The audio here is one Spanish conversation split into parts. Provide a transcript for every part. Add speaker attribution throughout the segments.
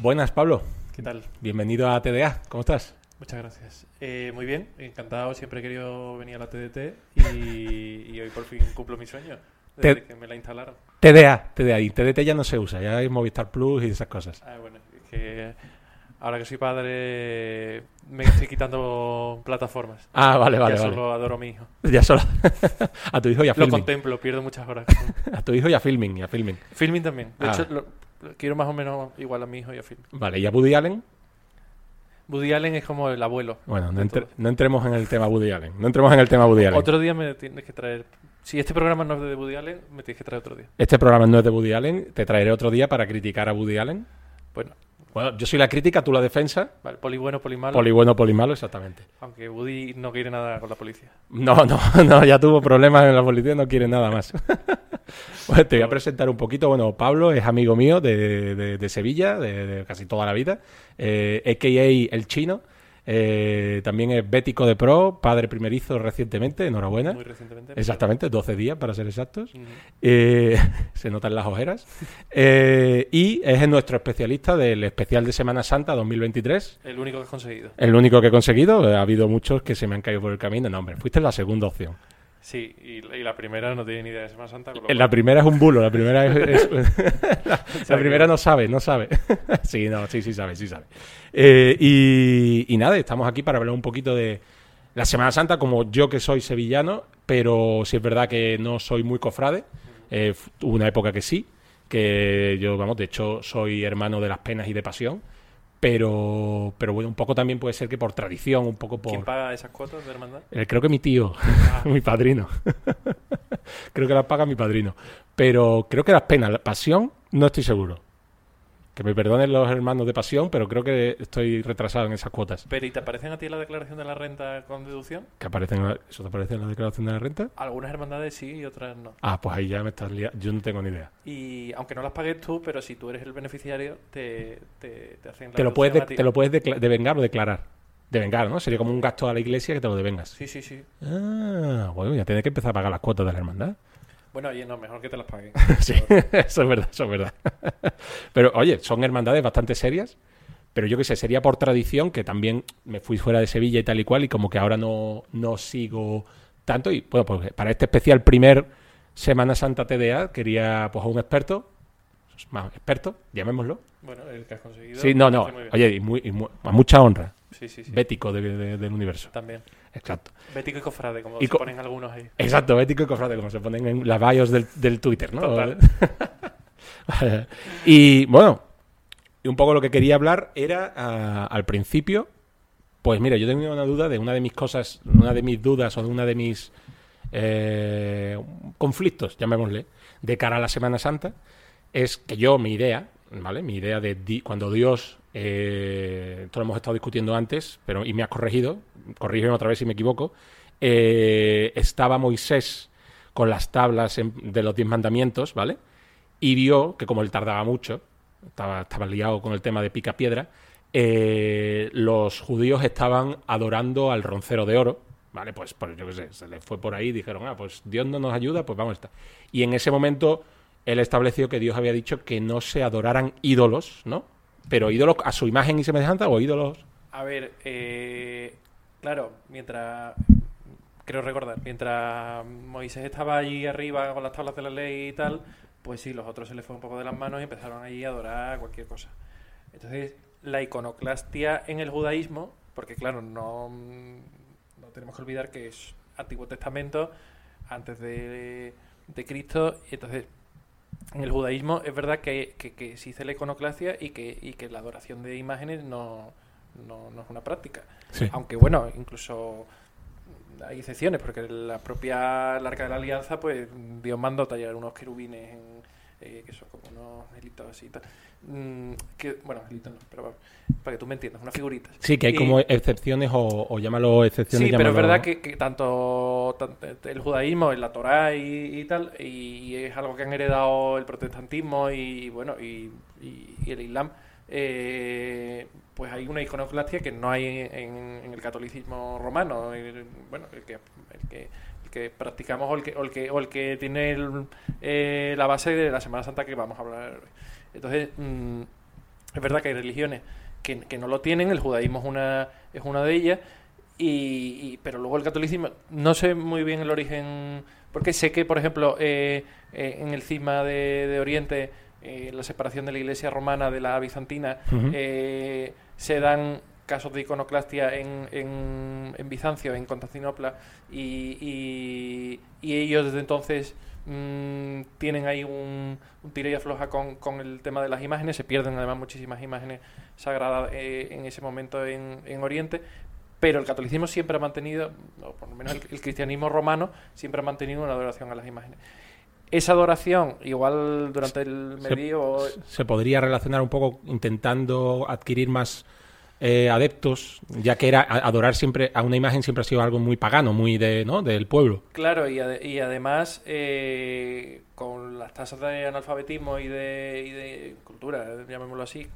Speaker 1: Buenas, Pablo.
Speaker 2: ¿Qué tal?
Speaker 1: Bienvenido a TDA. ¿Cómo estás?
Speaker 2: Muchas gracias. Eh, muy bien, encantado. Siempre he querido venir a la TDT y, y hoy por fin cumplo mi sueño. Desde
Speaker 1: Te-
Speaker 2: que me la instalaron.
Speaker 1: TDA, TDA. Y TDT ya no se usa, ya hay Movistar Plus y esas cosas.
Speaker 2: Ah, bueno, es que ahora que soy padre me estoy quitando plataformas.
Speaker 1: Ah, vale, vale,
Speaker 2: ya
Speaker 1: vale.
Speaker 2: solo adoro a mi hijo.
Speaker 1: Ya solo. a tu hijo y a
Speaker 2: Lo
Speaker 1: filming.
Speaker 2: contemplo, pierdo muchas horas.
Speaker 1: A tu hijo y a filming, y a filming.
Speaker 2: filming también. De
Speaker 1: Ah.
Speaker 2: hecho, lo- lo quiero más o menos igual a mi hijo y a filming.
Speaker 1: Vale, ¿y a Woody Allen?
Speaker 2: Woody Allen es como el abuelo.
Speaker 1: Bueno, no,
Speaker 2: de
Speaker 1: entre-
Speaker 2: todos.
Speaker 1: no entremos en el tema Woody Allen. No entremos en el tema Woody Allen.
Speaker 2: Otro día me tienes que traer. Si este programa no es de Woody Allen, me tienes que traer otro día.
Speaker 1: Este programa no es de Woody Allen. Te traeré otro día para criticar a Woody Allen.
Speaker 2: Bueno,
Speaker 1: Bueno, yo soy la crítica, tú la defensa.
Speaker 2: vale, poli bueno, poli malo.
Speaker 1: Poli bueno, poli malo, exactamente.
Speaker 2: Aunque Woody no quiere nada con la policía.
Speaker 1: No, no, no, ya tuvo problemas en la policía, no quiere nada más. Bueno, te voy a presentar un poquito. Bueno, Pablo es amigo mío de, de- de Sevilla, de, de casi toda la vida, eh, a.k.a. El Chino. Eh, también es bético de pro, padre primerizo recientemente, enhorabuena.
Speaker 2: Muy recientemente. pero-
Speaker 1: Exactamente, 12 días para ser exactos.
Speaker 2: Mm.
Speaker 1: Eh, se notan las ojeras. Eh, y es nuestro especialista del especial de Semana Santa 2023.
Speaker 2: El único que has conseguido.
Speaker 1: El único que he conseguido, eh, ha habido muchos que se me han caído por el camino. No, hombre, fuiste la segunda opción.
Speaker 2: Sí, y, la- y la primera no tiene ni idea de Semana Santa. con lo
Speaker 1: Eh, La
Speaker 2: cual-
Speaker 1: primera es un bulo, la primera es. es- la, la
Speaker 2: sea,
Speaker 1: primera
Speaker 2: que-
Speaker 1: no sabe, no sabe. sí, no, sí, sí sabe, sí sabe. Eh, y, y nada, estamos aquí para hablar un poquito de la Semana Santa, como yo que soy sevillano, pero sí es verdad que no soy muy cofrade. Eh, f- hubo una época que sí, que yo, vamos, de hecho, soy hermano de las penas y de pasión. Pero, pero bueno, un poco también puede ser que por tradición, un poco por.
Speaker 2: ¿Quién paga esas cuotas de hermandad?
Speaker 1: Eh, creo que mi tío,
Speaker 2: Ah.
Speaker 1: mi padrino. creo que las paga mi padrino. Pero creo que las penas, la pasión, no estoy seguro. Que me perdonen los hermanos de pasión, pero creo que estoy retrasado en esas cuotas.
Speaker 2: Pero ¿y te aparecen a ti en la declaración de la renta con deducción?
Speaker 1: ¿Que aparecen, en la- ¿Eso te aparece en la declaración de la renta?
Speaker 2: Algunas hermandades sí y otras no.
Speaker 1: Ah, pues ahí ya me estás liando. Yo no tengo ni idea.
Speaker 2: Y aunque no las pagues tú, pero si tú eres el beneficiario, te, te, te hacen la
Speaker 1: Te lo,
Speaker 2: deducción
Speaker 1: puedes de-
Speaker 2: a ti.
Speaker 1: te lo puedes decla- devengar o declarar. Devengar, ¿no? Sería como un gasto a la iglesia que te lo devengas.
Speaker 2: Sí, sí, sí.
Speaker 1: Ah, bueno, ya tienes que empezar a pagar las cuotas de la hermandad.
Speaker 2: Bueno, oye, no, mejor que te las paguen.
Speaker 1: Sí, eso es verdad, eso es verdad. Pero oye, son hermandades bastante serias, pero yo qué sé, sería por tradición que también me fui fuera de Sevilla y tal y cual, y como que ahora no, no sigo tanto. Y bueno, pues para este especial primer Semana Santa TDA quería pues a un experto, más experto, llamémoslo.
Speaker 2: Bueno, el que has conseguido.
Speaker 1: Sí, no, no,
Speaker 2: hace muy bien.
Speaker 1: oye, y muy- y mu- a mucha honra,
Speaker 2: Sí, sí, sí.
Speaker 1: bético de- de- del universo.
Speaker 2: También.
Speaker 1: Exacto.
Speaker 2: Bético y cofrade, como
Speaker 1: Y
Speaker 2: se
Speaker 1: co-
Speaker 2: ponen algunos ahí.
Speaker 1: Exacto, bético y cofrade, como se ponen en las bios del, del Twitter, ¿no?
Speaker 2: Total.
Speaker 1: Vale. y bueno, y un poco lo que quería hablar era ah, al principio. Pues mira, yo tenía una duda de una de mis cosas, una de mis dudas o de una de mis eh, conflictos, llamémosle, de cara a la Semana Santa, es que yo, mi idea, ¿vale? Mi idea de di- cuando Dios, eh, esto lo hemos estado discutiendo antes, pero y me has corregido, corrígeme otra vez si me equivoco, eh, estaba Moisés con las tablas en- de los diez mandamientos, ¿vale? y vio que como él tardaba mucho, estaba, estaba liado con el tema de pica piedra, eh, los judíos estaban adorando al roncero de oro. Vale, pues, pues yo qué sé, se les fue por ahí, dijeron, ah, pues Dios no nos ayuda, pues vamos a estar. Y en ese momento él estableció que Dios había dicho que no se adoraran ídolos, ¿no? Pero ídolos a su imagen y semejanza o ídolos.
Speaker 2: A ver, eh, claro, mientras. Creo recordar, mientras Moisés estaba allí arriba con las tablas de la ley y tal, pues sí, los otros se les fue un poco de las manos y empezaron allí a adorar cualquier cosa. Entonces, la iconoclastia en el judaísmo, porque claro, no, mm, no tenemos que olvidar que es Antiguo Testamento, antes de, de Cristo, y entonces en el judaísmo es verdad que, que, que existe la iconoclastia y que, y que la adoración de imágenes no, no, no es una práctica.
Speaker 1: Sí.
Speaker 2: Aunque bueno, incluso hay excepciones, porque la propia el Arca de la Alianza, pues Dios mandó tallar unos querubines en, eh, que son como unos helitos así y tal. Mm, que, bueno, helitos no, pero vamos, para que tú me entiendas, unas figuritas.
Speaker 1: Sí, que hay
Speaker 2: Y-
Speaker 1: como excepciones o, o llámalo excepciones.
Speaker 2: Sí, pero es
Speaker 1: llámalo-
Speaker 2: verdad que, que tanto, tan- el judaísmo, la Torá y, y tal, y, es algo que han heredado el protestantismo y bueno y, y- y el Islam, eh, pues hay una iconoclastia que no hay en, en el catolicismo romano, el- bueno, el que, el que, el que practicamos o el que, o el que, o el que tiene el- eh, la base de la Semana Santa que vamos a hablar hoy. Entonces, mm, es verdad que hay religiones que, que no lo tienen, el judaísmo es una, es una de ellas, y, y- pero luego el catolicismo, no sé muy bien el origen, porque sé que, por ejemplo, eh, eh, en el cisma de, de Oriente, eh, la separación de la iglesia romana de la bizantina,
Speaker 1: Ujú.
Speaker 2: eh, se dan casos de iconoclastia en, en, en Bizancio, en Constantinopla, y, y- y ellos desde entonces mm, tienen ahí un, un tira y afloja con, con el tema de las imágenes, se pierden además muchísimas imágenes sagradas eh, en ese momento en, en Oriente, pero el catolicismo siempre ha mantenido, o por lo menos el, el cristianismo romano, siempre ha mantenido una adoración a las imágenes. Esa adoración, igual durante el
Speaker 1: Se-
Speaker 2: medievo...
Speaker 1: se podría relacionar un poco intentando adquirir más eh, adeptos, ya que era a- adorar siempre a una imagen siempre ha sido algo muy pagano, muy de, ¿no? del pueblo.
Speaker 2: Claro, y, ade- y además eh, con las tasas de analfabetismo y de, y de cultura, llamémoslo así,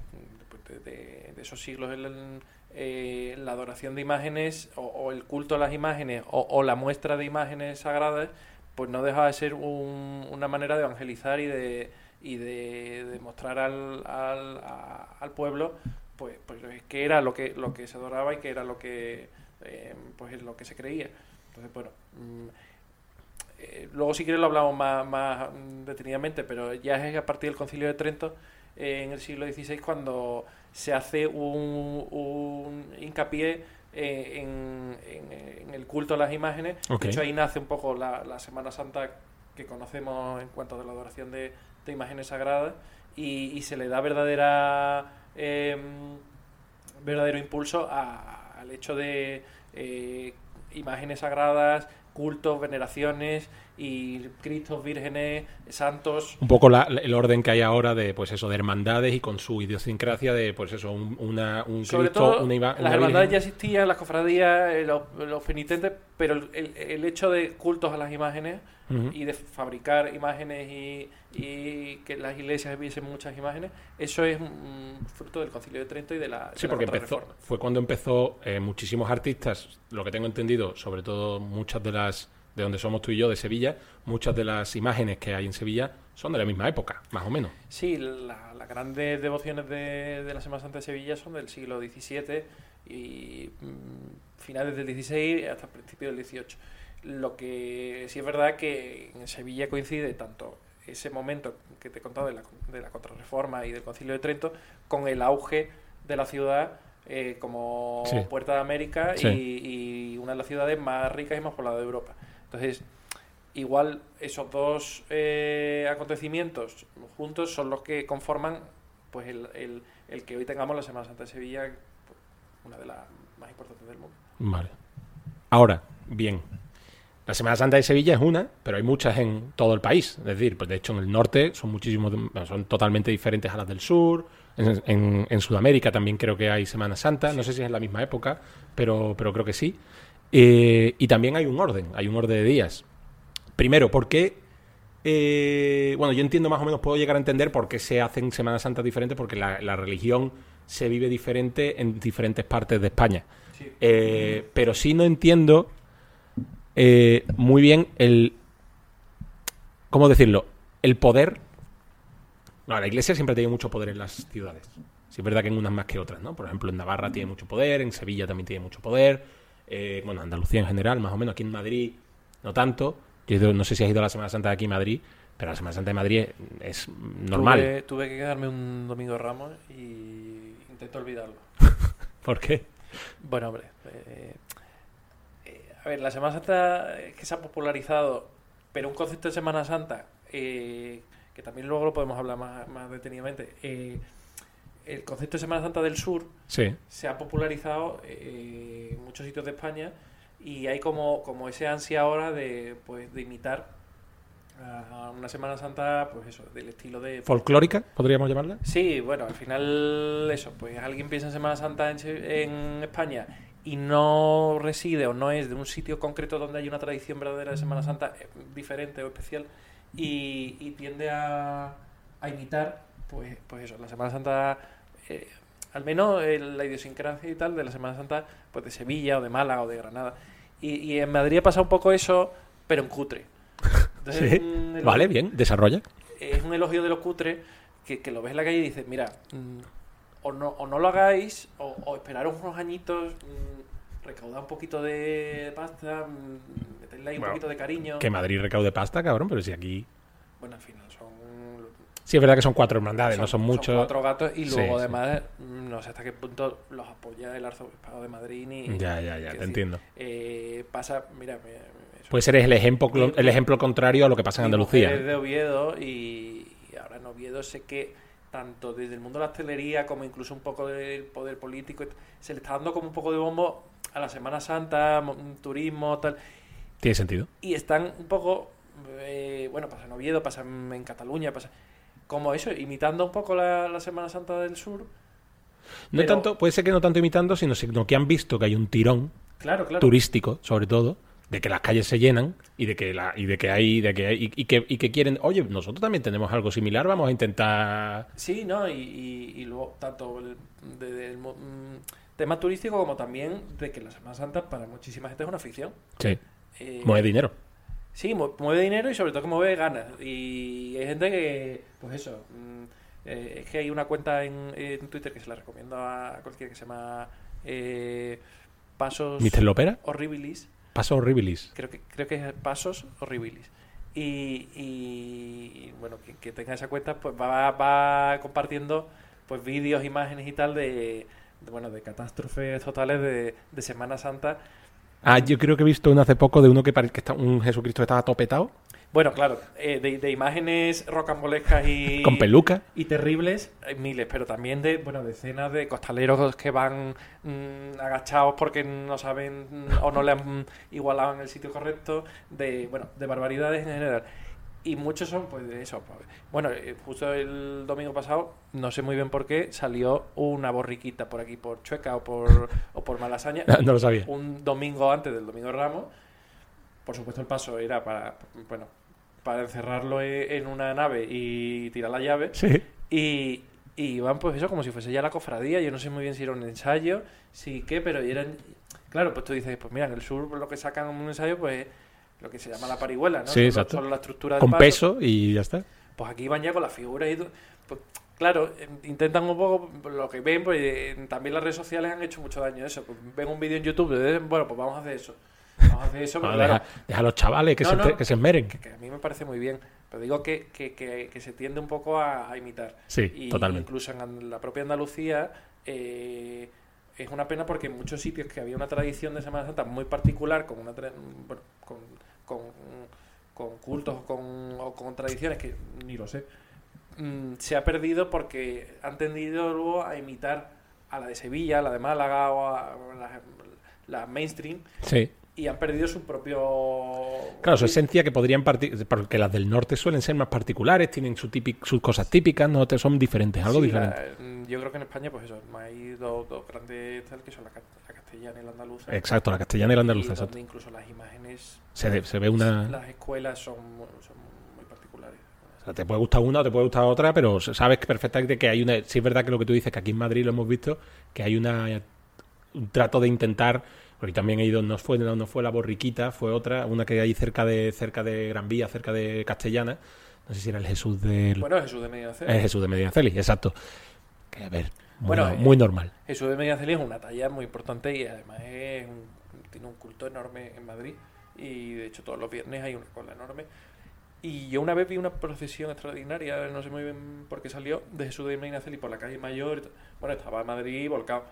Speaker 2: de, de- de esos siglos, el- el- eh, la adoración de imágenes o, o el culto a las imágenes o, o la muestra de imágenes sagradas, pues no deja de ser un- una manera de evangelizar y de, y de, de mostrar al, al, a- al pueblo pues, pues qué era lo que, lo que se adoraba y qué era lo que, eh, pues, lo que se creía. Entonces, bueno, mm, eh, luego si quieres lo hablamos más, más, mm, detenidamente, pero ya es a partir del concilio de Trento eh, en el siglo XVI cuando se hace un, un hincapié eh, en, en- en el culto a las imágenes.
Speaker 1: Ok.
Speaker 2: De hecho, ahí nace un poco la, la Semana Santa que conocemos en cuanto a la adoración de, de imágenes sagradas y, y se le da verdadera... em, verdadero impulso a- al hecho de eh, imágenes sagradas, cultos, veneraciones y cristos, vírgenes, santos.
Speaker 1: Un poco la- la- el orden que hay ahora de pues eso de hermandades y con su idiosincrasia de pues eso un, una, un
Speaker 2: Sobre
Speaker 1: Cristo,
Speaker 2: todo,
Speaker 1: una, ima-
Speaker 2: las
Speaker 1: una
Speaker 2: hermandades ya
Speaker 1: virgen.
Speaker 2: existían, las cofradías, eh, los, los penitentes, pero el, el- el hecho de cultos a las imágenes
Speaker 1: Ujú.
Speaker 2: y de fabricar imágenes y, y que las iglesias viesen muchas imágenes, eso es mm, fruto del concilio de Trento y de la, de
Speaker 1: Sí,
Speaker 2: la
Speaker 1: porque empezó,
Speaker 2: contrarreforma.
Speaker 1: fue cuando empezó eh, muchísimos artistas, lo que tengo entendido, sobre todo muchas de las de donde somos tú y yo de Sevilla, muchas de las imágenes que hay en Sevilla son de la misma época, más o menos.
Speaker 2: Sí, la- las grandes devociones de, de la Semana Santa de Sevilla son del siglo XVII y mm, finales del XVI hasta principios del XVIII. Lo que sí es verdad que en Sevilla coincide tanto ese momento que te he contado de la, de la contrarreforma y del Concilio de Trento con el auge de la ciudad eh, como
Speaker 1: Sí.
Speaker 2: puerta de América
Speaker 1: Sí.
Speaker 2: y, y una de las ciudades más ricas y más pobladas de Europa. Entonces, igual esos dos eh, acontecimientos juntos son los que conforman pues el, el- el que hoy tengamos la Semana Santa de Sevilla, pues, una de las más importantes del mundo.
Speaker 1: Vale. Ahora, bien. La Semana Santa de Sevilla es una, pero hay muchas en todo el país. Es decir, pues de hecho en el norte son muchísimos, bueno, son totalmente diferentes a las del sur. En, en- en Sudamérica también creo que hay Semana Santa. No sé si es en la misma época, pero, pero creo que sí. Eh, y también hay un orden, hay un orden de días. Primero, ¿por qué? eh, bueno, yo entiendo más o menos, puedo llegar a entender por qué se hacen Semanas Santas diferentes, porque la, la religión se vive diferente en diferentes partes de España. Eh, pero sí no entiendo eh, muy bien el. ¿Cómo decirlo? El poder. No, la iglesia siempre ha tenido mucho poder en las ciudades. Sí, es verdad que en unas más que otras, ¿no? Por ejemplo, en Navarra tiene mucho poder, en Sevilla también tiene mucho poder. eh, bueno, Andalucía en general, más o menos. Aquí en Madrid, no tanto. Yo he ido- no sé si has ido a la Semana Santa de aquí en Madrid, pero la Semana Santa de Madrid es, es normal.
Speaker 2: Tuve, tuve que quedarme un domingo de Ramos y intento olvidarlo.
Speaker 1: ¿Por qué?
Speaker 2: Bueno, hombre. eh, eh, a ver, la Semana Santa es que se ha popularizado, pero un concepto de Semana Santa, eh, que también luego lo podemos hablar más, más detenidamente, eh, el concepto de Semana Santa del Sur
Speaker 1: Sí.
Speaker 2: se ha popularizado eh, en muchos sitios de España y hay como, como ese ansia ahora de, pues, de imitar a una Semana Santa, pues eso, del estilo de...
Speaker 1: ¿Folclórica, podríamos llamarla?
Speaker 2: Sí, bueno, al final eso, pues alguien piensa en Semana Santa en, Se- en España y no reside o no es de un sitio concreto donde hay una tradición verdadera de Semana Santa eh, diferente o especial y, y tiende a, a imitar, pues, pues eso, la Semana Santa, eh, al menos eh, la idiosincrasia y tal de la Semana Santa, pues de Sevilla o de Málaga o de Granada. Y, y en Madrid ha pasado un poco eso, pero en cutre. Entonces,
Speaker 1: Sí.
Speaker 2: mm, el-
Speaker 1: Vale, bien, desarrolla.
Speaker 2: es un elogio de lo cutre que, que lo ves en la calle y dices, mira, mm, o, no, o no lo hagáis, o, o esperaros unos añitos, mm, recaudad un poquito de pasta, mm, metedle ahí un
Speaker 1: Bueno,
Speaker 2: poquito de cariño.
Speaker 1: Que Madrid recaude pasta, cabrón, pero si aquí...
Speaker 2: Bueno, al final son...
Speaker 1: Sí, es verdad que son cuatro hermandades, no son
Speaker 2: Son
Speaker 1: muchos.
Speaker 2: cuatro gatos y
Speaker 1: Sí,
Speaker 2: luego
Speaker 1: sí.
Speaker 2: además mm, no sé hasta qué punto los apoya el arzobispado de Madrid ni...
Speaker 1: Ya, ya, ya,
Speaker 2: quiero
Speaker 1: te
Speaker 2: decir,
Speaker 1: entiendo.
Speaker 2: eh, pasa, mira, me- me- eso,
Speaker 1: Pues eres el ejemplo, clo-
Speaker 2: Mi-
Speaker 1: el ejemplo contrario a lo que pasa en
Speaker 2: Mi
Speaker 1: Andalucía. ¿eh?
Speaker 2: mujer es de Oviedo y, y ahora en Oviedo sé que tanto desde el mundo de la hostelería como incluso un poco del poder político se le está dando como un poco de bombo a la Semana Santa, mo- turismo, tal.
Speaker 1: Tiene sentido.
Speaker 2: Y están un poco, eh, bueno, pasa en Oviedo, pasa en, en Cataluña, pasa como eso, imitando un poco la, la Semana Santa del Sur.
Speaker 1: No
Speaker 2: Pero-
Speaker 1: tanto, puede ser que no tanto imitando, sino, sino que han visto que hay un tirón
Speaker 2: Claro, claro.
Speaker 1: turístico, sobre todo, de que las calles se llenan y de que la, y de que hay, de que hay- y, y que, y que quieren, oye, nosotros también tenemos algo similar, vamos a intentar
Speaker 2: Sí, ¿no? Y, y- y luego, tanto el, de- del mo- mm, tema turístico como también de que la Semana Santa para muchísima gente es una ficción.
Speaker 1: sí,
Speaker 2: Eh,
Speaker 1: mover dinero.
Speaker 2: Sí, mu- mueve dinero y sobre todo que mueve ganas. Y hay gente que, pues eso, mm, eh, es que hay una cuenta en, en Twitter que se la recomiendo a cualquiera que se llama eh, Pasos
Speaker 1: Mister Lopera,
Speaker 2: Horribilis.
Speaker 1: paso horribilis.
Speaker 2: Creo que, creo que es Pasos Horribilis. Y, y, bueno, quien que tenga esa cuenta pues va, va compartiendo pues vídeos, imágenes y tal de, de, bueno, de catástrofes totales de, de Semana Santa.
Speaker 1: Ah, yo creo que he visto uno hace poco de uno que parece que está, un Jesucristo que estaba topetado,
Speaker 2: Bueno, claro, eh, de, de imágenes rocambolescas y...
Speaker 1: con peluca.
Speaker 2: y terribles, hay miles, pero también de, bueno, decenas de costaleros que van mm, agachados porque no saben mm, o no le han igualado en el sitio correcto, de, bueno, de barbaridades en general. Y muchos son, pues, de eso. pues. Bueno, eh, justo el domingo pasado, no sé muy bien por qué, salió una borriquita por aquí, por Chueca o por, o por Malasaña
Speaker 1: No lo sabía.
Speaker 2: un domingo antes del domingo de Ramos. Por supuesto, el paso era para, bueno, para encerrarlo e- en una nave y tirar la llave.
Speaker 1: Sí.
Speaker 2: Y, y iban, pues eso, como si fuese ya la cofradía. Yo no sé muy bien si era un ensayo, si qué, pero eran. Claro, pues tú dices, pues mira, en el sur lo que sacan en un ensayo, pues lo que se llama la parihuela, ¿no?
Speaker 1: Sí,
Speaker 2: Solo-
Speaker 1: exacto.
Speaker 2: solo la estructura del
Speaker 1: Con
Speaker 2: paso.
Speaker 1: peso y ya está.
Speaker 2: Pues aquí van ya con las figuras y todo. Pues, claro, eh, intentan un poco lo que ven, pues eh, también las redes sociales han hecho mucho daño a eso. Pues, ven un vídeo en YouTube, eh, bueno, pues vamos a hacer eso. Vamos a hacer eso,
Speaker 1: Ah,
Speaker 2: porque,
Speaker 1: deja,
Speaker 2: claro,
Speaker 1: deja a los chavales que,
Speaker 2: No,
Speaker 1: se,
Speaker 2: no.
Speaker 1: enter- que se esmeren.
Speaker 2: que a mí me parece muy bien. Pero digo que, que, que- que se tiende un poco a, a imitar.
Speaker 1: Sí,
Speaker 2: Y
Speaker 1: totalmente.
Speaker 2: Incluso en And- la propia Andalucía eh, es una pena porque en muchos sitios que había una tradición de Semana Santa muy particular, con una tra- bueno, con, con- con cultos o con, o con tradiciones que ni lo sé, mm, se ha perdido porque han tendido luego a imitar a la de Sevilla, a la de Málaga o a o a la, la mainstream
Speaker 1: Sí.
Speaker 2: y han perdido su propio...
Speaker 1: Claro, su
Speaker 2: Sí.
Speaker 1: esencia que podrían partir, porque las del norte suelen ser más particulares, tienen su típic- sus cosas típicas, no te son diferentes, algo
Speaker 2: Sí,
Speaker 1: diferente.
Speaker 2: la- mm, yo creo que en España, pues eso, hay dos, dos grandes tal que son la, ca- la castellana y la andaluza.
Speaker 1: Exacto, la castellana y la
Speaker 2: Y
Speaker 1: andaluza,
Speaker 2: donde
Speaker 1: exacto.
Speaker 2: incluso las imágenes,
Speaker 1: Se, ve- se ve una...
Speaker 2: las escuelas son, mu- son muy particulares.
Speaker 1: o sea, te puede gustar una o te puede gustar otra, pero sabes que perfectamente que hay una... Sí es verdad que lo que tú dices, que aquí en Madrid lo hemos visto, que hay una un trato de intentar... Porque también he ido, no fue, no, no fue la borriquita, fue otra, una que hay cerca de, cerca de Gran Vía, cerca de Castellana. No sé si era el Jesús del...
Speaker 2: Bueno, Jesús de Medinaceli.
Speaker 1: el Jesús de Medinaceli, exacto. Que a ver, muy,
Speaker 2: Bueno,
Speaker 1: no-
Speaker 2: eh,
Speaker 1: muy normal.
Speaker 2: Jesús de Medinaceli es una talla muy importante y además es un- tiene un culto enorme en Madrid. Y de hecho, todos los viernes hay una cola enorme. Y yo una vez vi una procesión extraordinaria, no sé muy bien por qué salió, de Jesús de Medinaceli por la calle Mayor. y tal. Bueno, estaba Madrid volcado.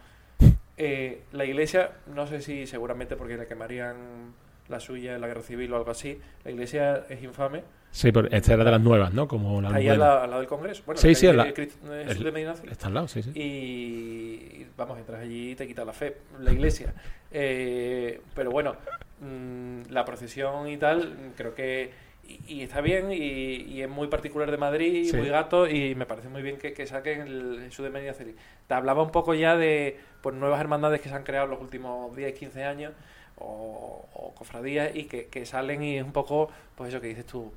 Speaker 2: Eh, la iglesia, no sé si seguramente porque le quemarían la suya en la guerra civil o algo así, la iglesia es infame.
Speaker 1: Sí, pero esta era de las nuevas, ¿no? Como la
Speaker 2: Ahí
Speaker 1: novela.
Speaker 2: al lado, al lado del Congreso. Bueno,
Speaker 1: Sí,
Speaker 2: la
Speaker 1: sí,
Speaker 2: calle
Speaker 1: la-
Speaker 2: de Cristo- de Jesús
Speaker 1: el-
Speaker 2: de Medinaceli.
Speaker 1: Está al lado, sí, sí.
Speaker 2: Y vamos, entras allí y te quita la fe, la iglesia. Eh, pero bueno, mm, la procesión y tal, mm, creo que y, y está bien, y, y es muy particular de Madrid, y
Speaker 1: Sí.
Speaker 2: muy gato, y me parece muy bien que, que saquen el, su de media serie. Te hablaba un poco ya de pues, nuevas hermandades que se han creado en los últimos 10, 15 años, o, o cofradías, y que, que salen y es un poco, pues eso que dices tú.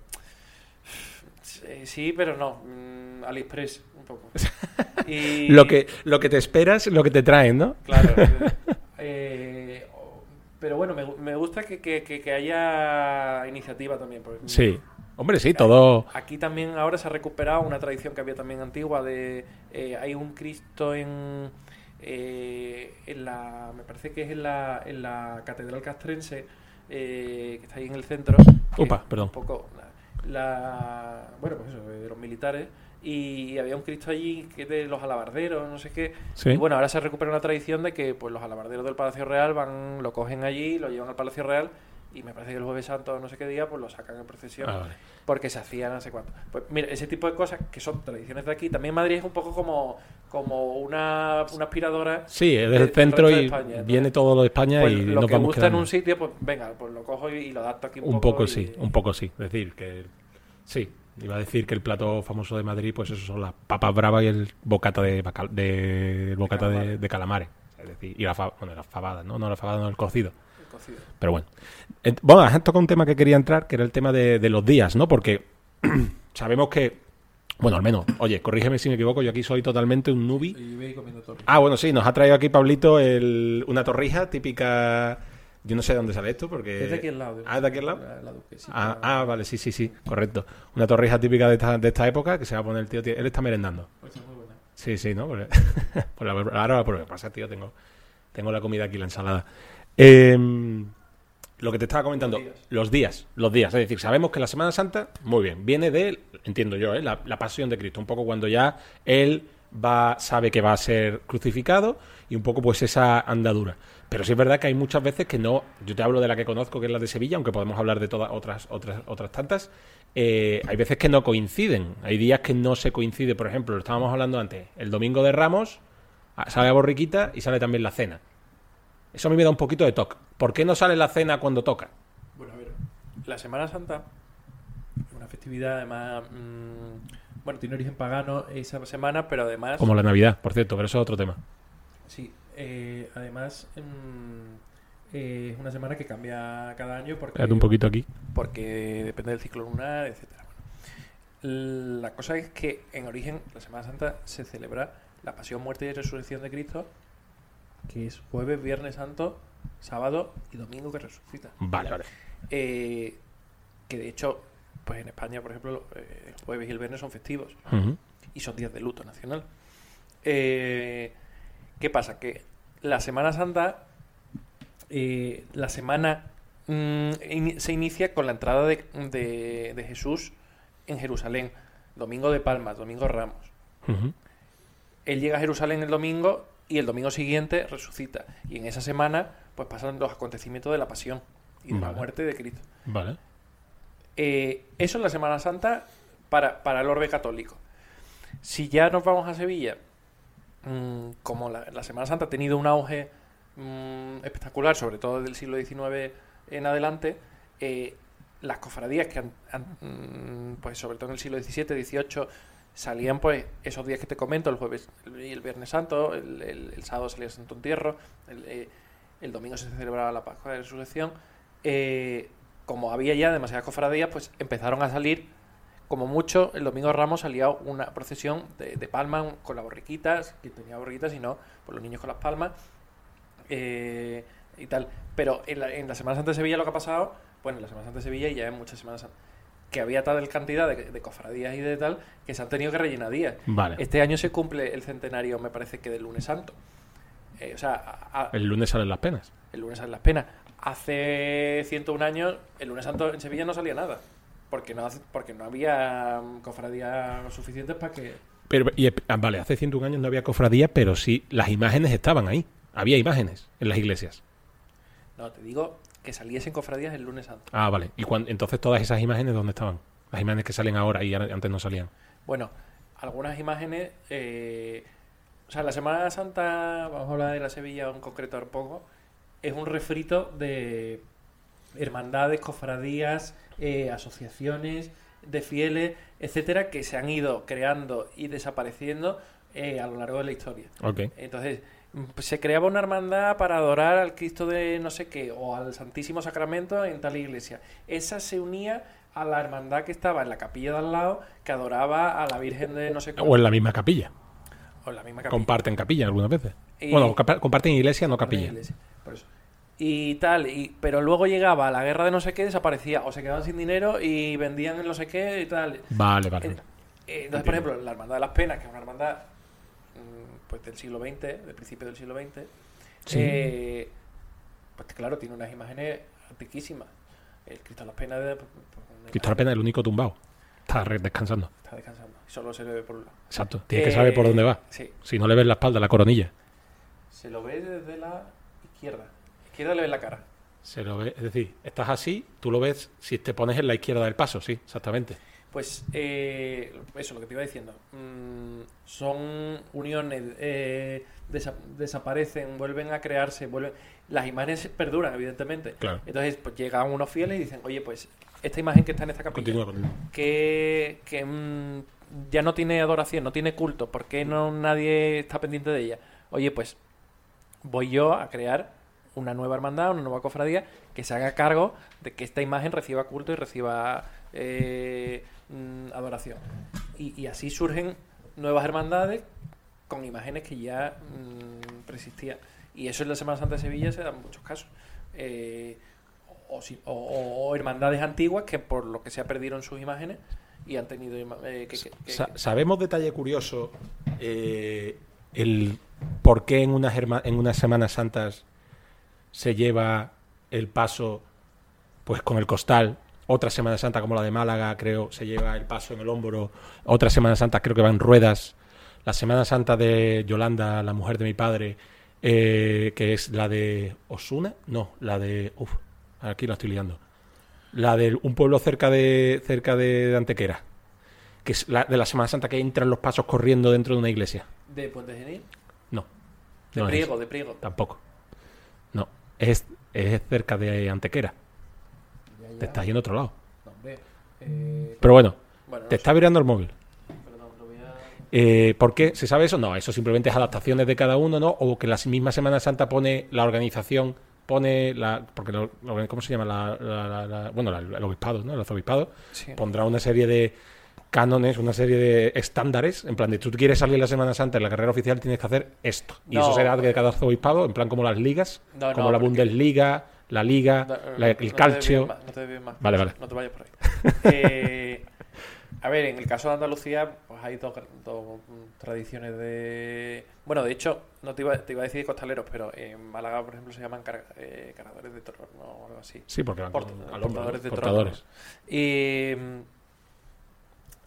Speaker 2: eh, Sí, pero no. mm, AliExpress, un poco. Y-
Speaker 1: Lo, que, lo que te esperas, lo que te traen, ¿no?
Speaker 2: Claro. Eh, o- pero bueno, me, gu- me gusta que, que- que- que haya iniciativa también. porque
Speaker 1: Sí. Hombre, sí, todo.
Speaker 2: Aquí también ahora se ha recuperado una tradición que había también antigua de... eh, hay un Cristo en... eh, en la, me parece que es en la, en la Catedral Castrense, eh, que está ahí en el centro. que
Speaker 1: Upa,
Speaker 2: es
Speaker 1: perdón.
Speaker 2: Un poco... la- la- bueno, pues eso, de los militares. Y había un Cristo allí que es de los alabarderos, no sé qué.
Speaker 1: Sí.
Speaker 2: Y bueno, ahora se recupera una tradición de que pues los alabarderos del Palacio Real van, lo cogen allí, lo llevan al Palacio Real y me parece que el jueves santo no sé qué día pues lo sacan en procesión
Speaker 1: Ah, vale.
Speaker 2: porque se hacían no sé cuánto. Pues mira, ese tipo de cosas que son tradiciones de aquí. También Madrid es un poco como, como una, una aspiradora.
Speaker 1: Sí, desde
Speaker 2: del- Eh, del
Speaker 1: el centro
Speaker 2: resto de
Speaker 1: y
Speaker 2: España, entonces,
Speaker 1: viene todo lo de España
Speaker 2: pues,
Speaker 1: y
Speaker 2: lo
Speaker 1: nos
Speaker 2: que
Speaker 1: vamos
Speaker 2: gusta
Speaker 1: quedando.
Speaker 2: en un sitio, pues venga, pues lo cojo y, y lo adapto aquí un,
Speaker 1: Un
Speaker 2: poco.
Speaker 1: poco
Speaker 2: y-
Speaker 1: sí, un poco sí. Es decir, que sí, iba a decir que el plato famoso de Madrid, pues eso son las papas bravas y el bocata de, bacal- de- el bocata de,
Speaker 2: calamares.
Speaker 1: de calamares. Es decir, y la fa- bueno, las fabadas, ¿no? No, la fabada no, el cocido.
Speaker 2: el cocido.
Speaker 1: Pero bueno. Eh, Bueno, has tocado un tema que quería entrar, que era el tema de, de los días, ¿no? Porque sabemos que, bueno, al menos, oye, corrígeme si me equivoco, yo aquí soy totalmente un nubi.
Speaker 2: Y voy comiendo todo.
Speaker 1: Ah, bueno, sí, nos ha traído aquí Pablito el- una torrija típica. Yo no sé de dónde sale esto, porque.
Speaker 2: Es de aquí al lado.
Speaker 1: Ah, de aquí al lado.
Speaker 2: La, la duquesita.
Speaker 1: Ah, ah, vale, sí, sí, sí, correcto. Una torrija típica de esta, de esta época que se va a poner el tío, tío- Él está merendando.
Speaker 2: Pues es muy buena.
Speaker 1: Sí, sí, ¿no? Porque- por la, ahora, por lo que pasa, tío, tengo, tengo la comida aquí, la ensalada. Em, lo que te estaba comentando,
Speaker 2: Los días.
Speaker 1: los días, los días. Es decir, sabemos que la Semana Santa, muy bien, viene de, entiendo yo, ¿eh? la, la pasión de Cristo. Un poco cuando ya él va, sabe que va a ser crucificado y un poco pues esa andadura. Pero sí es verdad que hay muchas veces que no. Yo te hablo de la que conozco, que es la de Sevilla, aunque podemos hablar de todas otras, otras, otras tantas. eh, hay veces que no coinciden. Hay días que no se coincide. Por ejemplo, lo estábamos hablando antes. El domingo de Ramos ah, sale a borriquita y sale también la cena. Eso a mí me da un poquito de toque. ¿Por qué no sale la cena cuando toca?
Speaker 2: Bueno, a ver, la Semana Santa es una festividad, además, mm, bueno, tiene origen pagano esa semana, pero además,
Speaker 1: Como la Navidad, por cierto, pero eso es otro tema.
Speaker 2: sí, eh, además mm, eh, es una semana que cambia cada año porque,
Speaker 1: Quédate un poquito aquí.
Speaker 2: porque depende del ciclo lunar, etcétera. Bueno, la cosa es que en origen la Semana Santa se celebra la Pasión, Muerte y Resurrección de Cristo, que es jueves, viernes santo, sábado y domingo que resucita.
Speaker 1: Vale, vale.
Speaker 2: Eh, que de hecho, pues en España, por ejemplo, eh, el jueves y el viernes son festivos
Speaker 1: Ujú.
Speaker 2: y son días de luto nacional. Eh, ¿Qué pasa? Que la Semana Santa, eh, la semana mm, in- se inicia con la entrada de, de- de Jesús en Jerusalén, Domingo de Palmas, Domingo Ramos.
Speaker 1: Ujú.
Speaker 2: Él llega a Jerusalén el domingo y el domingo siguiente resucita. Y en esa semana, pues pasan los acontecimientos de la pasión y de la
Speaker 1: Vale.
Speaker 2: muerte de Cristo.
Speaker 1: Vale.
Speaker 2: Eh, eso es la Semana Santa para, para el orbe católico. Si ya nos vamos a Sevilla, mm, como la, la Semana Santa ha tenido un auge mm, espectacular, sobre todo del siglo XIX en adelante, eh, las cofradías que, han- han, mm, pues sobre todo en el siglo XVII, XVIII, salían pues esos días que te comento, el jueves y el viernes santo, el, el- el sábado salía Santo Entierro, el, eh, el domingo se celebraba la Pascua de Resurrección, eh, como había ya demasiadas cofradías, pues empezaron a salir, como mucho, el domingo de Ramos salía una procesión de, de palmas con las borriquitas, que tenía borriquitas y no, por los niños con las palmas eh, y tal. Pero en la, en la Semana Santa de Sevilla lo que ha pasado, bueno, en la Semana Santa de Sevilla y ya en muchas Semanas Santas, que había tal cantidad de, de cofradías y de tal, que se han tenido que rellenar días.
Speaker 1: Vale.
Speaker 2: Este año se cumple el centenario, me parece que del lunes santo. Eh, o sea, a- a-
Speaker 1: El lunes salen las penas.
Speaker 2: el lunes salen las penas. Hace 101 años, el lunes santo en Sevilla no salía nada. Porque no, hace- porque no había mm, cofradías suficientes para que...
Speaker 1: Pero, y, ah, vale, hace 101 años no había cofradía, pero sí las imágenes estaban ahí. Había imágenes en las iglesias.
Speaker 2: No, te digo que saliesen cofradías el lunes santo.
Speaker 1: Ah, vale. ¿Y cuan- entonces todas esas imágenes dónde estaban? Las imágenes que salen ahora y an- antes no salían.
Speaker 2: Bueno, algunas imágenes... eh, o sea, la Semana Santa, vamos a hablar de la Sevilla en concreto un poco, es un refrito de, hermandades, cofradías, eh, asociaciones de fieles, etcétera, que se han ido creando y desapareciendo eh, a lo largo de la historia.
Speaker 1: Ok.
Speaker 2: Entonces, mm, pues se creaba una hermandad para adorar al Cristo de no sé qué o al Santísimo Sacramento en tal iglesia. Esa se unía a la hermandad que estaba en la capilla de al lado que adoraba a la Virgen de no sé
Speaker 1: O
Speaker 2: cuál.
Speaker 1: en la misma capilla.
Speaker 2: O en la misma capilla.
Speaker 1: Comparten capilla algunas veces.
Speaker 2: Y-
Speaker 1: Bueno, capa- comparten iglesia, no
Speaker 2: de la
Speaker 1: capilla.
Speaker 2: iglesia, por eso. Y tal, y, pero luego llegaba la guerra de no sé qué, desaparecía, o se quedaban sin dinero y vendían no sé qué y tal.
Speaker 1: Vale, vale.
Speaker 2: Eh,
Speaker 1: vale.
Speaker 2: eh, Entonces, por ejemplo, la Hermandad de las Penas, que es una hermandad mm, pues del siglo XX, del principio del siglo XX,
Speaker 1: Sí.
Speaker 2: eh, pues que, claro, tiene unas imágenes antiquísimas. El Cristo de las Penas de- pues, una
Speaker 1: Cristo la
Speaker 2: imagen
Speaker 1: pena es el único tumbado. Está re- descansando.
Speaker 2: que está descansando, y solo se le ve por un lado.
Speaker 1: Exacto. Tiene que
Speaker 2: Eh,
Speaker 1: saber por dónde va.
Speaker 2: Sí,
Speaker 1: Si no le ves la espalda, la coronilla.
Speaker 2: se lo ve desde la izquierda. Izquierda le ve la cara.
Speaker 1: Se lo ve, es decir, estás así, tú lo ves si te pones en la izquierda del paso, sí, exactamente.
Speaker 2: Pues eh, eso, lo que te iba diciendo. Mm, son uniones, eh, desa- desaparecen, vuelven a crearse, vuelven. Las imágenes perduran, evidentemente.
Speaker 1: Claro.
Speaker 2: Entonces, pues llegan unos fieles y dicen, oye, pues esta imagen que está en esta capilla,
Speaker 1: Continúa, continúa.
Speaker 2: que, que, mm, ya no tiene adoración, no tiene culto, ¿por qué no nadie está pendiente de ella? Oye, pues voy yo a crear una nueva hermandad, una nueva cofradía que se haga cargo de que esta imagen reciba culto y reciba eh, mm, adoración. Y, y así surgen nuevas hermandades con imágenes que ya mm, preexistían. Y eso en la Semana Santa de Sevilla se dan muchos casos. Eh, o, si- o- o- o hermandades antiguas que por lo que sea perdieron sus imágenes y han tenido ima- eh, que- que- que-
Speaker 1: Sa- ¿Sabemos detalle curioso eh, el por qué en unas, herma- en unas Semanas Santas se lleva el paso pues con el costal? Otra Semana Santa como la de Málaga, creo, se lleva el paso en el hombro. Otra Semana Santa creo que va en ruedas. La Semana Santa de Yolanda, la mujer de mi padre, eh, que es la de Osuna, no, la de... Uf, aquí la estoy liando. La de un pueblo cerca de, cerca de Antequera que es la, de la Semana Santa que entran los pasos corriendo dentro de una iglesia.
Speaker 2: de Puente Genil,
Speaker 1: No.
Speaker 2: de
Speaker 1: no es
Speaker 2: Priego, de Priego.
Speaker 1: eso. Tampoco. No. Es, es cerca de Antequera.
Speaker 2: Ya,
Speaker 1: Te
Speaker 2: ya.
Speaker 1: estás yendo a otro lado.
Speaker 2: No, hombre. Eh,
Speaker 1: Pero bueno,
Speaker 2: bueno, no
Speaker 1: te
Speaker 2: sé,
Speaker 1: está virando el móvil.
Speaker 2: perdón, lo voy a-
Speaker 1: Eh, ¿Por qué? ¿Se sabe eso? No, eso simplemente es adaptaciones de cada uno, ¿no? O que la misma Semana Santa pone la organización, pone la. Porque lo- lo- ¿Cómo se llama? La, la- la- la- bueno, la- el obispado, ¿no? El arzobispado.
Speaker 2: Sí.
Speaker 1: pondrá una serie de cánones, una serie de estándares. En plan, de tú quieres salir la Semana Santa en la carrera oficial, tienes que hacer esto. Y eso
Speaker 2: No.
Speaker 1: será de cada arzobispado, en plan como las ligas,
Speaker 2: No, no,
Speaker 1: como la
Speaker 2: porque-
Speaker 1: Bundesliga, la Liga,
Speaker 2: Da-
Speaker 1: la-
Speaker 2: no te
Speaker 1: el calcio.
Speaker 2: desvíes más, No te desvíes más.
Speaker 1: Vale, vale.
Speaker 2: No te vayas por ahí. Eh, a ver, en el caso de Andalucía, pues hay dos, gr- dos, mm, tradiciones de. Bueno, de hecho, no te iba, te iba a decir costaleros, pero en Málaga, por ejemplo, se llaman car- eh, cargadores de toro ¿no? o algo así.
Speaker 1: Sí, porque van con-
Speaker 2: Port-
Speaker 1: al hombro,
Speaker 2: portadores
Speaker 1: ¿no?
Speaker 2: de
Speaker 1: portadores.
Speaker 2: tronos. Y mm,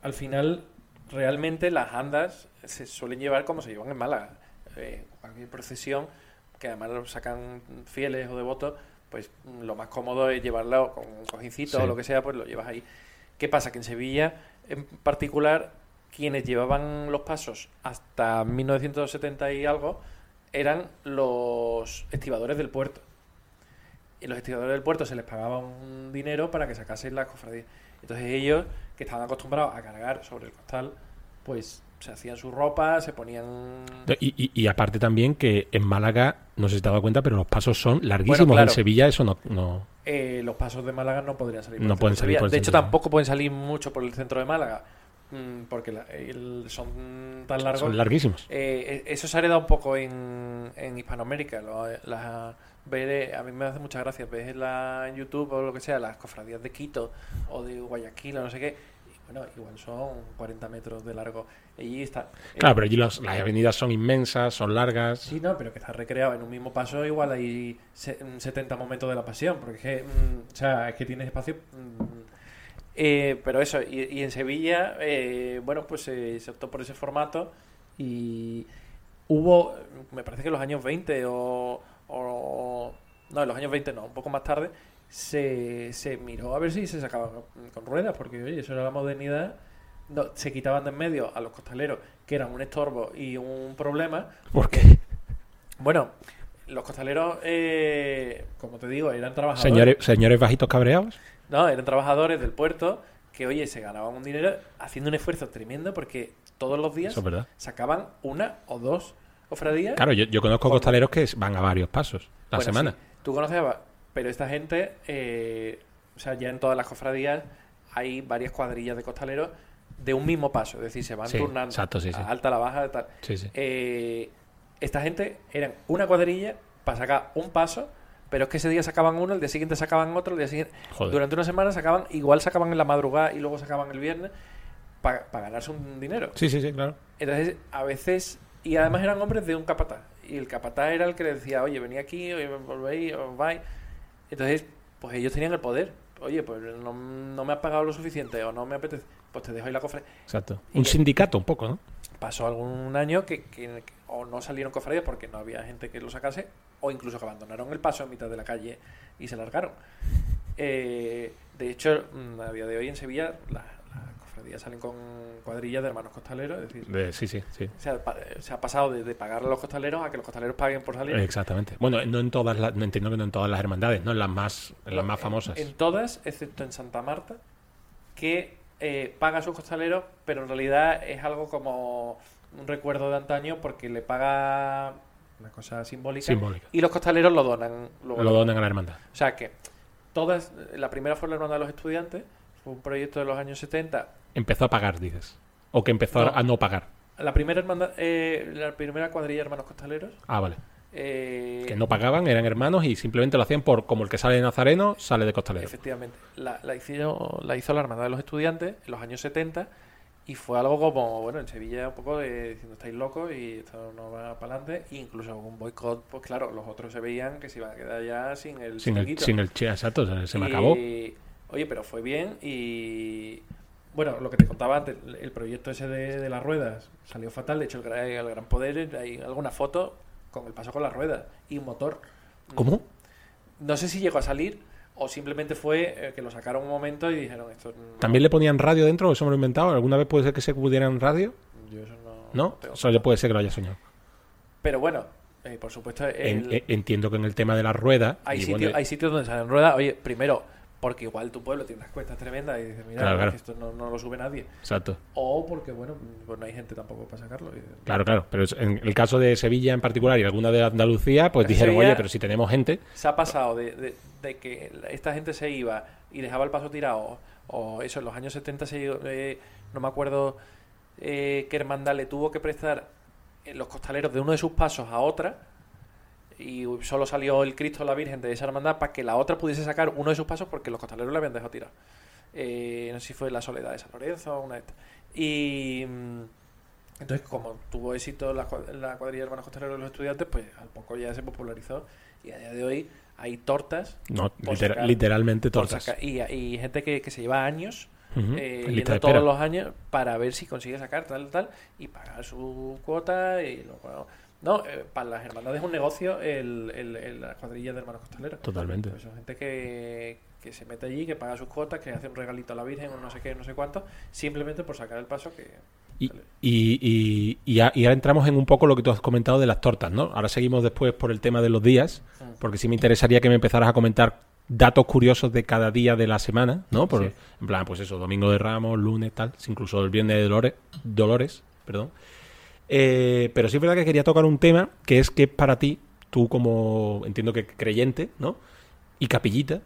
Speaker 2: al final, realmente las andas se suelen llevar como se llevan en Málaga. Eh, cualquier procesión, que además lo sacan fieles o devotos, pues mm, lo más cómodo es llevarla con un cojincito
Speaker 1: Sí.
Speaker 2: o lo que sea, pues lo llevas ahí. ¿Qué pasa? Que en Sevilla, en particular, quienes llevaban los pasos hasta 1970 y algo eran los estibadores del puerto. Y los estibadores del puerto se les pagaba un dinero para que sacasen las cofradías. Entonces ellos, que estaban acostumbrados a cargar sobre el costal, pues se hacían su ropa, se ponían...
Speaker 1: Y, y- y aparte también que en Málaga, no sé si te has dado cuenta, pero los pasos son larguísimos.
Speaker 2: Bueno, claro.
Speaker 1: En Sevilla eso no... no-
Speaker 2: Eh, los pasos de Málaga no podrían salir.
Speaker 1: No
Speaker 2: el centro
Speaker 1: pueden
Speaker 2: de
Speaker 1: salir
Speaker 2: Sevilla.
Speaker 1: por el
Speaker 2: de hecho,
Speaker 1: centro, ¿no?
Speaker 2: tampoco pueden salir mucho por el centro de Málaga, mm, porque la- el- son tan largos.
Speaker 1: son larguísimos.
Speaker 2: Eh, e- eso se ha heredado un poco en, en Hispanoamérica. lo- las- ver, eh, a mí me hace mucha gracia. Ves en la, en YouTube o lo que sea, las cofradías de Quito o de Guayaquil o no sé qué. y bueno, igual son 40 metros de largo. Allí está. eh,
Speaker 1: Claro, pero allí los- las avenidas son inmensas, son largas.
Speaker 2: Sí, no, pero que está recreado en un mismo paso, igual hay se- 70 momentos de la pasión, porque es que, mm, o sea, es que tienes espacio. mm. Eh, pero eso, y, y en Sevilla, eh, bueno, pues eh, se optó por ese formato y hubo, me parece que en los años 20 o. o- no, en los años 20 no, un poco más tarde, se, se miró a ver si se sacaban con, con ruedas, porque oye, eso era la modernidad. No, se quitaban de en medio a los costaleros, que eran un estorbo y un problema,
Speaker 1: Porque
Speaker 2: bueno, los costaleros, eh, como como te digo, eran trabajadores.
Speaker 1: Señores, señores bajitos cabreados.
Speaker 2: No, eran trabajadores del puerto que, oye, se ganaban un dinero haciendo un esfuerzo tremendo porque todos los días
Speaker 1: Eso es verdad.
Speaker 2: sacaban una o dos ofradías.
Speaker 1: Claro, yo, yo conozco
Speaker 2: Por-
Speaker 1: costaleros que van a varios pasos la
Speaker 2: Bueno,
Speaker 1: semana.
Speaker 2: sí, tú conoces a... va- Pero esta gente, eh, o sea, ya en todas las cofradías hay varias cuadrillas de costaleros de un mismo paso. Es decir, se van
Speaker 1: Sí,
Speaker 2: turnando.
Speaker 1: exacto, sí, sí.
Speaker 2: A alta, a la baja, tal.
Speaker 1: Sí, sí.
Speaker 2: Eh, esta gente eran una cuadrilla para sacar un paso, pero es que ese día sacaban uno, el día siguiente sacaban otro, el día siguiente...
Speaker 1: Joder.
Speaker 2: Durante una semana sacaban, igual sacaban en la madrugada y luego sacaban el viernes para ganarse un dinero.
Speaker 1: Sí, sí, sí, claro.
Speaker 2: Entonces, a veces... Y además eran hombres de un capataz. Y el capataz era el que les decía, oye, venid aquí, oye, volvéis, os vais. Entonces, pues ellos tenían el poder. Oye, pues no, no me has pagado lo suficiente o no me apetece. Pues te dejo ahí la cofre
Speaker 1: Exacto.
Speaker 2: Y
Speaker 1: Un
Speaker 2: que-
Speaker 1: sindicato, un poco, ¿no?
Speaker 2: pasó algún año que, que- que o no salieron cofradías porque no había gente que lo sacase, o incluso que abandonaron el paso en mitad de la calle y se largaron. Eh, de hecho, mm, a día de hoy en Sevilla la- las cofradías salen con cuadrillas de hermanos costaleros, es decir,
Speaker 1: De- sí, sí, sí.
Speaker 2: se ha, pa- se ha pasado de, de pagarle a los costaleros a que los costaleros paguen por salir.
Speaker 1: Exactamente. Bueno, no en todas las, no entiendo que no en todas las hermandades, no en las más, en las más
Speaker 2: En-
Speaker 1: famosas.
Speaker 2: En, todas, excepto en Santa Marta, que eh, paga a sus costaleros, pero en realidad es algo como un recuerdo de antaño porque le paga una cosa simbólica.
Speaker 1: Simbólica.
Speaker 2: Y los costaleros lo donan. luego.
Speaker 1: Lo donan a la hermandad.
Speaker 2: O sea que todas, la primera fue la hermandad de los estudiantes, fue un proyecto de los años 70.
Speaker 1: Empezó a pagar, dices. O que empezó
Speaker 2: No.
Speaker 1: a no pagar.
Speaker 2: La primera hermandad, eh, la primera cuadrilla de hermanos costaleros.
Speaker 1: Ah, vale.
Speaker 2: eh,
Speaker 1: Que no pagaban, eran hermanos y simplemente lo hacían por como el que sale de Nazareno, sale de costalero.
Speaker 2: Efectivamente. La, la, hizo, la hizo la Hermandad de los Estudiantes en los años 70 y fue algo como, bueno, en Sevilla un poco de, diciendo estáis locos y esto no va para adelante. E incluso hubo un boicot, pues claro, los otros se veían que se iban a quedar ya sin el
Speaker 1: Sin el,
Speaker 2: chiringuito.
Speaker 1: sin el che, exacto, se, se me
Speaker 2: Y,
Speaker 1: acabó.
Speaker 2: Oye, pero fue bien y... Bueno, lo que te contaba antes, el- el proyecto ese de, de las ruedas salió fatal. De hecho, el, Gran- el Gran Poder, hay alguna foto con el paso con las ruedas y un motor.
Speaker 1: ¿Cómo?
Speaker 2: No sé si llegó a salir o simplemente fue eh, que lo sacaron un momento y dijeron esto. no-
Speaker 1: ¿También le ponían radio dentro? ¿Eso me lo he inventado? ¿Alguna vez puede ser que se pudieran radio?
Speaker 2: yo eso no- no
Speaker 1: ¿No?
Speaker 2: tengo
Speaker 1: Solo puede ser que lo haya soñado.
Speaker 2: Pero bueno, eh, por supuesto,
Speaker 1: En-
Speaker 2: el-
Speaker 1: en- entiendo que en el tema de la rueda.
Speaker 2: hay,
Speaker 1: y
Speaker 2: sitio-
Speaker 1: bueno,
Speaker 2: hay sitios donde salen ruedas. Oye, primero, porque igual tu pueblo tiene unas cuestas tremendas y dices, mira,
Speaker 1: Claro,
Speaker 2: es
Speaker 1: claro.
Speaker 2: que esto no, no lo sube nadie.
Speaker 1: Exacto.
Speaker 2: O porque, bueno, pues no hay gente tampoco para sacarlo. y-
Speaker 1: Claro, claro. Pero es- en el caso de Sevilla en particular y alguna de Andalucía, pues
Speaker 2: Pero
Speaker 1: dijeron,
Speaker 2: Sevilla-
Speaker 1: oye, pero si tenemos gente.
Speaker 2: Se ha pasado de, de- de que esta gente se iba y dejaba el paso tirado, o eso, en los años 70 se iba, eh, no me acuerdo eh, qué hermandad le tuvo que prestar eh, los costaleros de uno de sus pasos a otra, y solo salió el Cristo la Virgen de esa hermandad para que la otra pudiese sacar uno de sus pasos porque los costaleros le habían dejado tirado. Eh, no sé si fue la Soledad de San Lorenzo o una de estas. Y. mm, Entonces, como tuvo éxito la, cua- la cuadrilla de hermanos costaleros de los estudiantes, pues al poco ya se popularizó. Y a día de hoy hay tortas.
Speaker 1: No,
Speaker 2: Por
Speaker 1: litera-
Speaker 2: sacar-
Speaker 1: literalmente
Speaker 2: por
Speaker 1: tortas.
Speaker 2: saca- y, y gente que, que se lleva años,
Speaker 1: Ujú,
Speaker 2: eh,
Speaker 1: en lista
Speaker 2: yendo
Speaker 1: de
Speaker 2: todos
Speaker 1: espera.
Speaker 2: los años, para ver si consigue sacar tal, tal, y pagar su cuota. y luego- No, eh, para las hermandades es un negocio el, el- el- la cuadrilla de hermanos costaleros.
Speaker 1: Totalmente.
Speaker 2: Pues son gente que, que se mete allí, que paga sus cuotas, que hace un regalito a la Virgen o no sé qué, no sé cuánto, simplemente por sacar el paso que...
Speaker 1: Y, y- y- y a- y ahora entramos en un poco lo que tú has comentado de las tortas, ¿no? Ahora seguimos después por el tema de los días, porque sí me interesaría que me empezaras a comentar datos curiosos de cada día de la semana, ¿no? Por,
Speaker 2: Sí.
Speaker 1: En plan, pues eso, domingo de Ramos, lunes, tal, incluso el viernes de Dolores, Dolores perdón. Eh, pero sí es verdad que quería tocar un tema que es que para ti, tú como entiendo que creyente, ¿no? Y capillita,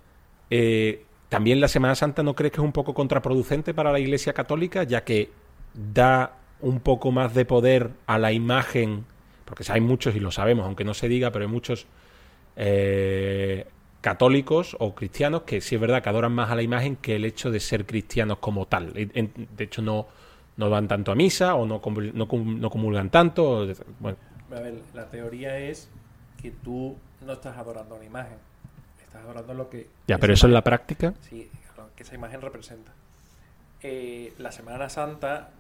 Speaker 1: eh, también la Semana Santa no crees que es un poco contraproducente para la Iglesia Católica, ya que da un poco más de poder a la imagen, porque hay muchos y lo sabemos, aunque no se diga, pero hay muchos eh, católicos o cristianos que sí es verdad que adoran más a la imagen que el hecho de ser cristianos como tal. En- en- De hecho, no, no van tanto a misa o no, comul- no, cum- no comulgan tanto. o de- Bueno,
Speaker 2: A ver, la teoría es que tú no estás adorando una imagen, estás adorando lo que...
Speaker 1: ya, pero eso en la práctica.
Speaker 2: Sí, lo que esa imagen representa. Eh, la Semana Santa,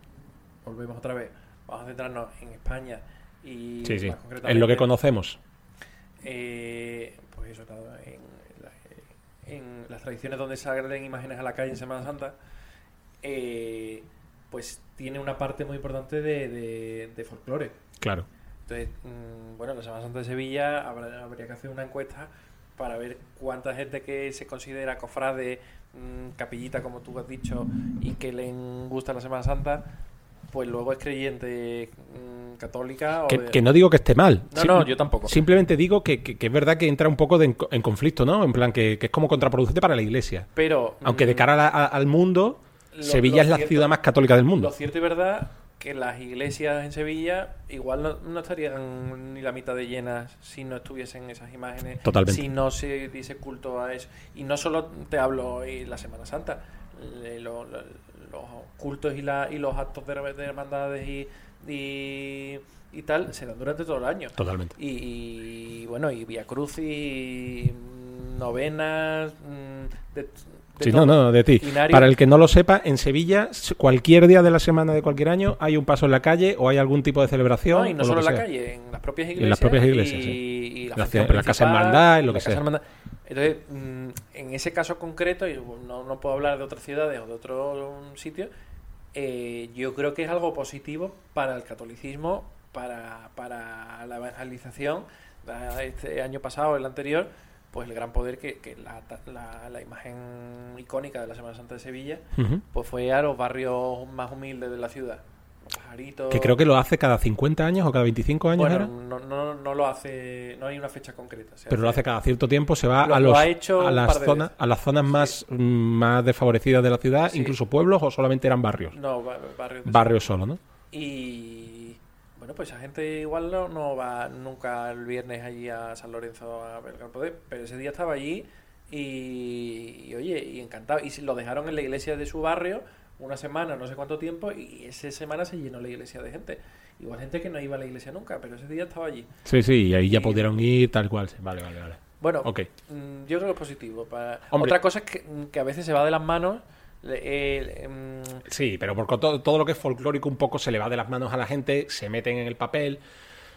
Speaker 2: volvemos otra vez, vamos a centrarnos en España y
Speaker 1: Sí, sí.
Speaker 2: más concretamente
Speaker 1: Es lo que conocemos.
Speaker 2: eh, pues eso, nada, en, la- en las tradiciones donde salen imágenes a la calle en Semana Santa, eh, pues tiene una parte muy importante de, de, de folclore.
Speaker 1: Claro.
Speaker 2: Entonces, mm, bueno, la Semana Santa de Sevilla habrá- habría que hacer una encuesta para ver cuánta gente que se considera cofrade, mm, capillita, como tú has dicho, y que le gusta la Semana Santa, pues luego es creyente mm, católica. O
Speaker 1: Que,
Speaker 2: de-
Speaker 1: que no digo que esté mal.
Speaker 2: No,
Speaker 1: Sim-
Speaker 2: no, yo tampoco.
Speaker 1: Simplemente digo que, que- que es verdad que entra un poco de en, en conflicto, ¿no? En plan, que, que es como contraproducente para la iglesia.
Speaker 2: Pero.
Speaker 1: Aunque de
Speaker 2: mm,
Speaker 1: cara a la- a- al mundo,
Speaker 2: Lo-
Speaker 1: Sevilla
Speaker 2: lo
Speaker 1: es la
Speaker 2: cierto-
Speaker 1: ciudad más católica del mundo.
Speaker 2: Lo cierto y verdad que las iglesias en Sevilla igual no, no estarían ni la mitad de llenas si no estuviesen esas imágenes,
Speaker 1: Totalmente.
Speaker 2: si no se dice culto a eso. Y no solo te hablo hoy la Semana Santa, le- lo- lo- los cultos y, la, y los actos de, de hermandades y, y, y tal se dan durante todo el año.
Speaker 1: Totalmente.
Speaker 2: Y, y, bueno, y Via Crucis, y, mm, novenas, mm, de, de
Speaker 1: Sí,
Speaker 2: todo.
Speaker 1: no, no, de ti.
Speaker 2: Quinario.
Speaker 1: Para el que no lo sepa, en Sevilla, s- cualquier día de la semana de cualquier año, hay un paso en la calle o hay algún tipo de celebración.
Speaker 2: No, y
Speaker 1: o
Speaker 2: no
Speaker 1: lo que
Speaker 2: solo en la
Speaker 1: sea.
Speaker 2: calle, en las propias iglesias.
Speaker 1: En las propias iglesias,
Speaker 2: y,
Speaker 1: sí.
Speaker 2: y la,
Speaker 1: La
Speaker 2: función
Speaker 1: ciudad- la casa
Speaker 2: principal,
Speaker 1: hermandad, en lo
Speaker 2: la
Speaker 1: que
Speaker 2: casa
Speaker 1: sea.
Speaker 2: hermandad. Entonces, mm, en ese caso concreto, y no, no puedo hablar de otras ciudades o de otro um, sitio, eh, yo creo que es algo positivo para el catolicismo, para, para la evangelización. Da- Este año pasado, el anterior, pues el gran poder que, que la, ta- la- la imagen icónica de la Semana Santa de Sevilla
Speaker 1: Ujú.
Speaker 2: pues fue a los barrios más humildes de la ciudad. Los pajaritos.
Speaker 1: Que creo que lo hace cada 50 años o cada 25 años,
Speaker 2: Bueno,
Speaker 1: era.
Speaker 2: no, no, no lo hace, no hay una fecha concreta. se
Speaker 1: Pero lo hace cada cierto tiempo, se va
Speaker 2: Lo-
Speaker 1: a,
Speaker 2: lo
Speaker 1: los,
Speaker 2: ha hecho
Speaker 1: a,
Speaker 2: un
Speaker 1: las
Speaker 2: par de
Speaker 1: zonas,
Speaker 2: veces.
Speaker 1: a las zonas más, mm, más desfavorecidas de la ciudad,
Speaker 2: Sí.
Speaker 1: incluso pueblos o solamente eran barrios.
Speaker 2: No, ba- barrios. de-
Speaker 1: Barrios solo, ¿no?
Speaker 2: Y bueno, pues esa gente igual no, no va nunca el viernes allí a San Lorenzo a ver el campo de, pero ese día estaba allí y, y, oye, y encantado. Y si lo dejaron en la iglesia de su barrio una semana, no sé cuánto tiempo, y esa semana se llenó la iglesia de gente. Igual gente que no iba a la iglesia nunca, pero ese día estaba allí.
Speaker 1: Sí, sí, y ahí ya
Speaker 2: Y-
Speaker 1: pudieron ir tal cual. sí. Vale, vale, vale.
Speaker 2: Bueno,
Speaker 1: Ok.
Speaker 2: Mm, Yo creo que es positivo. Para...
Speaker 1: Hombre.
Speaker 2: Otra cosa es que, mm, que a veces se va de las manos. le- el- em,
Speaker 1: Sí, pero porque todo, todo lo que es folclórico un poco se le va de las manos a la gente, se meten en el papel,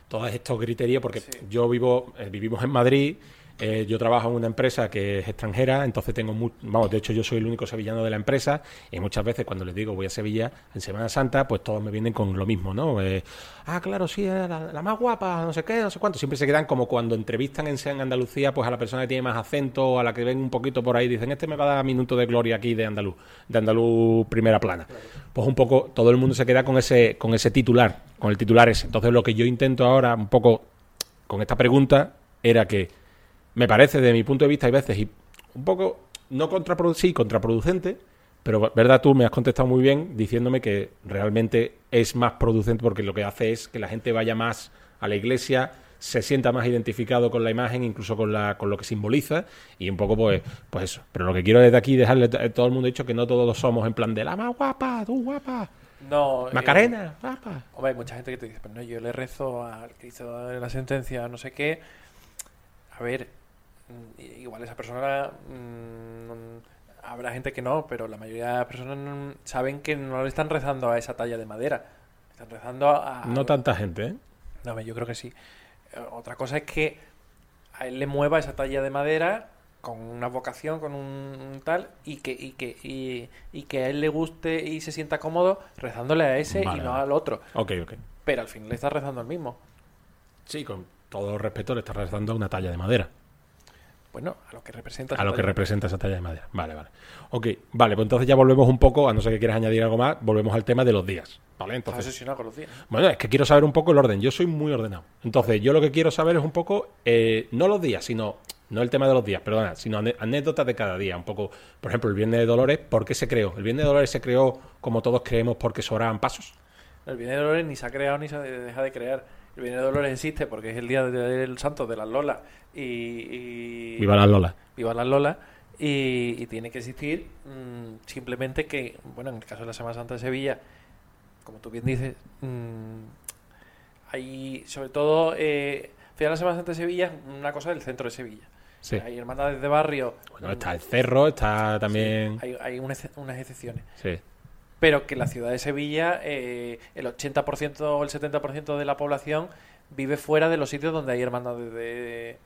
Speaker 1: todos estos griteríos, porque
Speaker 2: Sí.
Speaker 1: yo vivo, eh, vivimos en Madrid, eh, yo trabajo en una empresa que es extranjera, entonces tengo mu- vamos, de hecho yo soy el único sevillano de la empresa y muchas veces cuando les digo voy a Sevilla en Semana Santa, pues todos me vienen con lo mismo, ¿no? Eh, ah, claro, sí, eh, la, la más guapa, no sé qué, no sé cuánto, siempre se quedan como cuando entrevistan en, en Andalucía, pues a la persona que tiene más acento o a la que ven un poquito por ahí, dicen, este me va a dar minuto de gloria aquí de andaluz, de andaluz primera plana. Pues un poco todo el mundo se queda con ese, con ese titular, con el titular ese. Entonces lo que yo intento ahora un poco con esta pregunta era que me parece, desde mi punto de vista, hay veces y un poco, no contraproducente, sí, contraproducente, pero verdad, tú me has contestado muy bien diciéndome que realmente es más producente porque lo que hace es que la gente vaya más a la iglesia, se sienta más identificado con la imagen, incluso con, la, con lo que simboliza, y un poco pues, pues eso. Pero lo que quiero desde aquí dejarle a todo el mundo dicho que no todos somos en plan de la más guapa, tú guapa,
Speaker 2: no, eh,
Speaker 1: Macarena, guapa.
Speaker 2: hombre, hay mucha gente que te dice, pero no, yo le rezo al Cristo de la sentencia, no sé qué. A ver, mm, i- igual esa persona. mm, habrá gente que no, pero la mayoría de las personas mm, saben que no le están rezando a esa talla de madera. Están rezando a.
Speaker 1: No tanta gente, ¿eh?
Speaker 2: No, yo creo que sí. Eh, Otra cosa es que a él le mueva esa talla de madera con una vocación, con un, un tal, y que, y, que, y, y que a él le guste y se sienta cómodo rezándole a ese
Speaker 1: Vale,
Speaker 2: y no
Speaker 1: vale.
Speaker 2: al otro.
Speaker 1: Ok, ok.
Speaker 2: Pero al fin le está rezando al mismo.
Speaker 1: Sí, con todo respeto le estás rezando a una talla de madera.
Speaker 2: Bueno, a lo que
Speaker 1: A
Speaker 2: representa. esa
Speaker 1: lo que
Speaker 2: talla.
Speaker 1: representa esa talla de madera. Vale, vale. Ok, vale, pues entonces ya volvemos un poco, a no ser que quieras añadir algo más, volvemos al tema de los días. Vale,
Speaker 2: Estás
Speaker 1: entonces.
Speaker 2: obsesionado con los días.
Speaker 1: Bueno, es que quiero saber un poco el orden. Yo soy muy ordenado. Entonces, yo lo que quiero saber es un poco, eh, no los días, sino, no el tema de los días, perdona, sino ane- anécdotas de cada día. Un poco, por ejemplo, el Viernes de Dolores, ¿por qué se creó? El Viernes de Dolores se creó, como todos creemos, porque sobraban pasos.
Speaker 2: El Viernes de Dolores ni se ha creado ni se deja de crear. El Viernes de Dolores existe porque es el día del santo de las Lolas. Y, y-
Speaker 1: Viva las Lolas.
Speaker 2: viva la Lola y, y tiene que existir mm, simplemente que, bueno, en el caso de la Semana Santa de Sevilla, como tú bien dices, mm, hay sobre todo, eh, al final la Semana Santa de Sevilla es una cosa del centro de Sevilla.
Speaker 1: Sí.
Speaker 2: Hay hermandades de barrio,
Speaker 1: Bueno, está el cerro, está también.
Speaker 2: hay, hay unas, unas excepciones,
Speaker 1: Sí.
Speaker 2: pero que la ciudad de Sevilla, eh, el 80% o el 70% de la población vive fuera de los sitios donde hay hermandades de...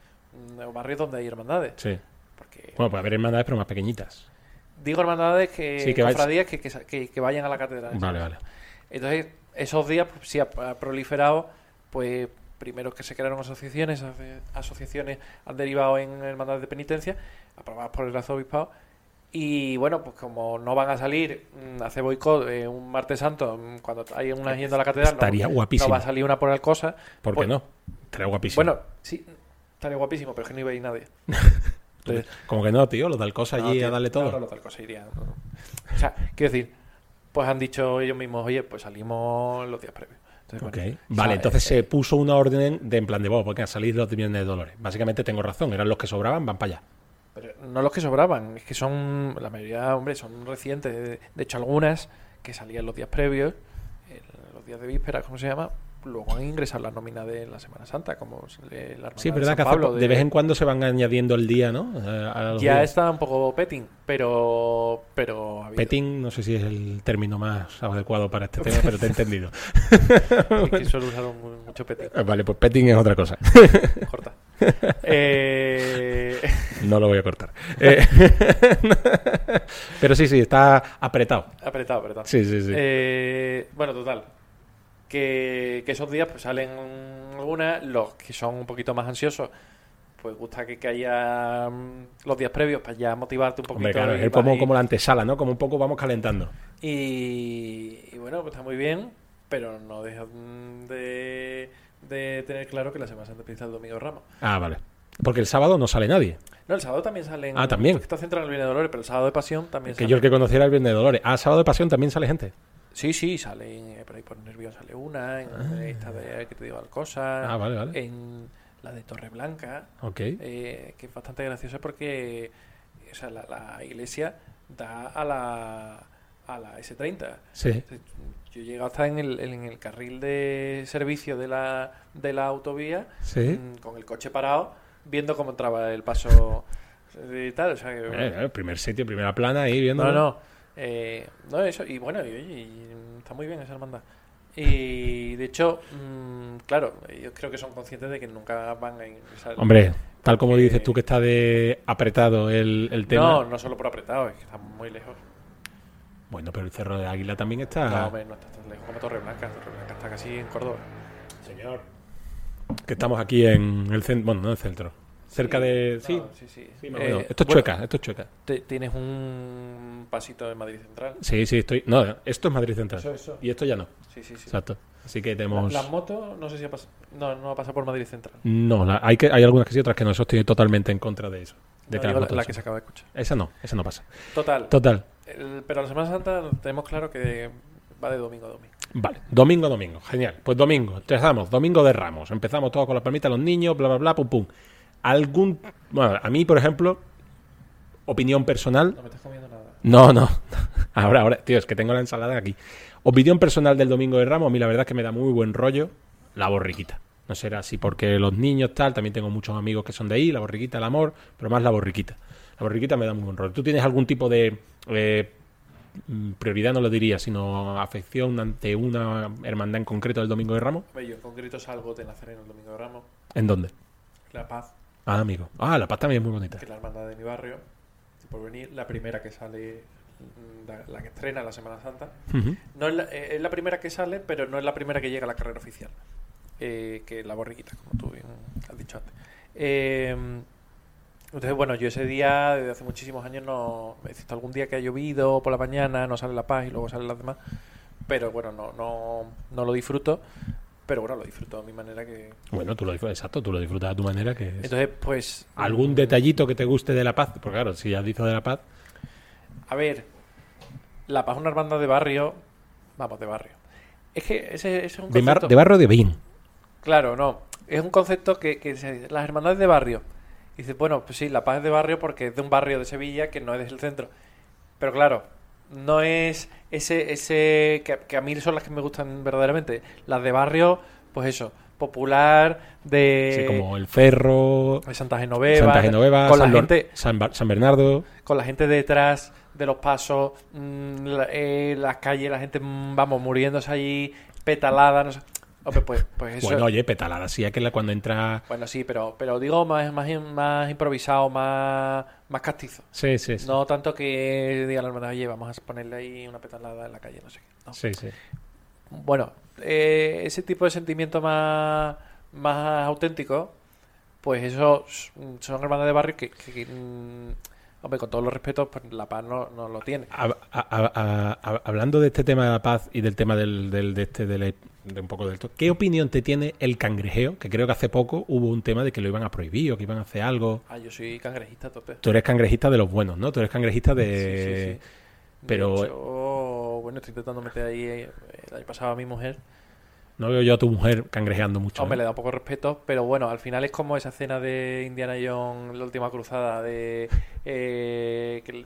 Speaker 2: mm, o barrios donde hay hermandades.
Speaker 1: Sí.
Speaker 2: Porque
Speaker 1: Bueno, puede haber hermandades, pero más pequeñitas.
Speaker 2: Digo hermandades que,
Speaker 1: Sí, que vais-
Speaker 2: cofradías que, que sa- que- que vayan a la catedral.
Speaker 1: Vale, vale.
Speaker 2: Entonces, esos días pues, sí ha, ha proliferado pues primeros que se crearon asociaciones, aso- asociaciones han derivado en hermandades de penitencia, aprobadas por el arzobispado. Y bueno, pues como no van a salir, mm, hace boicot eh, un martes santo, mm, cuando hay una yendo a la catedral, no-
Speaker 1: Eh, Estaría
Speaker 2: no,
Speaker 1: guapísimo.
Speaker 2: va a salir una por el cosa.
Speaker 1: ¿Por qué
Speaker 2: Pues-
Speaker 1: no? Estaría guapísimo.
Speaker 2: Bueno, sí, estaría guapísimo, pero es que no iba a ir nadie. Entonces,
Speaker 1: Como que no, tío, los del cosa
Speaker 2: eh, no,
Speaker 1: allí
Speaker 2: tío,
Speaker 1: a darle
Speaker 2: no,
Speaker 1: todo.
Speaker 2: no, los del cosa irían, no. O sea, quiero decir, pues han dicho ellos mismos, oye, pues salimos los días previos. Entonces,
Speaker 1: Ok.
Speaker 2: bueno, o
Speaker 1: Vale,
Speaker 2: sea,
Speaker 1: entonces
Speaker 2: eh,
Speaker 1: se puso una orden de en plan de vos, porque han salido los millones de dólares. Básicamente tengo razón, eran los que sobraban, van para allá.
Speaker 2: Pero no los que sobraban, es que son. La mayoría, hombre, son recientes. De, de hecho, algunas que salían los días previos, eh, los días de vísperas, ¿cómo se llama? Luego han ingresado la nómina de la Semana Santa, como es le- la
Speaker 1: Sí,
Speaker 2: Hermandad de
Speaker 1: verdad
Speaker 2: San
Speaker 1: que hace
Speaker 2: Pablo
Speaker 1: po- de...
Speaker 2: de-
Speaker 1: vez en cuando se van añadiendo el día, ¿no? Eh, a los
Speaker 2: Ya
Speaker 1: días.
Speaker 2: está un poco petting, pero. pero ha habido-
Speaker 1: Petting, no sé si es el término más adecuado para este tema, pero te he entendido.
Speaker 2: Es que suelo usar un- mucho petting.
Speaker 1: Eh, Vale, pues petting es otra cosa.
Speaker 2: Corta. Eh,
Speaker 1: No lo voy a cortar. Eh, pero sí, sí, está apretado.
Speaker 2: apretado, apretado.
Speaker 1: Sí, sí, sí.
Speaker 2: Eh, bueno, total. Que, que esos días pues salen algunas, los que son un poquito más ansiosos, pues gusta que, que haya mm, los días previos para ya motivarte un poquito.
Speaker 1: Hombre, claro,
Speaker 2: y
Speaker 1: es
Speaker 2: vas
Speaker 1: como,
Speaker 2: ahí.
Speaker 1: como la antesala, ¿no? Como un poco vamos calentando.
Speaker 2: Y- y bueno, pues está muy bien, pero no deja mm, de, de tener claro que la Semana Santa empieza el domingo de Ramos.
Speaker 1: Ah, vale. Porque el sábado no sale nadie.
Speaker 2: No, el sábado también salen.
Speaker 1: Ah, también.
Speaker 2: Está centrado en el Viernes de Dolores, pero el sábado de Pasión también
Speaker 1: Que
Speaker 2: sale.
Speaker 1: yo el que conociera el Viernes de Dolores. Ah, sábado de pasión también sale gente.
Speaker 2: Sí, sí, salen eh, por ahí por Nervión sale una, en esta de que te digo Alcosa,
Speaker 1: Ah, vale, vale.
Speaker 2: en la de Torreblanca,
Speaker 1: Ok.
Speaker 2: eh, que es bastante graciosa porque o sea, la, la iglesia da a la, a la S30.
Speaker 1: Sí.
Speaker 2: Yo llego hasta en el, en el carril de servicio de la, de la autovía
Speaker 1: Sí.
Speaker 2: mm, con el coche parado, viendo cómo entraba el paso y tal. O sea, que-
Speaker 1: Eh, eh, primer sitio, primera plana ahí viendo.
Speaker 2: no, no. Eh, no, eso. Y bueno, y, oye, y está muy bien esa hermandad. Y de hecho, mm, claro, ellos creo que son conscientes de que nunca van a ingresar.
Speaker 1: Hombre, tal como
Speaker 2: Porque-
Speaker 1: dices tú que está de apretado el, el tema.
Speaker 2: Eh, No, no solo por apretado, es que están muy lejos.
Speaker 1: Bueno, pero el Cerro del Águila también está.
Speaker 2: No, hombre, no está tan lejos como Torreblanca. Torreblanca está casi en Córdoba.
Speaker 1: Señor. Que estamos aquí en el centro. Bueno, no en el centro. Cerca de.
Speaker 2: No,
Speaker 1: Sí.
Speaker 2: sí, sí.
Speaker 1: sí, más o menos.
Speaker 2: Eh,
Speaker 1: esto es
Speaker 2: bueno,
Speaker 1: chueca, esto es chueca.
Speaker 2: te- tienes un pasito en Madrid Central.
Speaker 1: Sí, sí, estoy. No, esto es Madrid Central.
Speaker 2: Eso, eso.
Speaker 1: Y esto ya no.
Speaker 2: Sí, sí, sí.
Speaker 1: Exacto. Así que tenemos.
Speaker 2: Las motos, no sé si ha pasado. No, no ha pasado por Madrid Central.
Speaker 1: No, la- hay, que, hay algunas que sí, otras que no. Eso estoy totalmente en contra de eso. De
Speaker 2: No,
Speaker 1: que las
Speaker 2: digo la,
Speaker 1: motos
Speaker 2: la
Speaker 1: sí.
Speaker 2: que se acaba de escuchar.
Speaker 1: Esa no, esa no pasa.
Speaker 2: Total.
Speaker 1: Total.
Speaker 2: El- pero la Semana Santa tenemos claro que va de domingo a domingo.
Speaker 1: Vale, domingo, domingo, genial. Pues domingo, empezamos, domingo de Ramos. Empezamos todo con la palmita, los niños, bla, bla, bla, pum, pum. Algún. Bueno, a mí, por ejemplo, opinión personal.
Speaker 2: No me estás comiendo nada.
Speaker 1: No, no. Ahora, ahora, tío, es que tengo la ensalada aquí. Opinión personal del domingo de Ramos, a mí la verdad es que me da muy buen rollo la borriquita. No será así porque los niños, tal, también tengo muchos amigos que son de ahí, la borriquita, el amor, pero más la borriquita. La borriquita me da muy buen rollo. ¿Tú tienes algún tipo de. eh, mm, prioridad no lo diría, sino afección ante una hermandad en concreto del Domingo de Ramos.
Speaker 2: Hombre, Yo en concreto salgo de Nazareno el domingo de Ramos,
Speaker 1: ¿En dónde?
Speaker 2: La Paz,
Speaker 1: Ah, amigo. Ah, La Paz también es muy bonita.
Speaker 2: que es la hermandad de mi barrio, por venir, la primera que sale, mm, la, la que estrena la Semana Santa.
Speaker 1: Ujú.
Speaker 2: No es la, eh, es la primera que sale, pero no es la primera que llega a la carrera oficial, eh, que es la borriquita, como tú bien has dicho antes. Eh, entonces, bueno, yo ese día, desde hace muchísimos años, no, excepto algún día que ha llovido por la mañana, no sale La Paz y luego salen las demás, pero bueno, no, no, no lo disfruto, pero bueno, lo disfruto de mi manera que...
Speaker 1: Bueno, tú lo disfrutas, exacto, tú lo disfrutas de tu manera. que es-
Speaker 2: Entonces, pues...
Speaker 1: ¿Algún detallito que te guste de La Paz? Porque claro, si ya has dicho de La Paz,
Speaker 2: A ver, La Paz es una hermandad de barrio, vamos, de barrio. Es que ese, ese es un
Speaker 1: de, mar-
Speaker 2: concepto-
Speaker 1: de barro de Beín.
Speaker 2: Claro, no. Es un concepto que, que se dice, las hermandades de barrio. Y dices, bueno, pues sí, La Paz es de barrio porque es de un barrio de Sevilla que no es del centro. Pero claro, no es ese, ese que, que a mí son las que me gustan verdaderamente. Las de barrio, pues eso, popular,
Speaker 1: Sí,
Speaker 2: de,
Speaker 1: como El Cerro,
Speaker 2: de Santa Genoveva,
Speaker 1: Santa Genoveva,
Speaker 2: con,
Speaker 1: San,
Speaker 2: la
Speaker 1: Lor-
Speaker 2: gente,
Speaker 1: San Bar- San Bernardo.
Speaker 2: con la gente detrás de los pasos, mm, la- eh, las calles, la gente, mm, vamos, muriéndose allí, petalada, no sé. Hombre, pues, pues eso
Speaker 1: Bueno, oye, petalada, sí, aquella cuando entra...
Speaker 2: Bueno, sí, pero, pero digo más, más, más improvisado, más, más castizo.
Speaker 1: Sí, sí, sí.
Speaker 2: No tanto que diga la hermandad, oye, vamos a ponerle ahí una petalada en la calle, no sé qué. No.
Speaker 1: Sí, sí.
Speaker 2: Bueno, eh, ese tipo de sentimiento más, más auténticos, pues eso s- son hermanas de barrio que, que- que, mm, hombre, con todos los respetos, pues La Paz no, no lo tiene.
Speaker 1: Hab- a- a- a- a- hablando de este tema de la paz y del tema del, del- de este del- de un poco del to- ¿qué opinión te tiene el cangrejeo? Que creo que hace poco hubo un tema de que lo iban a prohibir o que iban a hacer algo.
Speaker 2: Ah, yo soy cangrejista a tope.
Speaker 1: Tú eres cangrejista de los buenos, ¿no? Tú eres cangrejista de
Speaker 2: Sí, sí, sí.
Speaker 1: Eh, pero- eh,
Speaker 2: De hecho, bueno, estoy intentando meter ahí. eh, El año pasado a mi mujer.
Speaker 1: no veo yo a tu mujer cangrejeando mucho.
Speaker 2: Hombre,
Speaker 1: ¿eh?
Speaker 2: le da poco respeto, pero bueno, al final es como esa escena de Indiana Jones, la última cruzada, de. eh, que, que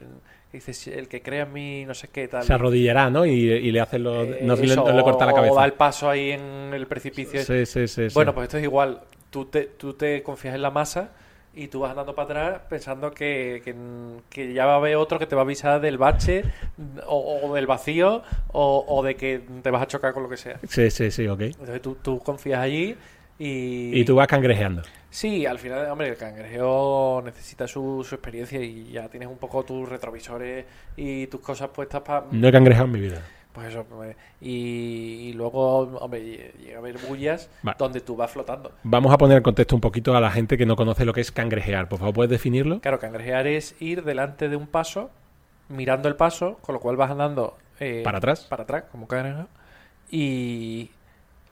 Speaker 2: dices, el que crea en mí, no sé qué, tal.
Speaker 1: Se arrodillará, ¿no? Y, y le hacen los
Speaker 2: Eh,
Speaker 1: no, le,
Speaker 2: eso,
Speaker 1: no le corta la
Speaker 2: o- O da el
Speaker 1: cabeza.
Speaker 2: paso ahí en el precipicio.
Speaker 1: Sí, sí, sí, sí.
Speaker 2: Bueno, pues esto es igual. Tú te, tú te confías en la masa y tú vas andando para atrás pensando que, que, que ya va a haber otro que te va a avisar del bache o, o del vacío o, o de que te vas a chocar con lo que sea.
Speaker 1: Sí, sí, sí, ok.
Speaker 2: Entonces tú, tú confías allí y...
Speaker 1: Y tú vas cangrejeando.
Speaker 2: Sí, al final, hombre, el cangrejeo necesita su, su experiencia y ya tienes un poco tus retrovisores y tus cosas puestas para...
Speaker 1: No he cangrejeado en mi vida.
Speaker 2: Pues eso, pues, y, y luego, hombre, lle- llega a haber bullas
Speaker 1: Vale.
Speaker 2: donde tú vas flotando.
Speaker 1: Vamos a poner en contexto un poquito a la gente que no conoce lo que es cangrejear. Por favor, ¿puedes definirlo?
Speaker 2: Claro, cangrejear es ir delante de un paso, mirando el paso, con lo cual vas andando eh,
Speaker 1: ¿Para atrás?
Speaker 2: para atrás, como cangrejo, y,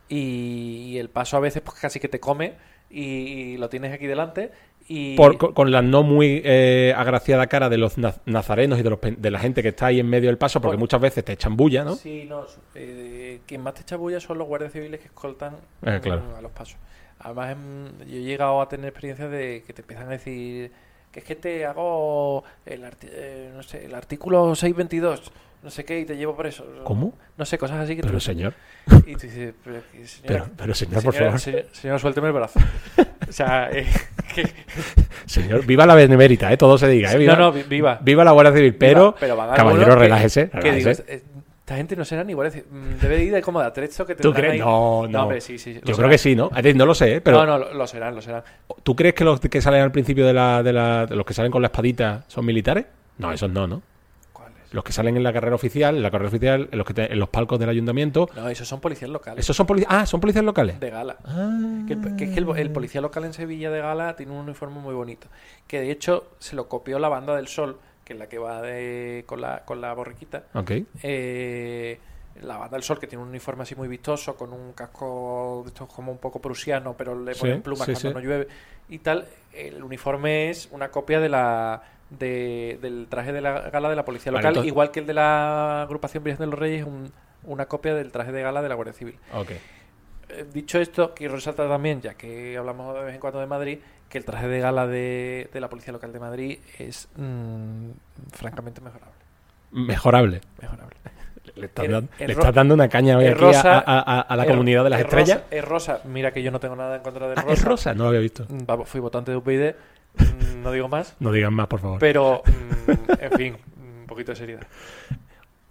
Speaker 2: y el paso a veces pues casi que te come y, y lo tienes aquí delante y...
Speaker 1: Por- con, con la no muy eh, agraciada cara de los naz- nazarenos y de, los pen- de la gente que está ahí en medio del paso, porque
Speaker 2: Bueno.
Speaker 1: muchas veces te echan bulla, ¿no?
Speaker 2: Sí, no. su- eh, quien más te echa bulla son los guardias civiles que escoltan
Speaker 1: Eh,
Speaker 2: mm,
Speaker 1: claro.
Speaker 2: a los pasos. Además, mm, yo he llegado a tener experiencias de que te empiezan a decir que es que te hago el, arti- eh, no sé, el artículo 622, no sé qué, y te llevo preso.
Speaker 1: ¿Cómo?
Speaker 2: No sé, cosas así que
Speaker 1: Pero
Speaker 2: te-
Speaker 1: señor,
Speaker 2: Y tú dices, pero, que, señora,
Speaker 1: pero, pero señor, por
Speaker 2: señora,
Speaker 1: favor,
Speaker 2: se- señor, suélteme el brazo. o sea, eh, que-
Speaker 1: señor, viva la benemérita, ¿eh? todo se diga, ¿eh? Viva,
Speaker 2: no, no, vi- viva.
Speaker 1: viva la Guardia Civil, pero,
Speaker 2: van a
Speaker 1: caballero,
Speaker 2: algunos que-
Speaker 1: relájese,
Speaker 2: que digo,
Speaker 1: relájese.
Speaker 2: eh, esta gente no será ni guardia civil. Mm, Debe de ir de como de atrezo que
Speaker 1: ¿Tú
Speaker 2: tendrán
Speaker 1: crees?
Speaker 2: ahí.
Speaker 1: No, no.
Speaker 2: hombre, sí, sí. lo
Speaker 1: Yo creo
Speaker 2: serán.
Speaker 1: que sí, ¿no? Es decir, No lo sé, ¿eh? pero
Speaker 2: No, no, lo, lo serán, lo serán.
Speaker 1: ¿tú crees que los que salen al principio de la, de la- de los que salen con la espadita son militares? No, esos no, ¿no?
Speaker 2: ¿Cuáles?
Speaker 1: Los que salen en la carrera oficial, en la carrera oficial, en los, que te- en los palcos del ayuntamiento,
Speaker 2: No, esos son policías locales.
Speaker 1: esos son policías. Ah, son policías locales.
Speaker 2: De gala.
Speaker 1: Ah.
Speaker 2: Que el, que es que el, el policía local en Sevilla de gala tiene un uniforme muy bonito. Que de hecho se lo copió la banda del sol, que es la que va de, con, la, con la borriquita.
Speaker 1: Ok.
Speaker 2: Eh, la banda del sol, que tiene un uniforme así muy vistoso, con un casco de estos como un poco prusiano, pero le
Speaker 1: Sí,
Speaker 2: ponen plumas
Speaker 1: sí,
Speaker 2: cuando
Speaker 1: sí.
Speaker 2: no llueve y tal. El uniforme es una copia de la. de- del traje de la gala de la policía
Speaker 1: Vale,
Speaker 2: local,
Speaker 1: entonces-
Speaker 2: igual que el de la agrupación Virgen de los Reyes, un- una copia del traje de gala de la Guardia Civil.
Speaker 1: Ok.
Speaker 2: Eh, dicho esto, quiero resaltar también, ya que hablamos de vez en cuando de Madrid, que el traje de gala de, de la policía local de Madrid es mm, francamente mejorable.
Speaker 1: Mejorable.
Speaker 2: mejorable.
Speaker 1: Le estás,
Speaker 2: Es-
Speaker 1: dan-
Speaker 2: es
Speaker 1: le
Speaker 2: ro-
Speaker 1: estás dando una caña hoy
Speaker 2: es
Speaker 1: aquí
Speaker 2: rosa,
Speaker 1: a, a- a- a la
Speaker 2: Es-
Speaker 1: comunidad de las
Speaker 2: es
Speaker 1: estrellas.
Speaker 2: Eh, rosa- es rosa. Mira que yo no tengo nada en contra de
Speaker 1: Ah,
Speaker 2: rosa.
Speaker 1: es rosa, no lo había visto.
Speaker 2: Mm, vamos, fui votante de UPyD, mm, no digo más.
Speaker 1: No digan más, por favor. Pero,
Speaker 2: Pero, mm, en fin, un poquito de seriedad.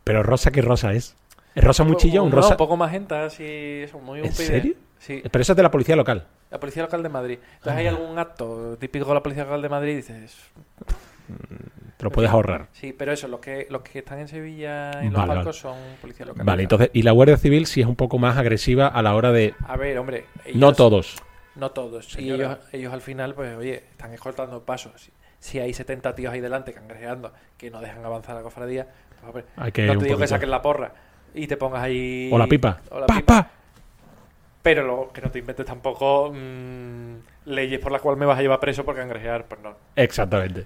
Speaker 1: rosa, ¿qué rosa es? ¿Es rosa muy chilla? ¿Un
Speaker 2: No,
Speaker 1: rosa?
Speaker 2: un poco magenta, así, eso, muy
Speaker 1: ¿En
Speaker 2: UPyD.
Speaker 1: serio?
Speaker 2: Sí,
Speaker 1: Pero eso es de la policía local.
Speaker 2: la policía local de Madrid. Entonces
Speaker 1: Ah.
Speaker 2: hay algún acto típico de la policía local de Madrid y dices...
Speaker 1: Te lo puedes ahorrar.
Speaker 2: Sí, pero eso, los que, los que están en Sevilla en los
Speaker 1: Vale,
Speaker 2: palcos son policía local.
Speaker 1: Vale, entonces, y la Guardia Civil sí es un poco más agresiva a la hora de.
Speaker 2: A ver, hombre.
Speaker 1: No
Speaker 2: ellos-
Speaker 1: todos.
Speaker 2: No todos. Y
Speaker 1: Señora.
Speaker 2: ellos, ellos al final, pues, oye, están escoltando pasos. Si, si hay 70 tíos ahí delante cangrejeando que no dejan avanzar la cofradía, pues, hombre,
Speaker 1: Hay que ir
Speaker 2: no
Speaker 1: un
Speaker 2: te digo que
Speaker 1: poquito.
Speaker 2: saquen la porra y te pongas ahí.
Speaker 1: O la pipa.
Speaker 2: o la
Speaker 1: Pa,
Speaker 2: pipa.
Speaker 1: pa.
Speaker 2: Pero luego que no te inventes tampoco mm, leyes por las cuales me vas a llevar preso por cangrejear. Pues no.
Speaker 1: Exactamente.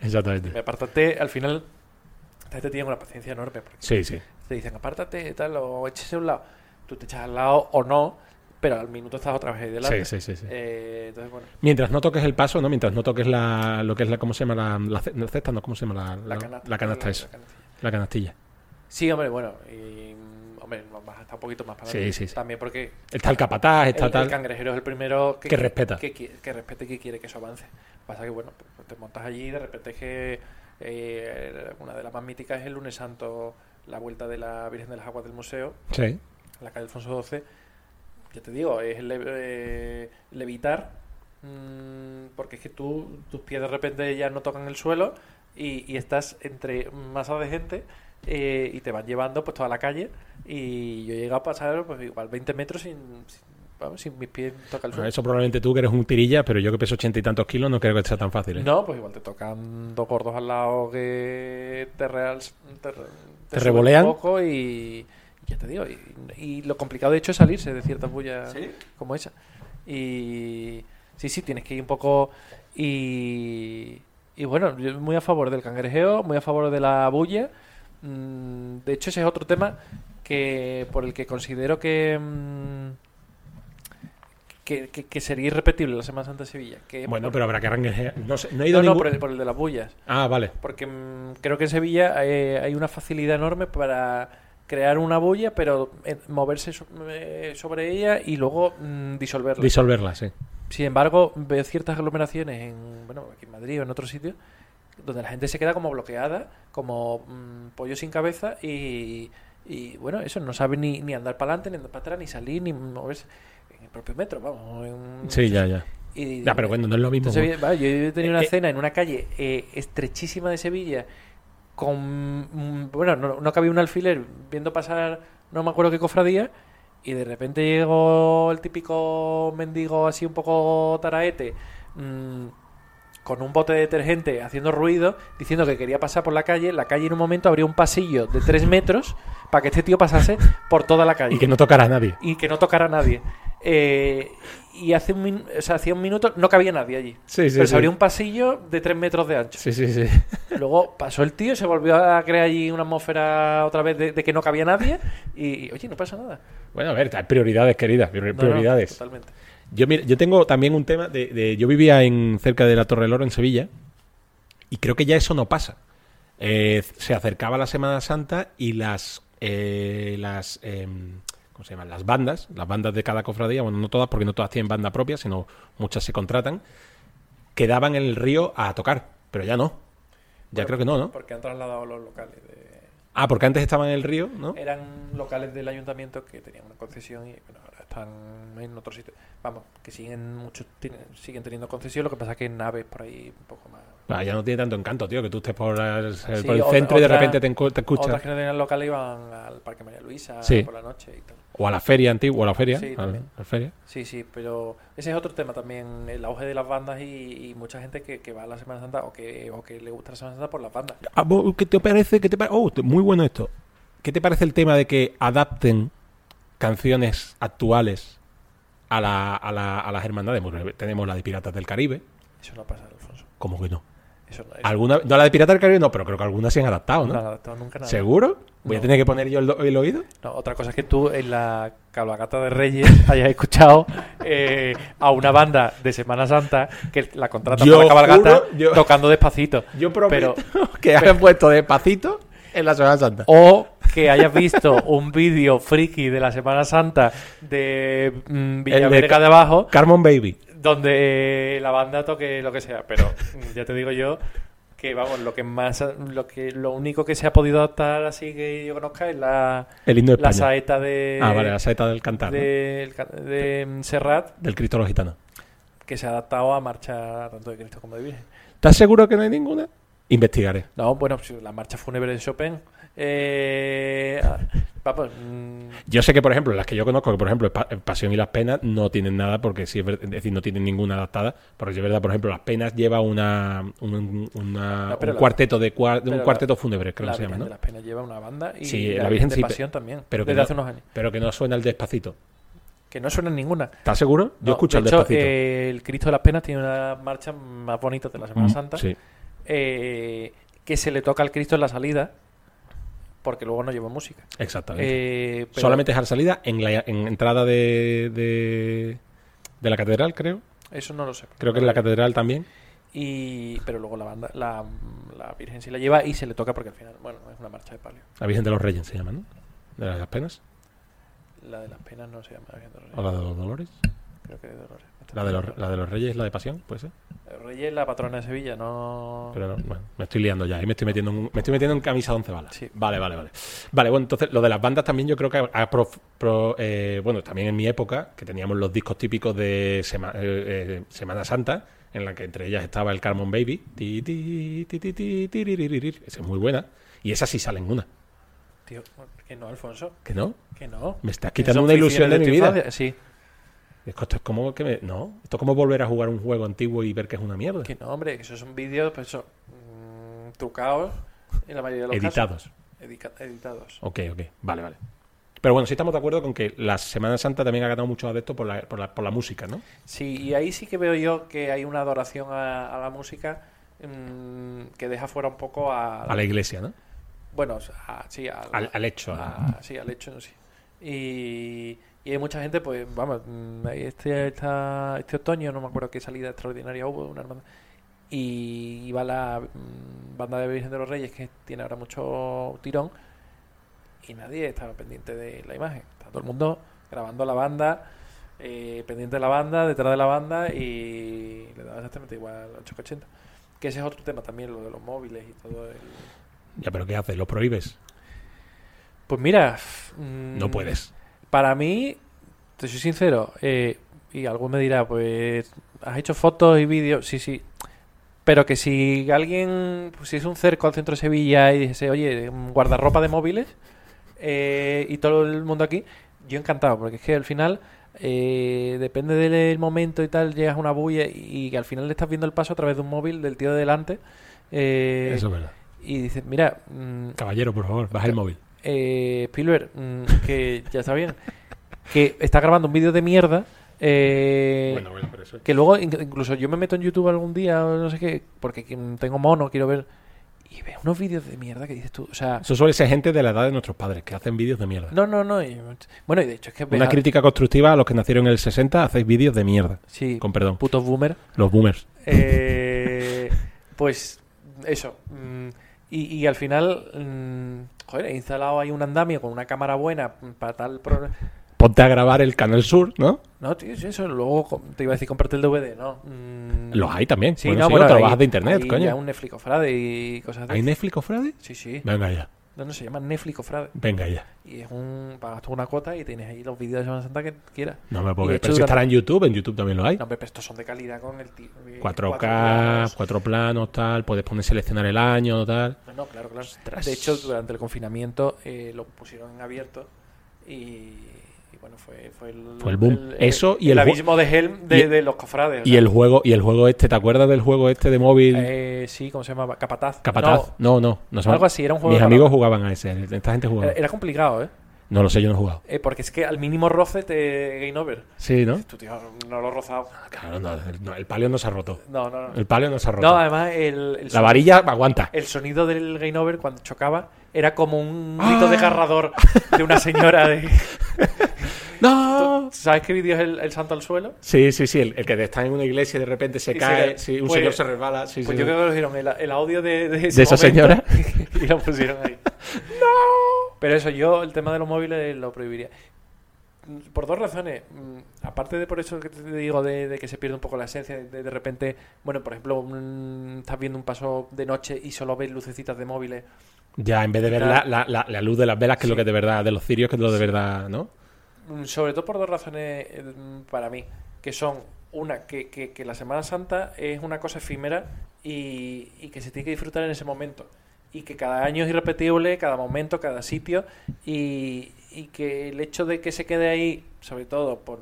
Speaker 1: Exactamente.
Speaker 2: Apártate, al final, esta gente tiene una paciencia enorme. Porque
Speaker 1: Sí, sí.
Speaker 2: te dicen apártate, tal, o échese a un lado. Tú te echas al lado o no, pero al minuto estás otra vez ahí delante.
Speaker 1: Sí, sí, sí. sí.
Speaker 2: Eh, entonces, bueno,
Speaker 1: Mientras no toques el paso, ¿no? Mientras no toques la, lo que es la, ¿cómo se llama? La, la ce- no, cesta, no, ¿cómo se llama? La,
Speaker 2: la
Speaker 1: la-
Speaker 2: canasta.
Speaker 1: la canasta,
Speaker 2: la-
Speaker 1: eso.
Speaker 2: la canastilla.
Speaker 1: La canastilla.
Speaker 2: Sí, hombre, bueno, y, mm, hombre, nos vas hasta un poquito más para
Speaker 1: Sí,
Speaker 2: adelante.
Speaker 1: sí, sí.
Speaker 2: También porque
Speaker 1: Está el capataz,
Speaker 2: el,
Speaker 1: está
Speaker 2: el
Speaker 1: tal.
Speaker 2: cangrejero es el primero
Speaker 1: Que respeta.
Speaker 2: Que, qui- que respete y que quiere que eso avance. Pasa que, bueno, pues, te montas allí y de repente es que eh, una de las más míticas es el lunes santo, la vuelta de la Virgen de las Aguas del Museo.
Speaker 1: Sí.
Speaker 2: la calle Alfonso XII, ya te digo, es le- eh, levitar, mm, porque es que tú, tus pies de repente ya no tocan el suelo y, y estás entre masa de gente eh, y te van llevando pues toda la calle y yo he llegado a pasar pues igual 20 metros sin, sin- vamos, si mis pies tocan el
Speaker 1: Bueno,
Speaker 2: suelo.
Speaker 1: eso probablemente tú que eres un tirilla, pero yo que peso ochenta y tantos kilos no creo que sea tan fácil. ¿eh?
Speaker 2: No, pues igual te tocan dos gordos al lado que te, real, te, re-
Speaker 1: Te
Speaker 2: suben
Speaker 1: revolean.
Speaker 2: Un poco y ya te digo, y, y lo complicado de hecho es salirse de ciertas bullas como esa. Y sí, sí, tienes que ir un poco y, y bueno, yo muy a favor del cangrejeo, muy a favor de la bulla. Mm, De hecho, ese es otro tema que por el que considero que... mm, Que, que- que sería irrepetible la Semana Santa de Sevilla. Que
Speaker 1: Bueno,
Speaker 2: por-
Speaker 1: pero habrá que arrancar. No, sé, no he
Speaker 2: no,
Speaker 1: ido
Speaker 2: no,
Speaker 1: ningún-
Speaker 2: por el, por el de las bullas.
Speaker 1: Ah, vale.
Speaker 2: Porque mm, creo que en Sevilla eh, hay una facilidad enorme para crear una bulla, pero eh, moverse so- eh, sobre ella y luego mm, disolverla.
Speaker 1: Disolverla, sí.
Speaker 2: Sin embargo, veo ciertas aglomeraciones en, bueno, aquí en Madrid o en otros sitios donde la gente se queda como bloqueada, como mm, pollo sin cabeza y, y, bueno, eso no sabe ni, ni andar para adelante, ni andar para atrás, ni salir, ni moverse en el propio metro, vamos. en-
Speaker 1: Sí, ya, ya.
Speaker 2: Mm. y-
Speaker 1: Ya, pero bueno, no es lo mismo.
Speaker 2: entonces, vale, yo he tenido una
Speaker 1: Eh, eh.
Speaker 2: cena en una calle eh, estrechísima de Sevilla con... mm, Bueno, no, no cabía un alfiler viendo pasar no me acuerdo qué cofradía y de repente llegó el típico mendigo así un poco taraete mm, con un bote de detergente haciendo ruido diciendo que quería pasar por la calle. La calle en un momento abrió un pasillo de tres metros para que este tío pasase por toda la calle
Speaker 1: Y que no tocará a nadie.
Speaker 2: y que no tocara a nadie. Eh, y hace un, min- o sea, hacía un minuto no cabía nadie allí.
Speaker 1: Sí, sí,
Speaker 2: pero
Speaker 1: sí.
Speaker 2: se abrió un pasillo de 3 metros de ancho.
Speaker 1: Sí, sí, sí.
Speaker 2: Luego pasó el tío, se volvió a crear allí una atmósfera otra vez de, de que no cabía nadie. Y, oye, no pasa nada.
Speaker 1: Bueno, a ver, hay prioridades, querida. prior-
Speaker 2: No, no,
Speaker 1: prioridades.
Speaker 2: totalmente.
Speaker 1: Yo, mira, yo tengo también un tema de, de- Yo vivía en cerca de la Torre del Oro, en Sevilla, y creo que ya eso no pasa. Eh, se acercaba la Semana Santa y las... eh, las em, ¿Cómo se llaman? Las bandas, las bandas de cada cofradía, bueno, no todas, porque no todas tienen banda propia, sino muchas se contratan, quedaban en el río a tocar, pero ya no. Ya
Speaker 2: Bueno,
Speaker 1: creo que no, ¿no?
Speaker 2: Porque han trasladado los locales. de-
Speaker 1: Ah, porque antes estaban en el río, ¿no?
Speaker 2: Eran locales del ayuntamiento que tenían una concesión y bueno, ahora están en otro sitio. Vamos, que siguen muchos tienen- siguen teniendo concesión, lo que pasa es que en naves por ahí un poco más.
Speaker 1: Ah, ya no tiene tanto encanto, tío, que tú estés por el,
Speaker 2: Sí,
Speaker 1: por el
Speaker 2: otra-
Speaker 1: centro y de
Speaker 2: otra-
Speaker 1: repente te, encu- te
Speaker 2: Otras
Speaker 1: escuchas.
Speaker 2: que no tenían local iban al Parque María Luisa
Speaker 1: Sí.
Speaker 2: por la noche y tal.
Speaker 1: O a la feria antigua, o a la feria.
Speaker 2: Sí,
Speaker 1: a la-
Speaker 2: también.
Speaker 1: a la feria.
Speaker 2: Sí, sí, pero ese es otro tema también, el auge de las bandas y, y mucha gente que, que va a la Semana Santa o que, o que le gusta la Semana Santa por las bandas.
Speaker 1: Ah, vos, ¿Qué te parece? ¿Qué te pare- Oh, te- muy bueno esto. ¿Qué te parece el tema de que adapten canciones actuales a, la- a la- a las hermandades? Bueno, tenemos la de Piratas del Caribe,
Speaker 2: Eso no pasa, Alfonso.
Speaker 1: como que no.
Speaker 2: Eso no eso
Speaker 1: ¿Alguna, no la de Piratas del Caribe, no, pero creo que algunas se han adaptado,
Speaker 2: no
Speaker 1: ¿no?
Speaker 2: lo han adaptado nunca nada.
Speaker 1: ¿Seguro? Voy a
Speaker 2: No.
Speaker 1: tener que poner yo el, do- el oído.
Speaker 2: No, otra cosa es que tú en la cabalgata de Reyes hayas escuchado eh, a una banda de Semana Santa que la contratan
Speaker 1: Yo
Speaker 2: para la cabalgata
Speaker 1: juro, yo-
Speaker 2: tocando despacito.
Speaker 1: Yo
Speaker 2: prometo
Speaker 1: que hayan puesto despacito en la Semana Santa.
Speaker 2: O que hayas visto un vídeo friki de la Semana Santa de mm, Villaverga de abajo,
Speaker 1: Carmen Baby.
Speaker 2: donde la banda toque lo que sea. Pero mm, ya te digo yo que vamos, lo que más lo que lo único que se ha podido adaptar así que yo conozca es la,
Speaker 1: El himno de
Speaker 2: la
Speaker 1: España.
Speaker 2: saeta de,
Speaker 1: ah, vale, la saeta del cantar. ¿no?
Speaker 2: de- el ca- de, mm, Serrat,
Speaker 1: Del Cristo de los Gitanos.
Speaker 2: que se ha adaptado a marcha tanto de Cristo como de Virgen.
Speaker 1: ¿Estás seguro que no hay ninguna? Investigaré.
Speaker 2: No, bueno, pues, la marcha fúnebre de Chopin. eh, ah, vamos, mm,
Speaker 1: Yo sé que, por ejemplo, las que yo conozco, que por ejemplo, Pa- eh, Pasión y las Penas, no tienen nada, porque sí, es, ver- es decir, no tienen ninguna adaptada. Porque es verdad, por ejemplo, las Penas lleva una, un, una-
Speaker 2: No, pero
Speaker 1: un
Speaker 2: la-
Speaker 1: cuarteto de cua- un
Speaker 2: pero la-
Speaker 1: cuarteto fúnebre, creo
Speaker 2: Ah, la
Speaker 1: que se llama,
Speaker 2: Virgen
Speaker 1: ¿no?
Speaker 2: de las Penas lleva una banda y
Speaker 1: Sí, la
Speaker 2: la,
Speaker 1: Virgen
Speaker 2: Virgen de
Speaker 1: sí, pe-
Speaker 2: Pasión también,
Speaker 1: pero que
Speaker 2: desde
Speaker 1: no-
Speaker 2: hace unos años.
Speaker 1: Pero que no suena el despacito.
Speaker 2: Que no suena ninguna.
Speaker 1: ¿Estás seguro? Yo
Speaker 2: No,
Speaker 1: escucho
Speaker 2: de
Speaker 1: el
Speaker 2: hecho,
Speaker 1: despacito.
Speaker 2: eh, el Cristo de las Penas tiene una marcha más bonita de la Semana
Speaker 1: Mm,
Speaker 2: Santa.
Speaker 1: Sí.
Speaker 2: eh, que se le toca al Cristo en la salida. Porque luego no lleva música.
Speaker 1: Exactamente.
Speaker 2: Eh, pero
Speaker 1: Solamente es a la salida en la en entrada de, de, de la catedral, creo.
Speaker 2: Eso no lo sé.
Speaker 1: Creo que en la catedral también.
Speaker 2: Y, pero luego la banda, la, la Virgen sí la lleva y se le toca porque al final, bueno, es una marcha de palio.
Speaker 1: La Virgen de los Reyes se llama, ¿no? De las penas.
Speaker 2: La de las penas no se llama la Virgen de los
Speaker 1: O
Speaker 2: Reyes.
Speaker 1: la de los dolores.
Speaker 2: Creo que de Dolores.
Speaker 1: La de los, la de los Reyes, la de Pasión, puede ser.
Speaker 2: Reyes, la patrona de Sevilla, no.
Speaker 1: Pero no, bueno, me estoy liando ya. Ahí me estoy metiendo en, un- me estoy metiendo en camisa de once balas.
Speaker 2: Sí.
Speaker 1: Vale, vale, vale. Vale, bueno, entonces lo de las bandas también yo creo que ha prof- pro- eh, bueno, también en mi época, que teníamos los discos típicos de Sema- eh, eh, Semana Santa, en la que entre ellas estaba el Carmen Baby. Ti, ti, ti, ti, ti, tiriririr. Esa es muy buena. Y esa sí sale en una.
Speaker 2: Tío, que no, Alfonso.
Speaker 1: ¿Que no?
Speaker 2: Que no.
Speaker 1: Me estás
Speaker 2: Que
Speaker 1: quitando
Speaker 2: son
Speaker 1: una ilusión de
Speaker 2: ficciones
Speaker 1: mi
Speaker 2: tu
Speaker 1: vida.
Speaker 2: infancia, Sí.
Speaker 1: Digo, Esto es como que me- No, esto es como volver a jugar un juego antiguo y ver que es una mierda.
Speaker 2: Que no, hombre, que esos son vídeos, pues son mm, trucados en la mayoría de los
Speaker 1: Editados.
Speaker 2: casos. Edica- editados.
Speaker 1: Ok, ok. Vale, vale. Pero bueno, sí estamos de acuerdo con que la Semana Santa también ha ganado muchos adeptos por la, por la, por la música, ¿no?
Speaker 2: Sí, y ahí sí que veo yo que hay una adoración a, a la música mm, que deja fuera un poco a...
Speaker 1: A la iglesia, ¿no?
Speaker 2: Bueno, a- sí, a-
Speaker 1: e- Al, al hecho. a-
Speaker 2: a- Ah, sí, al hecho en sí. Y, y hay mucha gente, pues, vamos, mm, ahí este, esta- este otoño, no me acuerdo qué salida extraordinaria hubo, una hermandad, y iba la mm, banda de Virgen de los Reyes, que tiene ahora mucho tirón, y nadie estaba pendiente de la imagen. Está todo el mundo grabando la banda, eh, pendiente de la banda, detrás de la banda, y le daba exactamente igual 880. Que ese es otro tema también, lo de los móviles y todo el...
Speaker 1: Ya, pero ¿qué haces? ¿Lo prohíbes?
Speaker 2: Pues mira... mm,
Speaker 1: No puedes.
Speaker 2: Para mí, te soy sincero, eh, y algún me dirá, pues, has hecho fotos y vídeos, sí, sí. Pero que si alguien pusiese un cerco al centro de Sevilla y dijese, oye, mm, guardarropa de móviles, eh, y todo el mundo aquí, yo encantado, porque es que al final, eh, depende del momento y tal, llegas a una bulla y, que al final le estás viendo el paso a través de un móvil del tío de delante. eh,
Speaker 1: Eso es verdad.
Speaker 2: y dices, mira, mm,
Speaker 1: Caballero, por favor, baja el móvil.
Speaker 2: eh, Spielberg, mm, que ya está bien, que está grabando un vídeo de mierda. eh,
Speaker 1: bueno, pero eso.
Speaker 2: Que luego, inc- incluso yo me meto en YouTube algún día, o no sé qué, porque mm, tengo mono, quiero ver. Y veo unos vídeos de mierda que dices tú. O sea,
Speaker 1: Eso suele ser gente de la edad de nuestros padres, que hacen vídeos de mierda.
Speaker 2: no, no, no. y- bueno, y de hecho es que. ves
Speaker 1: Una
Speaker 2: a-
Speaker 1: crítica constructiva a los que nacieron en el 60, hacéis vídeos de mierda.
Speaker 2: Sí,
Speaker 1: Con perdón.
Speaker 2: putos boomer.
Speaker 1: Los boomers.
Speaker 2: Eh, pues eso. mm, Y, y al final, mm, joder, he instalado ahí un andamio con una cámara buena mm, para tal. pro-
Speaker 1: Ponte a grabar el Canal Sur, ¿no?
Speaker 2: No, tío, sí, eso luego com- te iba a decir comprarte el DVD, ¿no. Mm,
Speaker 1: Los hay también.
Speaker 2: Sí,
Speaker 1: bueno,
Speaker 2: no,
Speaker 1: sí,
Speaker 2: bueno,
Speaker 1: o trabajas
Speaker 2: hay-
Speaker 1: de internet,
Speaker 2: hay
Speaker 1: coño.
Speaker 2: ya un Netflix Frade y cosas de
Speaker 1: ¿Hay Netflix o Friday?
Speaker 2: Sí, sí.
Speaker 1: Venga ya,
Speaker 2: No, no, se llama Netflix Frade.
Speaker 1: venga ya.
Speaker 2: Y es un... Pagas tú una cuota y tienes ahí los vídeos de Semana Santa que quieras.
Speaker 1: No me
Speaker 2: Y
Speaker 1: puedo
Speaker 2: de
Speaker 1: creer.
Speaker 2: hecho,
Speaker 1: Pero si
Speaker 2: durante-
Speaker 1: estará en YouTube, en YouTube también lo hay.
Speaker 2: No, hombre, pero estos son de calidad con el tío. eh,
Speaker 1: 4K,
Speaker 2: planos.
Speaker 1: cuatro planos, tal. Puedes poner seleccionar el año, tal.
Speaker 2: No, no, claro, claro.
Speaker 1: Ostras.
Speaker 2: De hecho, durante el confinamiento eh, lo pusieron en abierto y... y bueno, fue, fue el...
Speaker 1: Fue el boom. Eso y el ju-
Speaker 2: abismo de Helm de,
Speaker 1: y-
Speaker 2: de los cofrades.
Speaker 1: Y el juego, y el juego este, ¿te acuerdas del juego este de móvil?
Speaker 2: Eh, sí, ¿cómo se llamaba? Capataz.
Speaker 1: Capataz.
Speaker 2: No,
Speaker 1: No, no. no se me-
Speaker 2: algo así, era un juego
Speaker 1: Mis
Speaker 2: de
Speaker 1: amigos
Speaker 2: palabras.
Speaker 1: jugaban a ese. Esta gente jugaba.
Speaker 2: Era, era complicado, ¿eh?
Speaker 1: No lo sé, yo no he jugado.
Speaker 2: Eh, Porque es que al mínimo roce te game over.
Speaker 1: Sí, ¿no?
Speaker 2: Tú, tío, no lo he rozado.
Speaker 1: Ah, Claro, no, el, no, el palio no se ha roto.
Speaker 2: No, no, no.
Speaker 1: El palio no se ha roto.
Speaker 2: No, además el, el
Speaker 1: la
Speaker 2: son-
Speaker 1: varilla aguanta.
Speaker 2: el sonido del game over cuando chocaba era como un
Speaker 1: ¡Ah!
Speaker 2: grito desgarrador de una señora de...
Speaker 1: ¡No!
Speaker 2: ¿Sabes qué vídeo es el, el santo al suelo?
Speaker 1: Sí, sí, sí. El, el que está en una iglesia y de repente se
Speaker 2: Y se
Speaker 1: cae,
Speaker 2: cae.
Speaker 1: sí, un
Speaker 2: Pues-
Speaker 1: señor se resbala. Sí,
Speaker 2: Pues
Speaker 1: sí, sí.
Speaker 2: yo creo que lo hicieron el, el audio de, de,
Speaker 1: ¿De
Speaker 2: ese
Speaker 1: esa
Speaker 2: momento y lo pusieron ahí. ¡No! Pero eso, yo el tema de los móviles lo prohibiría. Por dos razones. Mm, Aparte de por eso que te digo de, de que se pierde un poco la esencia, de, de repente, bueno, por ejemplo, mm, estás viendo un paso de noche y solo ves lucecitas de móviles.
Speaker 1: Ya, en vez de ver la,
Speaker 2: Claro.
Speaker 1: la- la- la luz de las velas, que es lo
Speaker 2: Sí.
Speaker 1: que de verdad, de los cirios, que es lo de verdad, ¿no?
Speaker 2: Mm, Sobre todo por dos razones eh, para mí, que son una, que, que- que la Semana Santa es una cosa efímera y, y que se tiene que disfrutar en ese momento. Y que cada año es irrepetible, cada momento, cada sitio, y, y que el hecho de que se quede ahí, sobre todo por,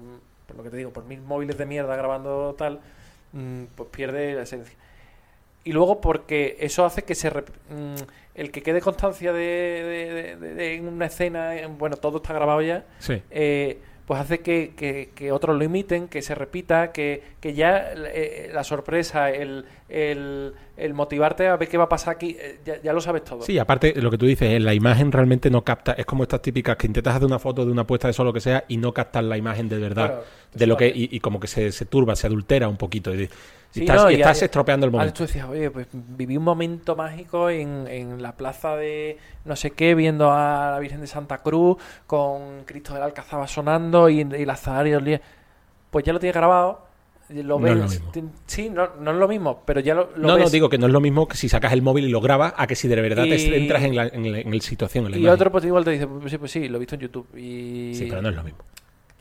Speaker 2: por lo que te digo, por mil móviles de mierda grabando tal, mm, pues pierde la esencia. Y luego porque eso hace que se... rep- mm, el que quede constancia de, de- de- de- de una escena, eh, bueno, todo está grabado ya,
Speaker 1: Sí.
Speaker 2: eh, pues hace que, que- que otros lo imiten, que se repita, que, que ya eh, la sorpresa, el, el- el motivarte a ver qué va a pasar aquí, eh, ya, ya lo sabes todo.
Speaker 1: Sí, aparte lo que tú dices, eh, la imagen realmente no capta, es como estas típicas que intentas hacer una foto de una puesta de sol o lo que sea y no captas la imagen de verdad,
Speaker 2: Claro,
Speaker 1: de lo que
Speaker 2: vale.
Speaker 1: y, y como que se, se turba, se adultera un poquito y, di- y
Speaker 2: Sí,
Speaker 1: estás,
Speaker 2: no,
Speaker 1: y
Speaker 2: y a-
Speaker 1: estás estropeando el
Speaker 2: Ahora tú
Speaker 1: momento.
Speaker 2: decías, oye, pues viví un momento mágico en, en la plaza de no sé qué, viendo a la Virgen de Santa Cruz con Cristo del Alcazaba sonando y, y la Zahara Pues ya lo tienes grabado, lo
Speaker 1: No es
Speaker 2: ves.
Speaker 1: lo mismo.
Speaker 2: ti- Sí, no, no es lo mismo, pero ya lo, lo
Speaker 1: No,
Speaker 2: ves.
Speaker 1: no, digo que no es lo mismo que si sacas el móvil y lo grabas a que si de verdad
Speaker 2: Y-
Speaker 1: te entras en la, en la- en el situación. En la
Speaker 2: Y
Speaker 1: imagen.
Speaker 2: otro pues igual te dice, pues sí, pues sí, lo he visto en YouTube. Y...
Speaker 1: Sí, pero no es lo mismo.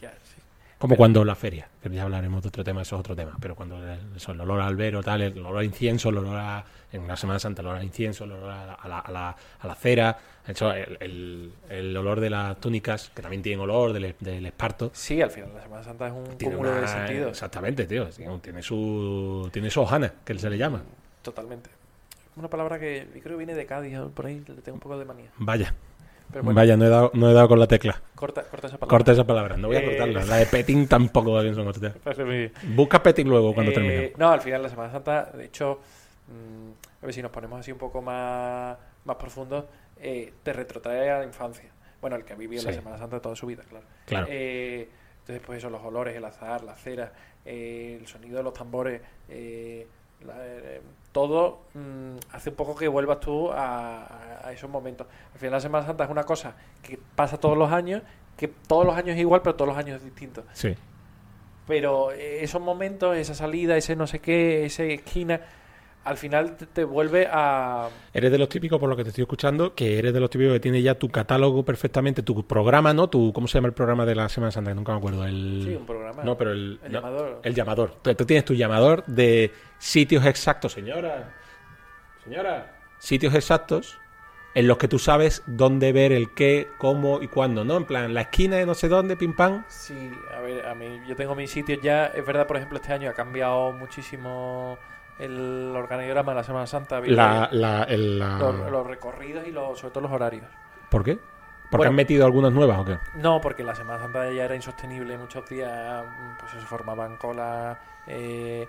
Speaker 2: Ya, sí.
Speaker 1: Como cuando la feria, que ya hablaremos de otro tema, eso es otro tema, pero cuando el, eso, el olor al albero, tal, el olor a incienso, el olor a en una Semana Santa, el olor al incienso, el olor a la, a la- a la- a la cera, de hecho, el, el- el olor de las túnicas, que también tienen olor, del, del esparto.
Speaker 2: Sí, al final la Semana Santa es un
Speaker 1: Tiene
Speaker 2: cúmulo de
Speaker 1: una-
Speaker 2: sentidos.
Speaker 1: Exactamente, tío. Tiene, tiene su, tiene su hojana, que se le llama.
Speaker 2: Totalmente. Una palabra que yo creo que viene de Cádiz, ¿no? por ahí le tengo un poco de manía.
Speaker 1: Vaya,
Speaker 2: Pero bueno,
Speaker 1: vaya, no he, dado, no he dado con la tecla.
Speaker 2: corta, corta esa palabra.
Speaker 1: Corta esa palabra, no voy a
Speaker 2: Eh.
Speaker 1: cortarla. La de petting tampoco va bien son cortes.
Speaker 2: Parece muy bien.
Speaker 1: Busca petting luego cuando
Speaker 2: Eh,
Speaker 1: termine.
Speaker 2: No, al final la Semana Santa, de hecho, mm, a ver si nos ponemos así un poco más, más profundos, eh, te retrotrae a la infancia. Bueno, el que ha vivido la
Speaker 1: Sí.
Speaker 2: Semana Santa toda su vida, claro.
Speaker 1: Claro.
Speaker 2: Eh, entonces, pues eso, los olores, el azar, la cera, eh, el sonido de los tambores, eh, la- eh, todo mm, hace un poco que vuelvas tú a, a- a esos momentos. Al final la Semana Santa es una cosa que pasa todos los años, que todos los años es igual, pero todos los años es distinto.
Speaker 1: Sí.
Speaker 2: Pero eh, esos momentos, esa salida, ese no sé qué, esa esquina, al final te, te vuelve a...
Speaker 1: Eres de los típicos, por lo que te estoy escuchando, que eres de los típicos que tiene ya tu catálogo perfectamente, tu programa, ¿no? Tu, ¿Cómo se llama el programa de la Semana Santa? Que nunca me acuerdo. El...
Speaker 2: Sí, un programa.
Speaker 1: No, pero el,
Speaker 2: El
Speaker 1: no,
Speaker 2: llamador.
Speaker 1: El llamador. Tú, tú tienes tu llamador de sitios exactos, señora. Señora. Sitios exactos en los que tú sabes dónde ver el qué, cómo y cuándo, ¿no? En plan, la esquina de no sé dónde, pim pam.
Speaker 2: Sí, a ver, a mí yo tengo mis sitios ya. Es verdad, por ejemplo, este año ha cambiado muchísimo el organigrama de la Semana Santa. ¿viste?
Speaker 1: La, Ah. la, el- la-
Speaker 2: Los, los recorridos y los, sobre todo los horarios.
Speaker 1: ¿Por qué? ¿Porque
Speaker 2: Bueno.
Speaker 1: han metido algunas nuevas o qué?
Speaker 2: No, porque la Semana Santa ya era insostenible. Muchos días mm, pues se formaban colas. eh,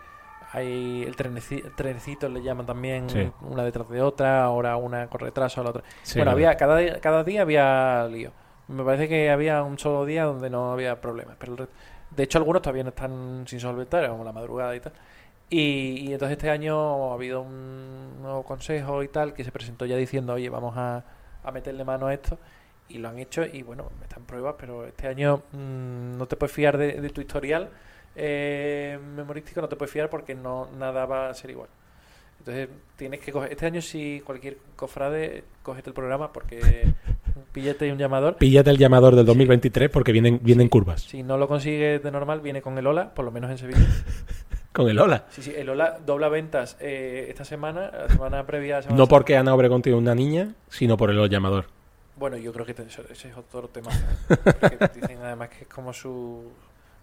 Speaker 2: hay el treneci- trenecito, le llaman también
Speaker 1: Sí.
Speaker 2: una detrás de otra. Ahora una con retraso, la otra.
Speaker 1: Sí,
Speaker 2: bueno,
Speaker 1: lo-
Speaker 2: había cada, cada día había lío. Me parece que había un solo día donde no había problemas. Pero el resto- de hecho, algunos todavía no están sin solventar, como la madrugada y tal. Y, y entonces este año ha habido un nuevo consejo y tal que se presentó ya diciendo, oye, vamos a, a meterle mano a esto. Y lo han hecho y bueno, están pruebas, pero este año mm, no te puedes fiar de, de tu historial eh, memorístico, no te puedes fiar porque no nada va a ser igual. Entonces tienes que coger, este año si cualquier cofrade, cógete el programa porque un billete y un llamador.
Speaker 1: Píllate el llamador del 2023 porque vienen, vienen curvas.
Speaker 2: Si no lo consigues de normal, viene con el Ola, por lo menos en Sevilla.
Speaker 1: Con el hola.
Speaker 2: Sí, sí, el Ola dobla ventas eh, esta semana, la semana previa a Semana
Speaker 1: No
Speaker 2: Santa.
Speaker 1: porque Ana Obregón tiene una niña, sino por el llamador.
Speaker 2: Bueno, yo creo que te- eso- ese es otro tema. Porque dicen además que es como su,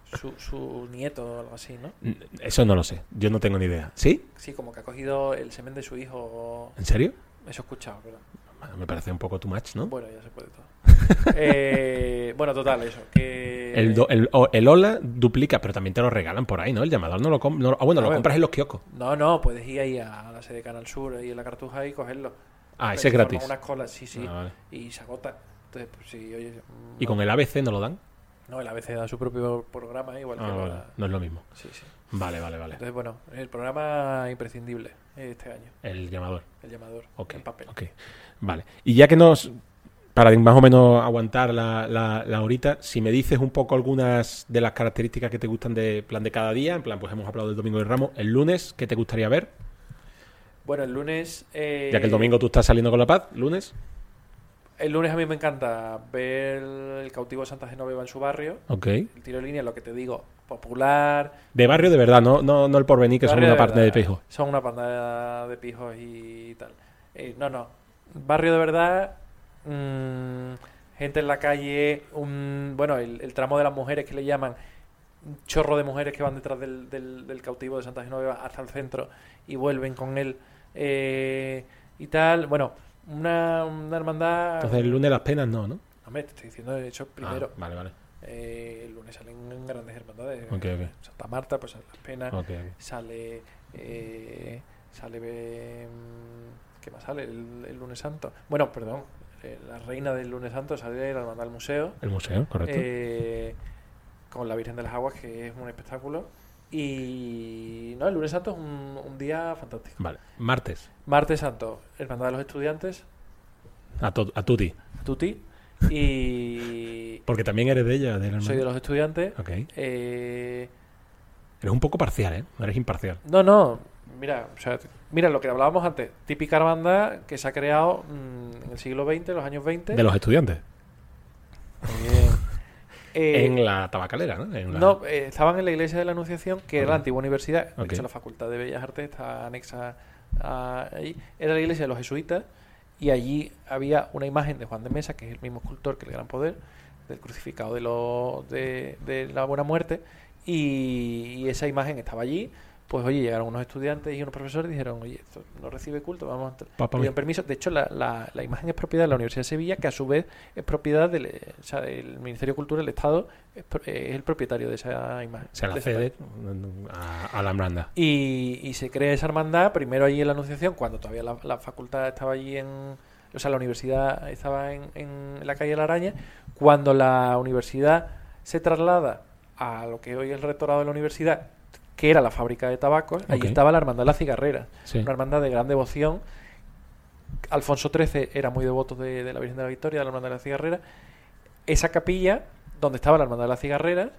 Speaker 2: su, su nieto o algo así, ¿no?
Speaker 1: N- Eso no lo sé. Yo no tengo ni idea. ¿Sí?
Speaker 2: Sí, como que ha cogido el semen de su hijo. o-
Speaker 1: ¿En serio?
Speaker 2: Eso he escuchado, ¿verdad?
Speaker 1: Bueno, Me parece un poco too much, ¿no?
Speaker 2: Bueno, ya se puede todo. Eh, bueno, total, eso. Que...
Speaker 1: El, do- el, o- el Ola duplica, pero también te lo regalan por ahí, ¿no? El llamador no lo compras. ah, bueno,
Speaker 2: A
Speaker 1: lo
Speaker 2: ver.
Speaker 1: compras en los kioscos.
Speaker 2: No, no, puedes ir ahí a la sede de Canal Sur, ahí en la Cartuja y cogerlo.
Speaker 1: Ah,
Speaker 2: Pero
Speaker 1: ese es
Speaker 2: se forman
Speaker 1: gratis.
Speaker 2: unas colas, sí, sí,
Speaker 1: Ah, vale.
Speaker 2: y se agota. Entonces, pues sí, oye...
Speaker 1: Y
Speaker 2: no-
Speaker 1: con el ABC no lo dan.
Speaker 2: No, el ABC da su propio programa, igual que
Speaker 1: Ah,
Speaker 2: la-
Speaker 1: vale. No es lo mismo.
Speaker 2: Sí, sí.
Speaker 1: Vale, vale, vale.
Speaker 2: Entonces, bueno, el programa imprescindible eh, este año,
Speaker 1: El llamador.
Speaker 2: el llamador,
Speaker 1: Ok.
Speaker 2: en papel.
Speaker 1: ok. Vale. Y ya que nos. Para más o menos aguantar la, la, la horita, si me dices un poco algunas de las características que te gustan de plan de cada día, en plan, pues hemos hablado del domingo de Ramos, el lunes, ¿qué te gustaría ver?
Speaker 2: Bueno, el lunes... eh,
Speaker 1: Ya que el domingo tú estás saliendo con la paz, lunes,
Speaker 2: El lunes a mí me encanta ver el cautivo Santa Genoveva en su barrio,
Speaker 1: ok.
Speaker 2: el tiro de línea, lo que te digo, popular,
Speaker 1: De barrio de verdad, no, no, no el porvenir, que son
Speaker 2: Barrio
Speaker 1: una parte de
Speaker 2: verdad.
Speaker 1: Pijo.
Speaker 2: Son una panda de pijos y tal. Eh, no, no. Barrio de verdad. mm, gente en la calle. un- bueno, el, el tramo de las mujeres que le llaman. Un chorro de mujeres que van detrás del, del- del cautivo de Santa Genoveva hasta el centro y vuelven con él. eh, y tal. Bueno, una, una hermandad.
Speaker 1: Entonces el lunes las penas no, ¿no?
Speaker 2: Hombre, te estoy diciendo, de hecho, primero.
Speaker 1: Ah, vale, vale.
Speaker 2: Eh, el lunes salen grandes hermandades.
Speaker 1: Ok, ok.
Speaker 2: Santa Marta, pues las penas
Speaker 1: Ok, ok.
Speaker 2: sale eh, sale eh, qué más sale el, el lunes santo bueno perdón eh, la reina del lunes santo sale la hermandad del museo
Speaker 1: El museo, correcto.
Speaker 2: eh, con la virgen de las aguas que es un espectáculo y no el lunes santo es un, un día fantástico
Speaker 1: Vale. Martes,
Speaker 2: martes santo hermandad de los estudiantes
Speaker 1: a, to- a Tuti,
Speaker 2: tuti y
Speaker 1: porque también eres de ella, del
Speaker 2: soy de los estudiantes
Speaker 1: Ok.
Speaker 2: eh,
Speaker 1: Eres un poco parcial, ¿eh? No Eres imparcial.
Speaker 2: No, no. Mira, o sea, mira lo que hablábamos antes. Típica hermandad que se ha creado mm, en el siglo XX, los años 20.
Speaker 1: De los estudiantes.
Speaker 2: Muy bien. Eh,
Speaker 1: en la tabacalera, ¿no? En la-
Speaker 2: No, eh, estaban en la iglesia de la Anunciación, que era
Speaker 1: Ah.
Speaker 2: la antigua universidad. De
Speaker 1: Ok.
Speaker 2: hecho, la Facultad de Bellas Artes está anexa a- ahí, era la iglesia de los jesuitas y allí había una imagen de Juan de Mesa, que es el mismo escultor que el Gran Poder, del crucificado de, lo- de, de la Buena Muerte, y, y esa imagen estaba allí. Pues oye, llegaron unos estudiantes y unos profesores y dijeron, oye, esto no recibe culto, vamos a entrar".
Speaker 1: Papá
Speaker 2: Pidieron
Speaker 1: mío.
Speaker 2: permiso. De hecho, la, la- la imagen es propiedad de la Universidad de Sevilla, que a su vez es propiedad del eh, o sea, el Ministerio de Cultura del Estado, es, pro- eh, es el propietario de esa imagen.
Speaker 1: Se
Speaker 2: de
Speaker 1: la
Speaker 2: esa
Speaker 1: cede a, a la Miranda.
Speaker 2: y, y se crea esa hermandad, primero allí en la Anunciación, cuando todavía la, la facultad estaba allí en. O sea, la universidad estaba en, en la calle de la Araña. Cuando la universidad se traslada a lo que hoy es el rectorado de la universidad, que era la fábrica de tabacos, allí
Speaker 1: Ok.
Speaker 2: estaba la hermandad de la cigarrera
Speaker 1: Sí.
Speaker 2: una hermandad de gran devoción. Alfonso XIII era muy devoto de, de la Virgen de la Victoria, de la Hermandad de la Cigarrera. Esa capilla, donde estaba la Hermandad de la Cigarrera,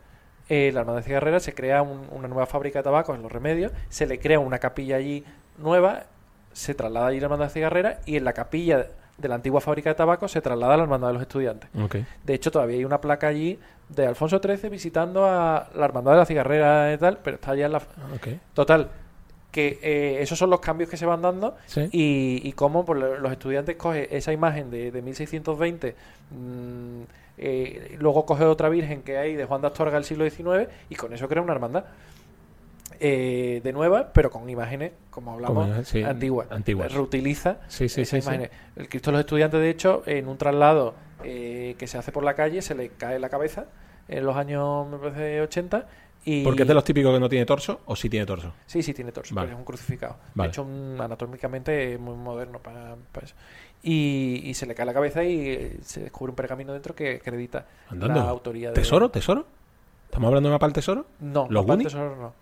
Speaker 2: eh, la Hermandad de la Cigarrera se crea un- una nueva fábrica de tabacos en Los Remedios, se le crea una capilla allí nueva, se traslada allí la Hermandad de la Cigarrera y en la capilla de la antigua fábrica de tabacos se traslada la Hermandad de los Estudiantes.
Speaker 1: Ok.
Speaker 2: De hecho, todavía hay una placa allí de Alfonso XIII visitando a la Hermandad de la Cigarrera y tal, pero está allá en la...
Speaker 1: Ok.
Speaker 2: Total, que eh, esos son los cambios que se van dando
Speaker 1: Sí.
Speaker 2: y, y cómo pues, lo- los estudiantes cogen esa imagen de, de 1620, mm, eh, luego coge otra virgen que hay de Juan de Astorga del siglo XIX y con eso crea una hermandad eh, de nueva, pero con imágenes, como hablamos,
Speaker 1: Como, sí,
Speaker 2: antiguas.
Speaker 1: antiguas.
Speaker 2: Reutiliza
Speaker 1: Sí, sí, sí,
Speaker 2: esas
Speaker 1: sí.
Speaker 2: imágenes. El Cristo de los Estudiantes, de hecho, en un traslado eh, que se hace por la calle, se le cae la cabeza en los años, me parece, 80. Y
Speaker 1: Porque es de los típicos que no tiene torso o sí tiene torso.
Speaker 2: Sí, sí, tiene torso,
Speaker 1: Vale.
Speaker 2: pero es un crucificado.
Speaker 1: Vale.
Speaker 2: De hecho, un- anatómicamente es muy moderno para, para eso. Y, y se le cae la cabeza y eh, se descubre un pergamino dentro que acredita
Speaker 1: Andando.
Speaker 2: la autoría de...
Speaker 1: ¿Tesoro? ¿Tesoro? ¿Estamos hablando de mapa del tesoro?
Speaker 2: No,
Speaker 1: ¿Los
Speaker 2: mapa del
Speaker 1: Goonies?
Speaker 2: tesoro no.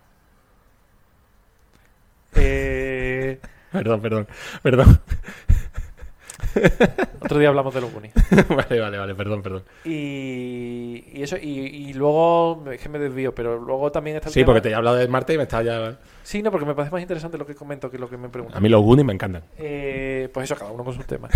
Speaker 2: Eh,
Speaker 1: Perdón, perdón, perdón.
Speaker 2: otro día hablamos de los Goonies.
Speaker 1: vale, vale, vale, perdón, perdón.
Speaker 2: Y, y eso, y, y luego, es que me desvío, pero luego también está el
Speaker 1: Sí,
Speaker 2: tema-
Speaker 1: porque te he hablado de Marte y me está ya...
Speaker 2: Sí, no, porque me parece más interesante lo que comento que lo que me preguntas.
Speaker 1: A mí los Goonies me encantan.
Speaker 2: Eh, pues eso, cada uno con sus temas.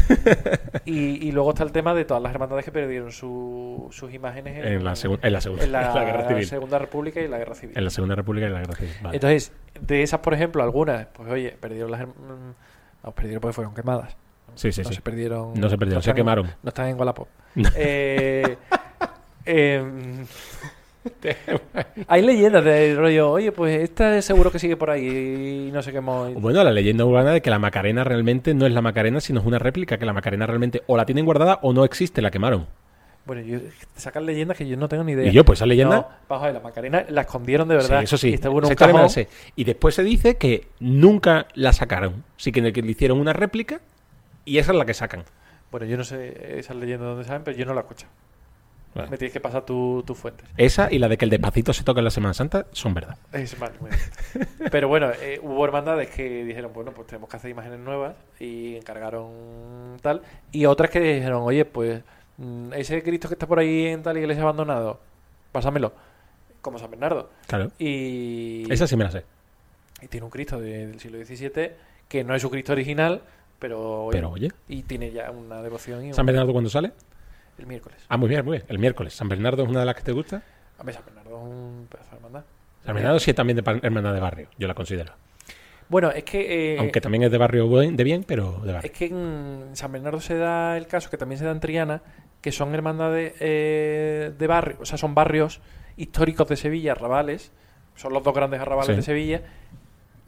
Speaker 2: y, y luego está el tema de todas las hermandades que perdieron su- sus imágenes en,
Speaker 1: En la, segun- en la segunda...
Speaker 2: en la-
Speaker 1: en la Guerra Civil.
Speaker 2: Segunda República y la Guerra Civil.
Speaker 1: En la Segunda República y la Guerra Civil. Vale.
Speaker 2: Entonces, de esas, por ejemplo, algunas, pues oye, perdieron las. herm- mm, No, perdieron porque fueron quemadas.
Speaker 1: sí, sí,
Speaker 2: no
Speaker 1: sí.
Speaker 2: se perdieron.
Speaker 1: No se perdieron, se
Speaker 2: están en-
Speaker 1: quemaron.
Speaker 2: No están en Wallapop. Eh, em, hay leyendas del rollo, oye, pues esta seguro que sigue por ahí y no se quemó. y-
Speaker 1: Bueno, la leyenda urbana de que la Macarena realmente no es la Macarena, sino es una réplica, que la Macarena realmente o la tienen guardada o no existe, la quemaron.
Speaker 2: Bueno, yo, sacan leyendas que yo no tengo ni idea.
Speaker 1: Y yo, pues esa leyenda...
Speaker 2: No, vamos a ver, la Macarena la escondieron de verdad.
Speaker 1: Sí, eso sí.
Speaker 2: Y estaba en un
Speaker 1: Se cargan,
Speaker 2: cajón.
Speaker 1: sí. Y después se dice que nunca la sacaron. Sí que en el que le hicieron una réplica y esa es la que sacan.
Speaker 2: Bueno, yo no sé esas leyendas dónde saben, pero yo no la escucho.
Speaker 1: Vale.
Speaker 2: Me tienes que pasar tu- tus fuentes.
Speaker 1: Esa y la de que el despacito se toca en la Semana Santa son verdad.
Speaker 2: Es mal, muy bien. Pero bueno, eh, hubo hermandades que dijeron, bueno, pues tenemos que hacer imágenes nuevas y encargaron tal. Y otras que dijeron, oye, pues mm, ese Cristo que está por ahí en tal iglesia abandonado, pásamelo. Como San Bernardo.
Speaker 1: Claro.
Speaker 2: Y...
Speaker 1: Esa sí me la sé.
Speaker 2: Y tiene un Cristo de- del siglo XVII que no es su Cristo original, pero,
Speaker 1: Pero oye,
Speaker 2: y tiene ya una devoción y un-
Speaker 1: ¿San Bernardo cuándo sale?
Speaker 2: el miércoles.
Speaker 1: Ah, muy bien, muy bien. El miércoles. ¿San Bernardo es una de las que te gusta?
Speaker 2: A ver, San Bernardo es un pedazo de hermandad.
Speaker 1: San Bernardo sí es también de pa- hermandad de barrio, yo la considero.
Speaker 2: Bueno, es que eh,
Speaker 1: Aunque también es de barrio buen- de bien, pero de
Speaker 2: es
Speaker 1: barrio.
Speaker 2: que en San Bernardo se da el caso que también se da en Triana, que son hermandades eh, de barrio, o sea, son barrios históricos de Sevilla, arrabales, son los dos grandes arrabales
Speaker 1: Sí.
Speaker 2: de Sevilla,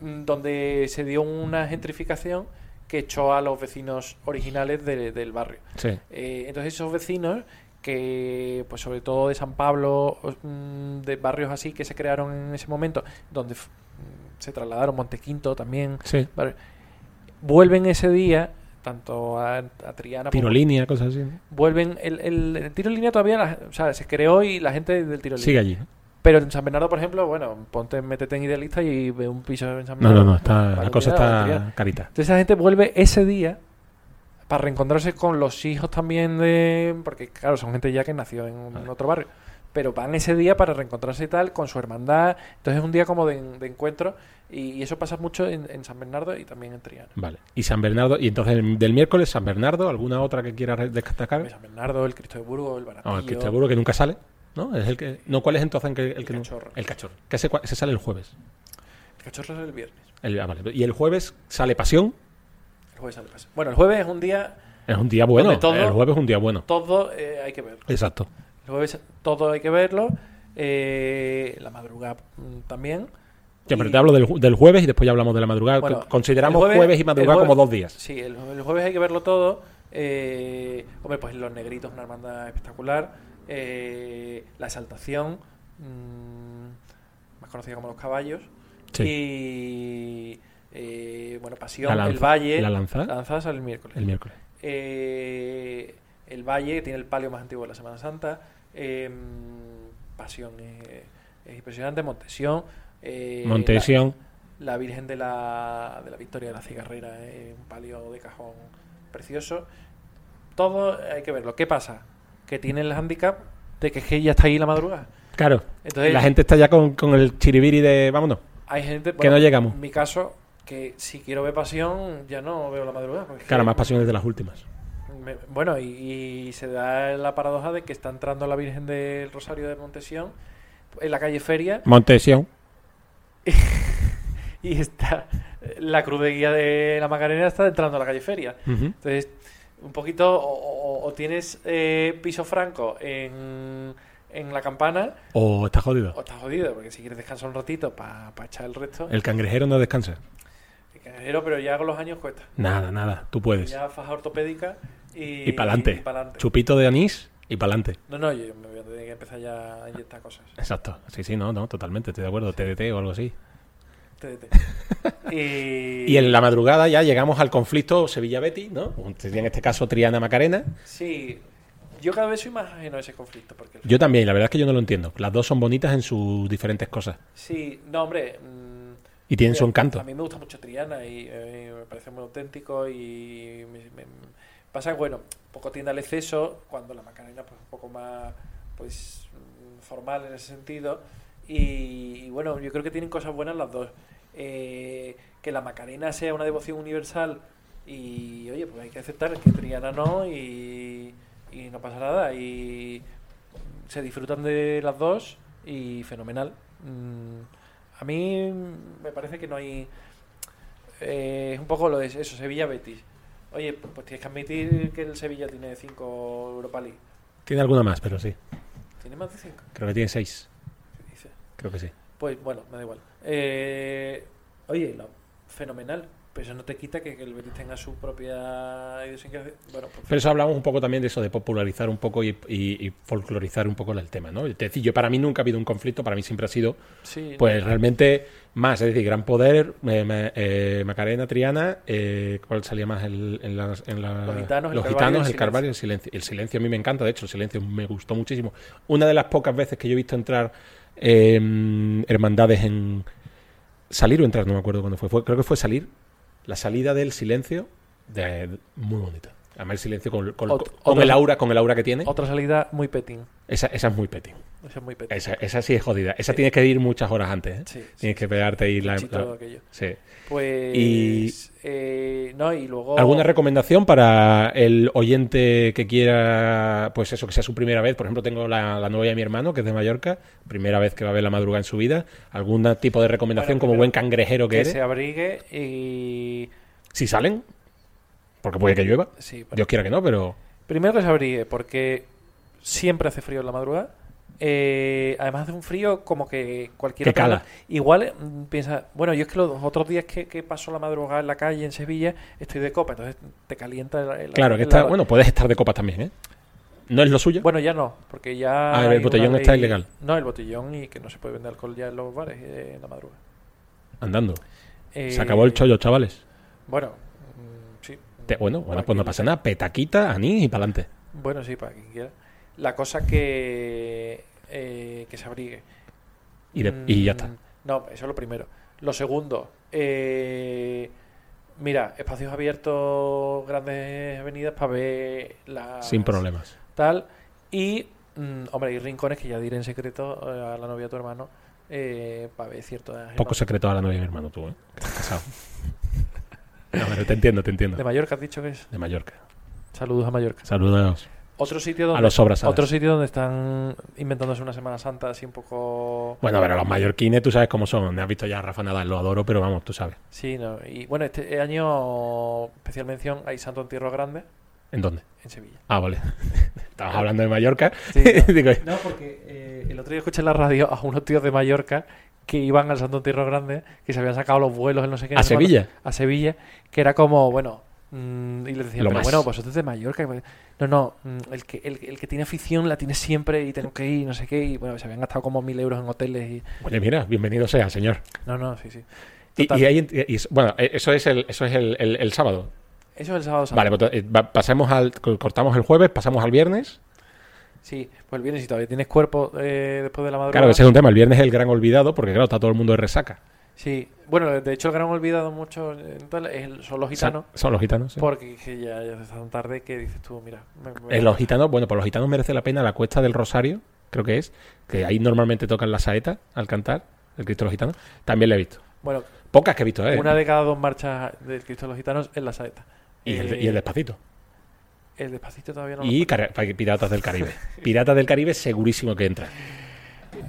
Speaker 2: mm, donde se dio una gentrificación que echó a los vecinos originales de- del barrio.
Speaker 1: Sí.
Speaker 2: Eh, entonces esos vecinos que, pues sobre todo de San Pablo, o- mm, de barrios así que se crearon en ese momento, donde f- mm, se trasladaron Montequinto también,
Speaker 1: Sí.
Speaker 2: barrio- vuelven ese día, tanto a, a Triana como-
Speaker 1: Tirolínea, cosas así. ¿no?
Speaker 2: Vuelven, el, el, el tiro en línea todavía, la- o sea, se creó y la gente del tiro en
Speaker 1: Sigue
Speaker 2: línea.
Speaker 1: allí. ¿no?
Speaker 2: Pero en San Bernardo, por ejemplo, bueno, ponte, métete en idealista y ve un piso en San
Speaker 1: No,
Speaker 2: Bernardo.
Speaker 1: no, no. Está, la
Speaker 2: Vale,
Speaker 1: cosa
Speaker 2: mira, Triana.
Speaker 1: está carita.
Speaker 2: Entonces esa gente vuelve ese día para reencontrarse con los hijos también de... Porque claro, son gente ya que nació en, un-
Speaker 1: Vale.
Speaker 2: otro barrio. Pero van ese día para reencontrarse y tal, con su hermandad. Entonces es un día como de, de encuentro. Y, y eso pasa mucho en, en San Bernardo y también en Triana.
Speaker 1: Vale. Y San Bernardo, y entonces el- del miércoles, San Bernardo, ¿alguna otra que quieras re- destacar?
Speaker 2: San Bernardo, el Cristo de Burgos, el
Speaker 1: No,
Speaker 2: Baratillo...
Speaker 1: Ah, el que seguro que nunca sale, ¿no? Es el que, no, ¿cuál es entonces el que, el que no-
Speaker 2: cachorro.
Speaker 1: El cachorro. Que ese, cua- ese sale el jueves.
Speaker 2: el Cachorros es el viernes.
Speaker 1: El- ah, vale. Y el jueves sale Pasión.
Speaker 2: El jueves sale Pasión. Bueno, el jueves es un día.
Speaker 1: Es un día bueno.
Speaker 2: Donde todo-
Speaker 1: El jueves es un día bueno.
Speaker 2: Todo eh, hay que verlo.
Speaker 1: Exacto.
Speaker 2: El jueves todo hay que verlo. Eh, la madrugada mm, también.
Speaker 1: Ya, pero
Speaker 2: Y-
Speaker 1: te hablo del, ju- del jueves y después ya hablamos de la madrugada.
Speaker 2: Bueno,
Speaker 1: Co- Consideramos
Speaker 2: el
Speaker 1: jueves, y madrugada
Speaker 2: el jue-
Speaker 1: como dos días.
Speaker 2: Sí, el, el jueves hay que verlo todo. Eh, hombre, pues Los Negritos, una hermandad espectacular. Eh, la Exaltación, mm, más conocida como Los Caballos.
Speaker 1: Sí.
Speaker 2: Y, eh, bueno, Pasión,
Speaker 1: La lanza-
Speaker 2: El Valle.
Speaker 1: la lanza.
Speaker 2: Lanzas el miércoles.
Speaker 1: El miércoles.
Speaker 2: Eh, el Valle, que tiene el palio más antiguo de la Semana Santa. Eh, Pasión es, es impresionante. Montesión. eh,
Speaker 1: Montesión.
Speaker 2: La, la Virgen de la, de la Victoria de la Cigarrera, eh, un palio de cajón precioso. Todo hay que verlo. ¿Qué pasa? Que tiene el handicap de que, es que ya está ahí la madrugada.
Speaker 1: Claro.
Speaker 2: Entonces-
Speaker 1: la gente está ya con, con el chiribiri de vámonos.
Speaker 2: Hay gente.
Speaker 1: Que no llegamos.
Speaker 2: En mi caso, que si quiero ver pasión, ya no veo la madrugada. porque es que-
Speaker 1: Claro, más pasiones de las últimas.
Speaker 2: Me- bueno, y, y se da la paradoja de que está entrando la Virgen del Rosario de Montesión en la calle Feria
Speaker 1: Montesión.
Speaker 2: y está eh, la cruz de guía de la Macarena está entrando a la calle Feria.
Speaker 1: Ujú.
Speaker 2: Entonces, un poquito, o, o- o tienes eh, piso franco en, en la campana,
Speaker 1: O está jodido.
Speaker 2: o estás jodido, porque si quieres descansar un ratito para echar el resto,
Speaker 1: El cangrejero no descansa.
Speaker 2: el cangrejero, pero ya con los años cuesta.
Speaker 1: Nada, nada. Tú puedes.
Speaker 2: Ya faja ortopédica y,
Speaker 1: Pues Y pa'lante.
Speaker 2: y pa'lante.
Speaker 1: Chupito de anís y pa'lante.
Speaker 2: No, no, yo me voy a tener que empezar ya a inyectar cosas.
Speaker 1: Exacto. Sí, sí, no, no, totalmente. Estoy de acuerdo. TDT o algo así.
Speaker 2: TDT. y...
Speaker 1: Y en la madrugada ya llegamos al conflicto Sevilla-Betty, ¿no? En este caso Triana-Macarena.
Speaker 2: Sí, yo cada vez soy más ajeno a ese conflicto. Porque
Speaker 1: Yo también, la verdad es que yo no lo entiendo. Las dos son bonitas en sus diferentes cosas.
Speaker 2: Sí, no, hombre. mm,
Speaker 1: Y tienen su
Speaker 2: mira,
Speaker 1: encanto.
Speaker 2: A mí me gusta mucho Triana y eh, me parece muy auténtico y me, me- pasa que, bueno, poco tiende al exceso cuando la Macarena pues un poco más pues mm, formal en ese sentido y, y, bueno, yo creo que tienen cosas buenas las dos. Eh, que la Macarena sea una devoción universal y oye, pues hay que aceptar que Triana no y, y no pasa nada y se disfrutan de las dos y fenomenal. Mm, a mí mm, me parece que no hay. eh, es un poco lo de eso, Sevilla-Betis. Oye, pu- pues tienes que admitir que el Sevilla tiene 5 Europa League.
Speaker 1: Tiene alguna más, pero sí.
Speaker 2: ¿Tiene más de 5?
Speaker 1: Creo que tiene seis.
Speaker 2: ¿Qué dices?
Speaker 1: Creo que sí.
Speaker 2: Pues bueno, me da igual. Eh, oye, no, fenomenal. Pero eso no te quita que, que el Betis tenga su propia idiosincrasia. Bueno, pues,
Speaker 1: Pero eso hablamos un poco también de eso, de popularizar un poco y, y- y folclorizar un poco el tema, ¿no? Es decir, yo para mí nunca ha habido un conflicto, para mí siempre ha sido,
Speaker 2: sí.
Speaker 1: pues realmente más, es decir, Gran Poder, eh, ma- eh, Macarena, Triana, eh, ¿cuál salía más? El- en la- en la-
Speaker 2: Los Gitanos, el
Speaker 1: los
Speaker 2: Calvario
Speaker 1: Gitanos,
Speaker 2: y el
Speaker 1: el Calvario, el Silencio. El Silencio a mí me encanta, de hecho, el Silencio me gustó muchísimo. Una de las pocas veces que yo he visto entrar eh, hermandades en, salir o entrar, no me acuerdo cuándo fue. Fue- Creo que fue salir. La salida del silencio, de, muy bonita. Además, el silencio con, con-
Speaker 2: Ot-
Speaker 1: con el
Speaker 2: otra-
Speaker 1: aura, con el aura que tiene.
Speaker 2: Otra salida muy petín.
Speaker 1: Esa, esa es muy petty.
Speaker 2: Eso es muy petín.
Speaker 1: Esa, esa sí es jodida. Esa tienes que ir muchas horas antes. ¿eh?
Speaker 2: Sí, sí,
Speaker 1: tienes que pegarte ahí la.
Speaker 2: Sí, todo
Speaker 1: la-
Speaker 2: aquello.
Speaker 1: sí.
Speaker 2: Pues. eh, no, y luego.
Speaker 1: ¿Alguna recomendación para el oyente que quiera, pues eso, que sea su primera vez? Por ejemplo, tengo la, la novia de mi hermano, que es de Mallorca, primera vez que va a ver la madrugada en su vida. ¿Algún tipo de recomendación
Speaker 2: Bueno,
Speaker 1: como
Speaker 2: primero,
Speaker 1: buen cangrejero que,
Speaker 2: que
Speaker 1: eres?
Speaker 2: se abrigue y.
Speaker 1: Si salen, porque puede que llueva.
Speaker 2: Sí, bueno.
Speaker 1: Dios quiera que no, pero.
Speaker 2: Primero que se abrigue, porque siempre hace frío en la madrugada. Eh, además hace un frío como que cualquier
Speaker 1: Que
Speaker 2: otra-
Speaker 1: cala.
Speaker 2: Igual mm, piensa, bueno, yo es que los otros días que, que paso la madrugada en la calle en Sevilla estoy de copa, entonces te calienta el, el-
Speaker 1: Claro, que
Speaker 2: el-
Speaker 1: está.
Speaker 2: la-
Speaker 1: Bueno, puedes estar de copas también, ¿eh? No es lo suyo.
Speaker 2: Bueno, ya no, porque ya...
Speaker 1: Ah, el
Speaker 2: hay una
Speaker 1: botellón está ilegal.
Speaker 2: No, el botellón y que no se puede vender alcohol ya en los bares eh, en la madrugada.
Speaker 1: Andando. Se
Speaker 2: Eh,
Speaker 1: acabó el chollo, chavales.
Speaker 2: Bueno, mm, sí.
Speaker 1: Te- bueno, bueno,
Speaker 2: Aquí
Speaker 1: pues no
Speaker 2: lo
Speaker 1: pasa nada. Petaquita, anís y pa'lante.
Speaker 2: Bueno, sí, para quien quiera. La cosa que, eh, que se abrigue.
Speaker 1: Y, de- y ya está.
Speaker 2: Mm, No, eso es lo primero. Lo segundo, eh, mira, espacios abiertos, grandes avenidas para ver la
Speaker 1: Sin problemas.
Speaker 2: Tal. Y, mm, hombre, y rincones que ya diré en secreto eh, a la novia de tu hermano eh, para ver ciertas.
Speaker 1: Poco secreto a la novia de mi hermano, tú, ¿eh? Que estás casado. no, pero te entiendo, te entiendo.
Speaker 2: De Mallorca has dicho que es.
Speaker 1: De Mallorca.
Speaker 2: Saludos a Mallorca.
Speaker 1: Saludos.
Speaker 2: Otro sitio donde,
Speaker 1: A los sobrasadas.
Speaker 2: otro sitio donde están inventándose una Semana Santa así un poco...
Speaker 1: Bueno, pero los mallorquines, tú sabes cómo son. Me has visto ya a Rafa Nadal, lo adoro, pero vamos, tú sabes.
Speaker 2: Sí, no. Y bueno, este año, especial mención, hay Santo Entierro Grande
Speaker 1: ¿En dónde?
Speaker 2: en Sevilla.
Speaker 1: Ah, vale. Estamos hablando de Mallorca.
Speaker 2: Ah. Sí, no.
Speaker 1: Digo,
Speaker 2: No, porque eh, el otro día escuché en la radio a unos tíos de Mallorca que iban al Santo Entierro Grande, que se habían sacado los vuelos en no sé qué.
Speaker 1: ¿A
Speaker 2: no sé cuánto,
Speaker 1: Sevilla?
Speaker 2: A Sevilla, que era como, bueno... mm, y les decían,
Speaker 1: Lo
Speaker 2: pero
Speaker 1: más.
Speaker 2: bueno, vosotros de Mallorca. No, no, mm, el que, el, el que tiene afición la tiene siempre y tenemos que ir, no sé qué. Y bueno, se habían gastado como mil euros en hoteles y...
Speaker 1: Oye, mira, bienvenido sea, señor.
Speaker 2: No, no, sí, sí.
Speaker 1: Y,
Speaker 2: Total.
Speaker 1: y ahí ent- y- bueno, eh, eso es el, eso es el, el- el sábado.
Speaker 2: Eso es el sábado santo.
Speaker 1: Vale, pues, eh, va- pasemos al, co- cortamos el jueves, pasamos al viernes.
Speaker 2: Sí, pues el viernes si todavía tienes cuerpo eh, después de la madrugada.
Speaker 1: Claro, que ese es un tema. El viernes es el gran olvidado, porque claro, está todo el mundo de resaca.
Speaker 2: Sí, bueno, de hecho el gran olvidado mucho eh, tal, es el- son los gitanos,
Speaker 1: Son los gitanos. sí.
Speaker 2: porque que ya, ya es tan tarde que dices tú, mira... me- me-
Speaker 1: Eh, los gitanos, bueno, para los gitanos merece la pena la cuesta del Rosario, creo que es, que ahí normalmente tocan la saeta al cantar, el Cristo de los gitanos. También la he visto.
Speaker 2: Bueno,
Speaker 1: Pocas que he visto, ¿eh?
Speaker 2: una de cada dos marchas del Cristo de los Gitanos es la saeta.
Speaker 1: y, el,
Speaker 2: Eh,
Speaker 1: y el despacito.
Speaker 2: el despacito todavía no lo-
Speaker 1: Y cara- pa- Piratas del Caribe. Piratas del Caribe segurísimo que entra.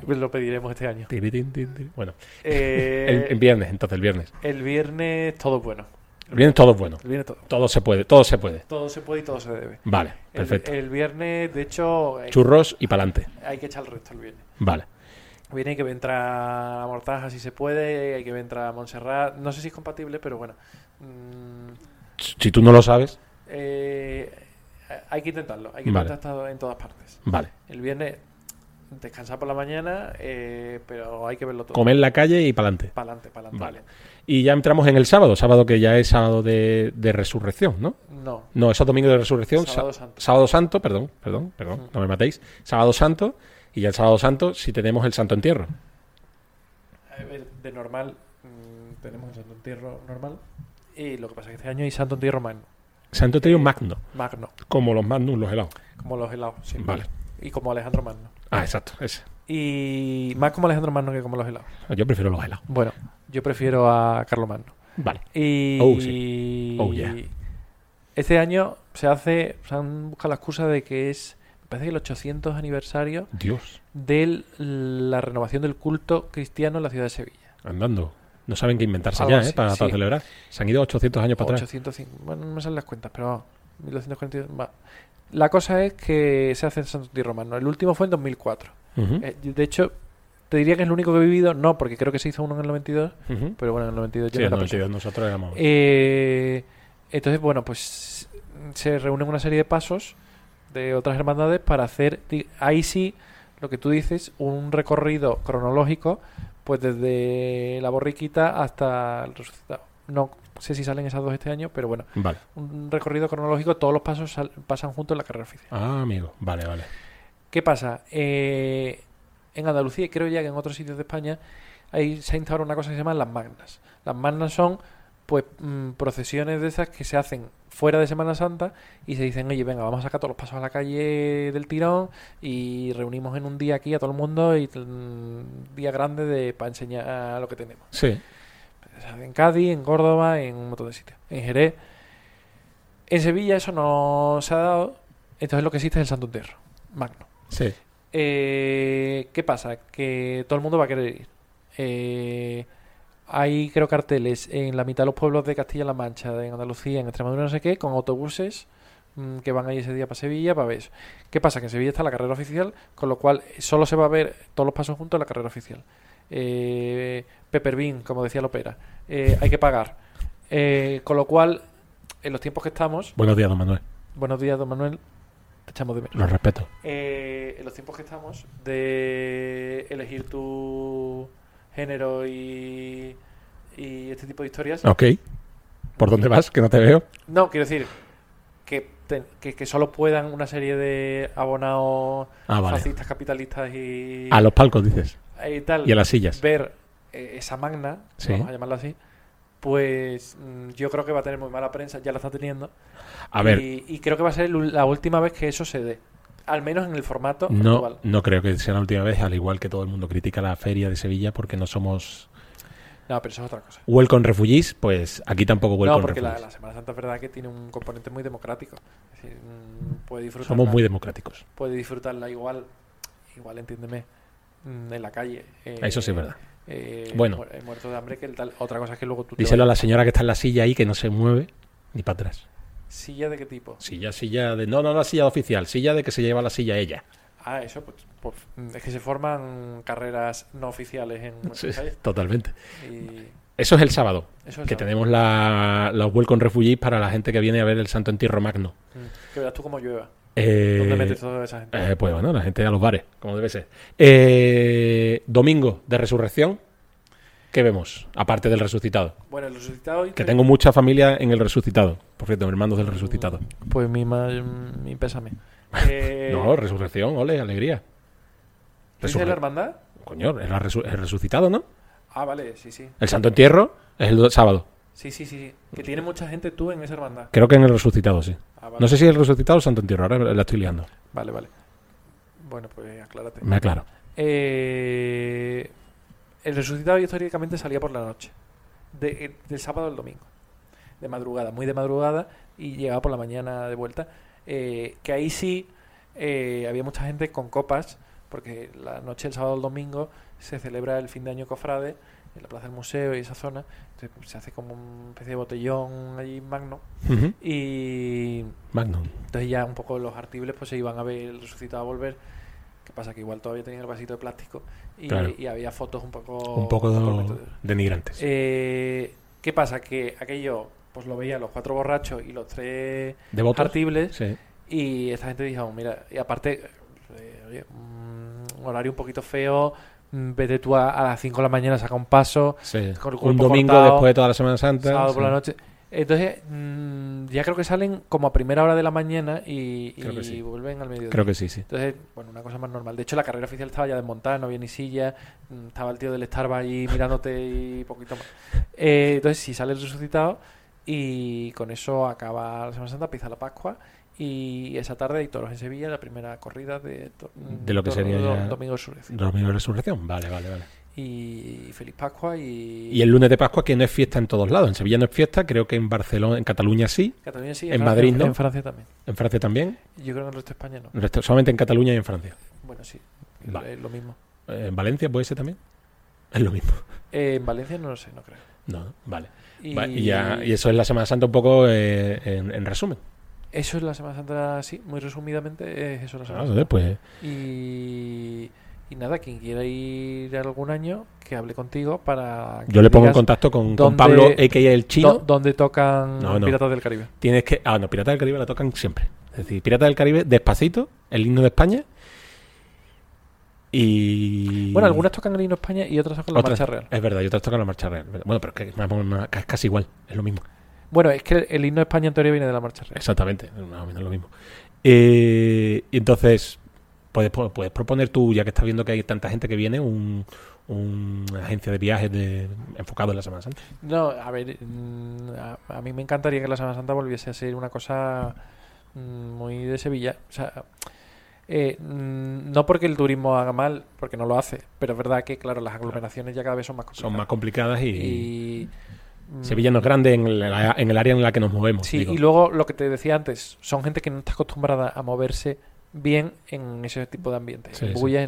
Speaker 2: lo, pediremos este año.
Speaker 1: Tiritín, tin, tin. Bueno,
Speaker 2: Eh,
Speaker 1: el, el viernes, entonces el viernes.
Speaker 2: el viernes todo bueno.
Speaker 1: El viernes todo es bueno.
Speaker 2: El viernes todo.
Speaker 1: Todo se puede, todo se puede.
Speaker 2: Todo se puede y todo se debe.
Speaker 1: Vale,
Speaker 2: El-
Speaker 1: perfecto.
Speaker 2: El, viernes, de hecho, hay,
Speaker 1: Churros y pa'lante.
Speaker 2: hay que echar el resto el viernes.
Speaker 1: Vale.
Speaker 2: Viene hay que entrar a Mortaja si se puede, hay que entrar a Montserrat. No sé si es compatible, pero bueno. Mm,
Speaker 1: Si tú no lo sabes,
Speaker 2: eh, hay que intentarlo, hay que
Speaker 1: Vale.
Speaker 2: intentar estar en todas partes.
Speaker 1: vale.
Speaker 2: El viernes descansar por la mañana, eh, pero hay que verlo todo.
Speaker 1: Comer en la calle y pa'lante.
Speaker 2: Para adelante, para
Speaker 1: Vale.
Speaker 2: adelante.
Speaker 1: Y ya entramos en el sábado, sábado que ya es sábado de, de resurrección, ¿no?
Speaker 2: No,
Speaker 1: No, eso es domingo de resurrección.
Speaker 2: Sábado
Speaker 1: sa-
Speaker 2: Santo.
Speaker 1: Sábado Santo, perdón, perdón, perdón, no me matéis. Sábado Santo, y ya el sábado Santo si tenemos el Santo Entierro.
Speaker 2: a ver, de normal mm, tenemos el Santo Entierro normal. Y lo que pasa es que este año hay Santo Entierro magno,
Speaker 1: Santo Entierro Magno,
Speaker 2: magno
Speaker 1: como los Magnus, los helados.
Speaker 2: como los helados. sí.
Speaker 1: Vale.
Speaker 2: Y como Alejandro Magno.
Speaker 1: Ah, exacto, ese.
Speaker 2: Y más como Alejandro Magno que como los helados.
Speaker 1: Ah, Yo prefiero los helados.
Speaker 2: Bueno, yo prefiero a Carlos Magno.
Speaker 1: Vale.
Speaker 2: Y
Speaker 1: Oh, Oh, yeah.
Speaker 2: este año se hace, se han buscado la excusa de que es, me parece que el 800 aniversario
Speaker 1: Dios,
Speaker 2: de la renovación del culto cristiano en la ciudad de Sevilla.
Speaker 1: andando. No saben qué inventarse
Speaker 2: Algo
Speaker 1: ya,
Speaker 2: así,
Speaker 1: ¿eh? Para,
Speaker 2: sí.
Speaker 1: para celebrar. Se han ido 800 años para atrás.
Speaker 2: 805, bueno, no me salen las cuentas, pero vamos, 1242. va. La cosa es que se hace en Santo Tío Romano. El último fue en 2004.
Speaker 1: Ujú,
Speaker 2: Eh, de hecho, te diría que es el único que he vivido, no, porque creo que se hizo uno en el 92,
Speaker 1: ujú.
Speaker 2: pero bueno, en el 92
Speaker 1: Sí,
Speaker 2: yo no
Speaker 1: el
Speaker 2: era persona.
Speaker 1: 92 nosotros éramos.
Speaker 2: Eh, entonces, bueno, pues se reúnen una serie de pasos de otras hermandades para hacer, di- ahí sí, lo que tú dices, un recorrido cronológico, pues desde la borriquita hasta el resucitado. No sé si salen esas dos este año, pero bueno,
Speaker 1: Vale.
Speaker 2: un recorrido cronológico, todos los pasos sal- pasan juntos en la carrera oficial.
Speaker 1: Ah, amigo. Vale, vale.
Speaker 2: ¿Qué pasa? Eh, en Andalucía, y creo ya que en otros sitios de España, ahí se ha instaurado una cosa que se llama las magnas. Las magnas son pues mm, procesiones de esas que se hacen fuera de Semana Santa y se dicen, oye, venga, vamos a sacar todos los pasos a la calle del tirón y reunimos en un día aquí a todo el mundo y mm, un día grande de para enseñar lo que tenemos.
Speaker 1: Sí.
Speaker 2: Se hace en Cádiz, en Córdoba, en un montón de sitios. En Jerez. En Sevilla eso no se ha dado. Entonces lo que existe es el Santo Entierro, magno.
Speaker 1: Sí.
Speaker 2: Eh, ¿Qué pasa? Que todo el mundo va a querer ir. Eh, hay, creo, carteles en la mitad de los pueblos de Castilla-La Mancha, de Andalucía, en Extremadura, no sé qué, con autobuses mm, que van ahí ese día para Sevilla para ver eso. ¿Qué pasa? Que en Sevilla está la carrera oficial, con lo cual eh, solo se va a ver todos los pasos juntos en la carrera oficial. Eh, Pepperbean, como decía Lopera, eh, hay que pagar. Eh, con lo cual, en los tiempos que estamos,
Speaker 1: Buenos días, don Manuel.
Speaker 2: buenos días, don Manuel, te echamos de menos
Speaker 1: Los respeto.
Speaker 2: eh, en los tiempos que estamos de elegir tu género y, y este tipo de historias.
Speaker 1: Ok. ¿Por dónde vas? Que no te veo.
Speaker 2: No, quiero decir que, te- que, que solo puedan una serie de abonados
Speaker 1: Ah, vale.
Speaker 2: fascistas, capitalistas y, eh,
Speaker 1: A los palcos, dices.
Speaker 2: y tal
Speaker 1: Y a las sillas.
Speaker 2: ver eh, esa magna,
Speaker 1: Sí.
Speaker 2: vamos a llamarla así, pues mm, yo creo que va a tener muy mala prensa, ya la está teniendo.
Speaker 1: A ver,
Speaker 2: y, y creo que va a ser el- la última vez que eso se dé. Al menos en el formato
Speaker 1: no,
Speaker 2: actual.
Speaker 1: no creo que sea la última vez, al igual que todo el mundo critica la feria de Sevilla porque no somos
Speaker 2: No, pero eso es otra cosa.
Speaker 1: Welcome Refugees, pues aquí tampoco
Speaker 2: No,
Speaker 1: Welcome
Speaker 2: porque la,
Speaker 1: Refugees.
Speaker 2: la Semana Santa es verdad que tiene un componente muy democrático. Es decir, mm, puede disfrutarla,
Speaker 1: Somos muy democráticos.
Speaker 2: puede disfrutarla igual, igual entiéndeme, mm, en la calle. eh,
Speaker 1: Eso sí es verdad.
Speaker 2: eh,
Speaker 1: Bueno.
Speaker 2: muer- muerto de hambre que el tal. Otra cosa es que luego tú te
Speaker 1: Díselo a
Speaker 2: vayas-
Speaker 1: la señora que está en la silla ahí que no se mueve ni para atrás.
Speaker 2: ¿Silla de qué tipo?
Speaker 1: Silla, silla de. No, no, la silla oficial, silla de que se lleva la silla ella.
Speaker 2: Ah, eso, pues, pues, mm, es que se forman carreras no oficiales en
Speaker 1: Sí,
Speaker 2: nuestras calles.
Speaker 1: totalmente.
Speaker 2: Y
Speaker 1: Eso es el sábado,
Speaker 2: eso es
Speaker 1: que
Speaker 2: sábado.
Speaker 1: tenemos la, los Welcome Refugees para la gente que viene a ver el Santo Entierro Magno.
Speaker 2: Mm, Que verás tú cómo llueva.
Speaker 1: Eh,
Speaker 2: ¿Dónde metes toda esa gente?
Speaker 1: eh, pues bueno, la gente a los bares, como debe ser. Eh, domingo de resurrección, ¿qué vemos? Aparte del resucitado.
Speaker 2: Bueno, el resucitado. hoy
Speaker 1: Que
Speaker 2: te-
Speaker 1: tengo mucha familia en el resucitado. Por cierto, hermanos del resucitado.
Speaker 2: Pues mi, ma- mi pésame. Eh,
Speaker 1: No, resurrección, ole, alegría.
Speaker 2: ¿tú dices
Speaker 1: Resurre-
Speaker 2: la hermandad?
Speaker 1: Coño, es la resu- el resucitado, ¿no?
Speaker 2: Ah, vale, sí, sí.
Speaker 1: El santo entierro es el do- sábado.
Speaker 2: Sí, sí, sí. sí. Que tiene mucha gente tú en esa hermandad.
Speaker 1: Creo que en el resucitado, sí.
Speaker 2: Ah, vale.
Speaker 1: No sé si el resucitado o el santo entierro, ahora la estoy liando.
Speaker 2: Vale, vale. Bueno, pues aclárate.
Speaker 1: Me aclaro.
Speaker 2: Eh, el resucitado históricamente salía por la noche. De- eh, del sábado al domingo. De madrugada, muy de madrugada. Y llegaba por la mañana de vuelta. Eh, que ahí sí eh, había mucha gente con copas. Porque la noche del sábado al domingo se celebra el fin de año cofrade. En la plaza del museo y esa zona. Entonces, se hace como una especie de botellón allí magno.
Speaker 1: Ujú.
Speaker 2: Y
Speaker 1: Magnum.
Speaker 2: entonces ya un poco los artibles pues se iban a ver el resucitado a volver. ¿Qué pasa? Que igual todavía tenían el vasito de plástico y,
Speaker 1: Claro.
Speaker 2: y había fotos un poco...
Speaker 1: Un poco de,
Speaker 2: comprometedoras.
Speaker 1: denigrantes.
Speaker 2: Eh, ¿Qué pasa? Que aquello pues lo veían los cuatro borrachos y los tres
Speaker 1: ¿Devotos?
Speaker 2: artibles
Speaker 1: Sí.
Speaker 2: y esta gente dijo, mira, y aparte, eh, oye, mm, un horario un poquito feo, mm, vete tú a, a las 5 de la mañana, saca un paso,
Speaker 1: Sí.
Speaker 2: Con el cuerpo
Speaker 1: Un domingo
Speaker 2: cortado,
Speaker 1: después de toda la Semana Santa.
Speaker 2: sábado por
Speaker 1: sí.
Speaker 2: la noche. Entonces, mm, ya creo que salen como a primera hora de la mañana y,
Speaker 1: Creo que
Speaker 2: y
Speaker 1: sí.
Speaker 2: vuelven al mediodía.
Speaker 1: Creo que sí, sí.
Speaker 2: Entonces, bueno, una cosa más normal. De hecho, la carrera oficial estaba ya desmontada, no había ni silla, mm, estaba el tío del Starbucks ahí mirándote y poquito más. Eh, entonces, si sale el resucitado y con eso acaba la Semana Santa, empieza la Pascua y esa tarde hay toros en Sevilla, la primera corrida de, to- mm,
Speaker 1: De lo que
Speaker 2: toro-
Speaker 1: sería ya-
Speaker 2: Domingo Surez.
Speaker 1: Domingo de resurrección. Vale, vale, vale.
Speaker 2: Y feliz Pascua y...
Speaker 1: Y el lunes de Pascua, que no es fiesta en todos lados. En Sevilla no es fiesta, creo que en Barcelona, en Cataluña sí,
Speaker 2: Cataluña sí,
Speaker 1: en
Speaker 2: Francia-
Speaker 1: Madrid, ¿no?
Speaker 2: En Francia también.
Speaker 1: en Francia también.
Speaker 2: Yo creo que en el resto de España no.
Speaker 1: El resto- solamente en Cataluña y en Francia.
Speaker 2: Bueno, sí,
Speaker 1: Vale.
Speaker 2: es lo mismo.
Speaker 1: Eh, ¿En Valencia puede ser también? Es lo mismo.
Speaker 2: Eh, en Valencia no lo sé, no creo.
Speaker 1: No, no, vale. Va- Y, ya- y eso es la Semana Santa un poco eh, en, en resumen.
Speaker 2: Eso es la Semana Santa, sí, muy resumidamente es eso la Semana
Speaker 1: Ah,
Speaker 2: Santa.
Speaker 1: joder, pues,
Speaker 2: Y, y nada, quien quiera ir algún año, que hable contigo para... que
Speaker 1: yo le pongo en
Speaker 2: digas
Speaker 1: contacto con, con
Speaker 2: dónde-
Speaker 1: Pablo, a.k.a. el chino.
Speaker 2: dó- ¿Dónde tocan
Speaker 1: No, no.
Speaker 2: Piratas del Caribe?
Speaker 1: Tienes que. Ah, no, Pirata del Caribe la tocan siempre. Es decir, Pirata del Caribe, despacito, el himno de España. Y.
Speaker 2: Bueno, algunas tocan el himno España y otras tocan la
Speaker 1: Otras-
Speaker 2: Marcha Real.
Speaker 1: Es verdad, y otras tocan la marcha real. Bueno, pero es que es más- más- es casi igual, es lo mismo.
Speaker 2: Bueno, es que el himno de España en teoría viene de la Marcha Real.
Speaker 1: Exactamente, más o menos lo mismo. Eh, y entonces, puedes, po- puedes proponer tú, ya que estás viendo que hay tanta gente que viene, un, una agencia de viajes de, enfocado en la Semana Santa.
Speaker 2: No, a ver, mm, a, a mí me encantaría que la Semana Santa volviese a ser una cosa mm, muy de Sevilla. O sea, eh, mm, no porque el turismo haga mal, porque no lo hace, pero es verdad que, claro, las aglomeraciones ya cada vez son más complicadas.
Speaker 1: Son más complicadas y,
Speaker 2: Y, mm,
Speaker 1: Sevilla no es grande en, la- en el área en la que nos movemos.
Speaker 2: Sí,
Speaker 1: digo.
Speaker 2: y luego lo que te decía antes, son gente que no está acostumbrada a moverse bien en ese tipo de ambientes.
Speaker 1: Sí,
Speaker 2: en
Speaker 1: sí.
Speaker 2: bullas.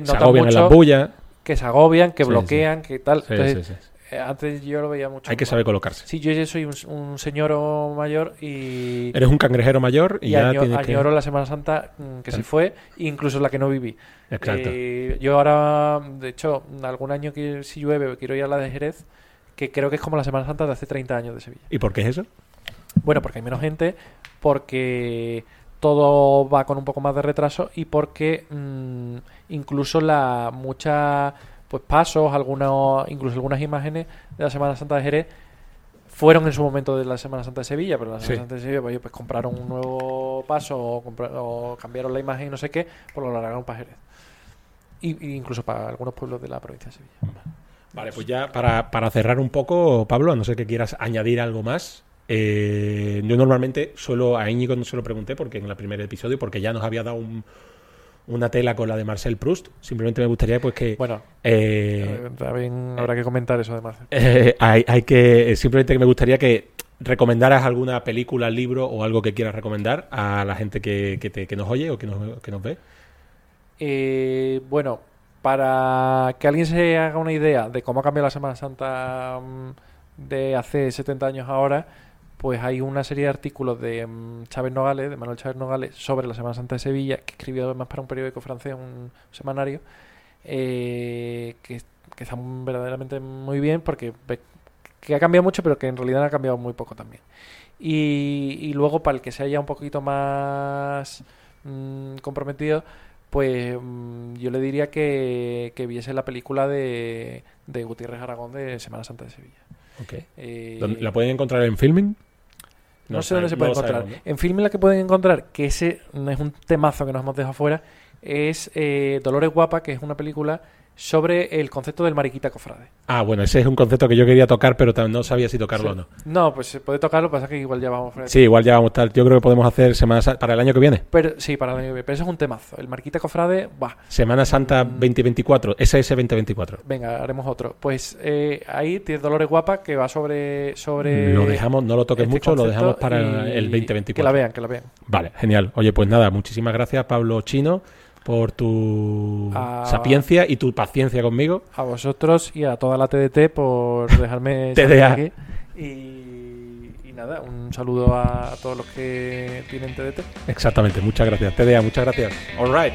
Speaker 1: Se
Speaker 2: notas
Speaker 1: agobian en
Speaker 2: mucho
Speaker 1: las bullas.
Speaker 2: que se agobian,
Speaker 1: Sí,
Speaker 2: que
Speaker 1: sí, sí.
Speaker 2: bloquean, que tal.
Speaker 1: Sí,
Speaker 2: Entonces,
Speaker 1: sí, sí, sí.
Speaker 2: eh, antes yo lo veía mucho.
Speaker 1: Hay que
Speaker 2: más.
Speaker 1: saber colocarse.
Speaker 2: Sí, yo ya soy un, un señor o mayor y,
Speaker 1: Eres un cangrejero mayor y,
Speaker 2: y
Speaker 1: ya
Speaker 2: año-
Speaker 1: tienes que...
Speaker 2: añoro la Semana Santa mm, que se
Speaker 1: Tan-
Speaker 2: fue, incluso la que no viví.
Speaker 1: Exacto.
Speaker 2: Eh, yo ahora, de hecho, algún año que si llueve quiero ir a la de Jerez, que creo que es como la Semana Santa de hace 30 años de Sevilla.
Speaker 1: ¿Y por qué es eso?
Speaker 2: Bueno, porque hay menos gente, porque todo va con un poco más de retraso y porque mm, incluso la mucha pues pasos, algunos incluso algunas imágenes de la Semana Santa de Jerez fueron en su momento de la Semana Santa de Sevilla, pero la Semana
Speaker 1: Sí.
Speaker 2: Santa de Sevilla pues, oye, pues, compraron un nuevo paso o, compra- o cambiaron la imagen y no sé qué, pues lo largaron para Jerez. Y, y incluso para algunos pueblos de la provincia de Sevilla.
Speaker 1: Vale, pues ya para, para cerrar un poco, Pablo, a no ser que quieras añadir algo más. eh, yo normalmente suelo, a Íñigo no se lo pregunté porque en el primer episodio, porque ya nos había dado un, una tela con la de Marcel Proust. Simplemente me gustaría pues que
Speaker 2: Bueno,
Speaker 1: eh,
Speaker 2: eh, también habrá que comentar eso además.
Speaker 1: eh, hay, hay que simplemente que me gustaría que recomendaras alguna película, libro o algo que quieras recomendar a la gente que, que te- que nos oye o que nos, que nos ve.
Speaker 2: Eh, bueno, para que alguien se haga una idea de cómo ha cambiado la Semana Santa mm, de hace 70 años a ahora, pues hay una serie de artículos de mm, Chávez Nogales, de Manuel Chávez Nogales, sobre la Semana Santa de Sevilla, que escribió además para un periódico francés, un semanario, eh, que, que están verdaderamente muy bien porque ve que ha cambiado mucho, pero que en realidad ha cambiado muy poco también. Y, y luego, para el que sea ya un poquito más mm, comprometido, pues mm, yo le diría que, que viese la película de, de Gutiérrez Aragón de Semana Santa de Sevilla. Eh,
Speaker 1: ¿Dónde- ¿La pueden encontrar en filming?
Speaker 2: no, sé
Speaker 1: sabe-
Speaker 2: dónde se puede
Speaker 1: no lo
Speaker 2: encontrar.
Speaker 1: sabemos,
Speaker 2: En film la que pueden encontrar, que ese no es un temazo que nos hemos dejado fuera, es eh, Dolores Guapa, que es una película sobre el concepto del mariquita cofrade.
Speaker 1: ¿no? Ah, bueno, ese es un concepto que yo quería tocar, pero tam- no sabía si tocarlo o no.
Speaker 2: No, pues se puede tocar, lo que pasa es que igual ya vamos fuera de
Speaker 1: Sí, igual ya vamos a estar. Yo creo que podemos hacer Semana Sa- para el año que viene.
Speaker 2: Pero sí, para el año que viene. Pero eso es un temazo. El Marquita Cofrade, buah,
Speaker 1: Semana Santa
Speaker 2: Mm.
Speaker 1: 2024, SS 2024.
Speaker 2: venga, haremos otro. Pues eh, ahí tienes Dolores Guapa que va sobre. sobre
Speaker 1: lo dejamos, no lo toques
Speaker 2: Eh, este
Speaker 1: mucho, lo
Speaker 2: concepto
Speaker 1: dejamos para
Speaker 2: y-
Speaker 1: el
Speaker 2: Que la
Speaker 1: 2024.
Speaker 2: vean, que la vean.
Speaker 1: Vale, genial. Oye, pues nada, muchísimas gracias, Pablo Chino, por tu
Speaker 2: Ah.
Speaker 1: sapiencia y tu paciencia conmigo.
Speaker 2: A vosotros y a toda la TDT por dejarme
Speaker 1: TDA.
Speaker 2: salir aquí. Y, y nada, un saludo a todos los que tienen TDT.
Speaker 1: Exactamente, muchas gracias. TDA, muchas gracias. All right.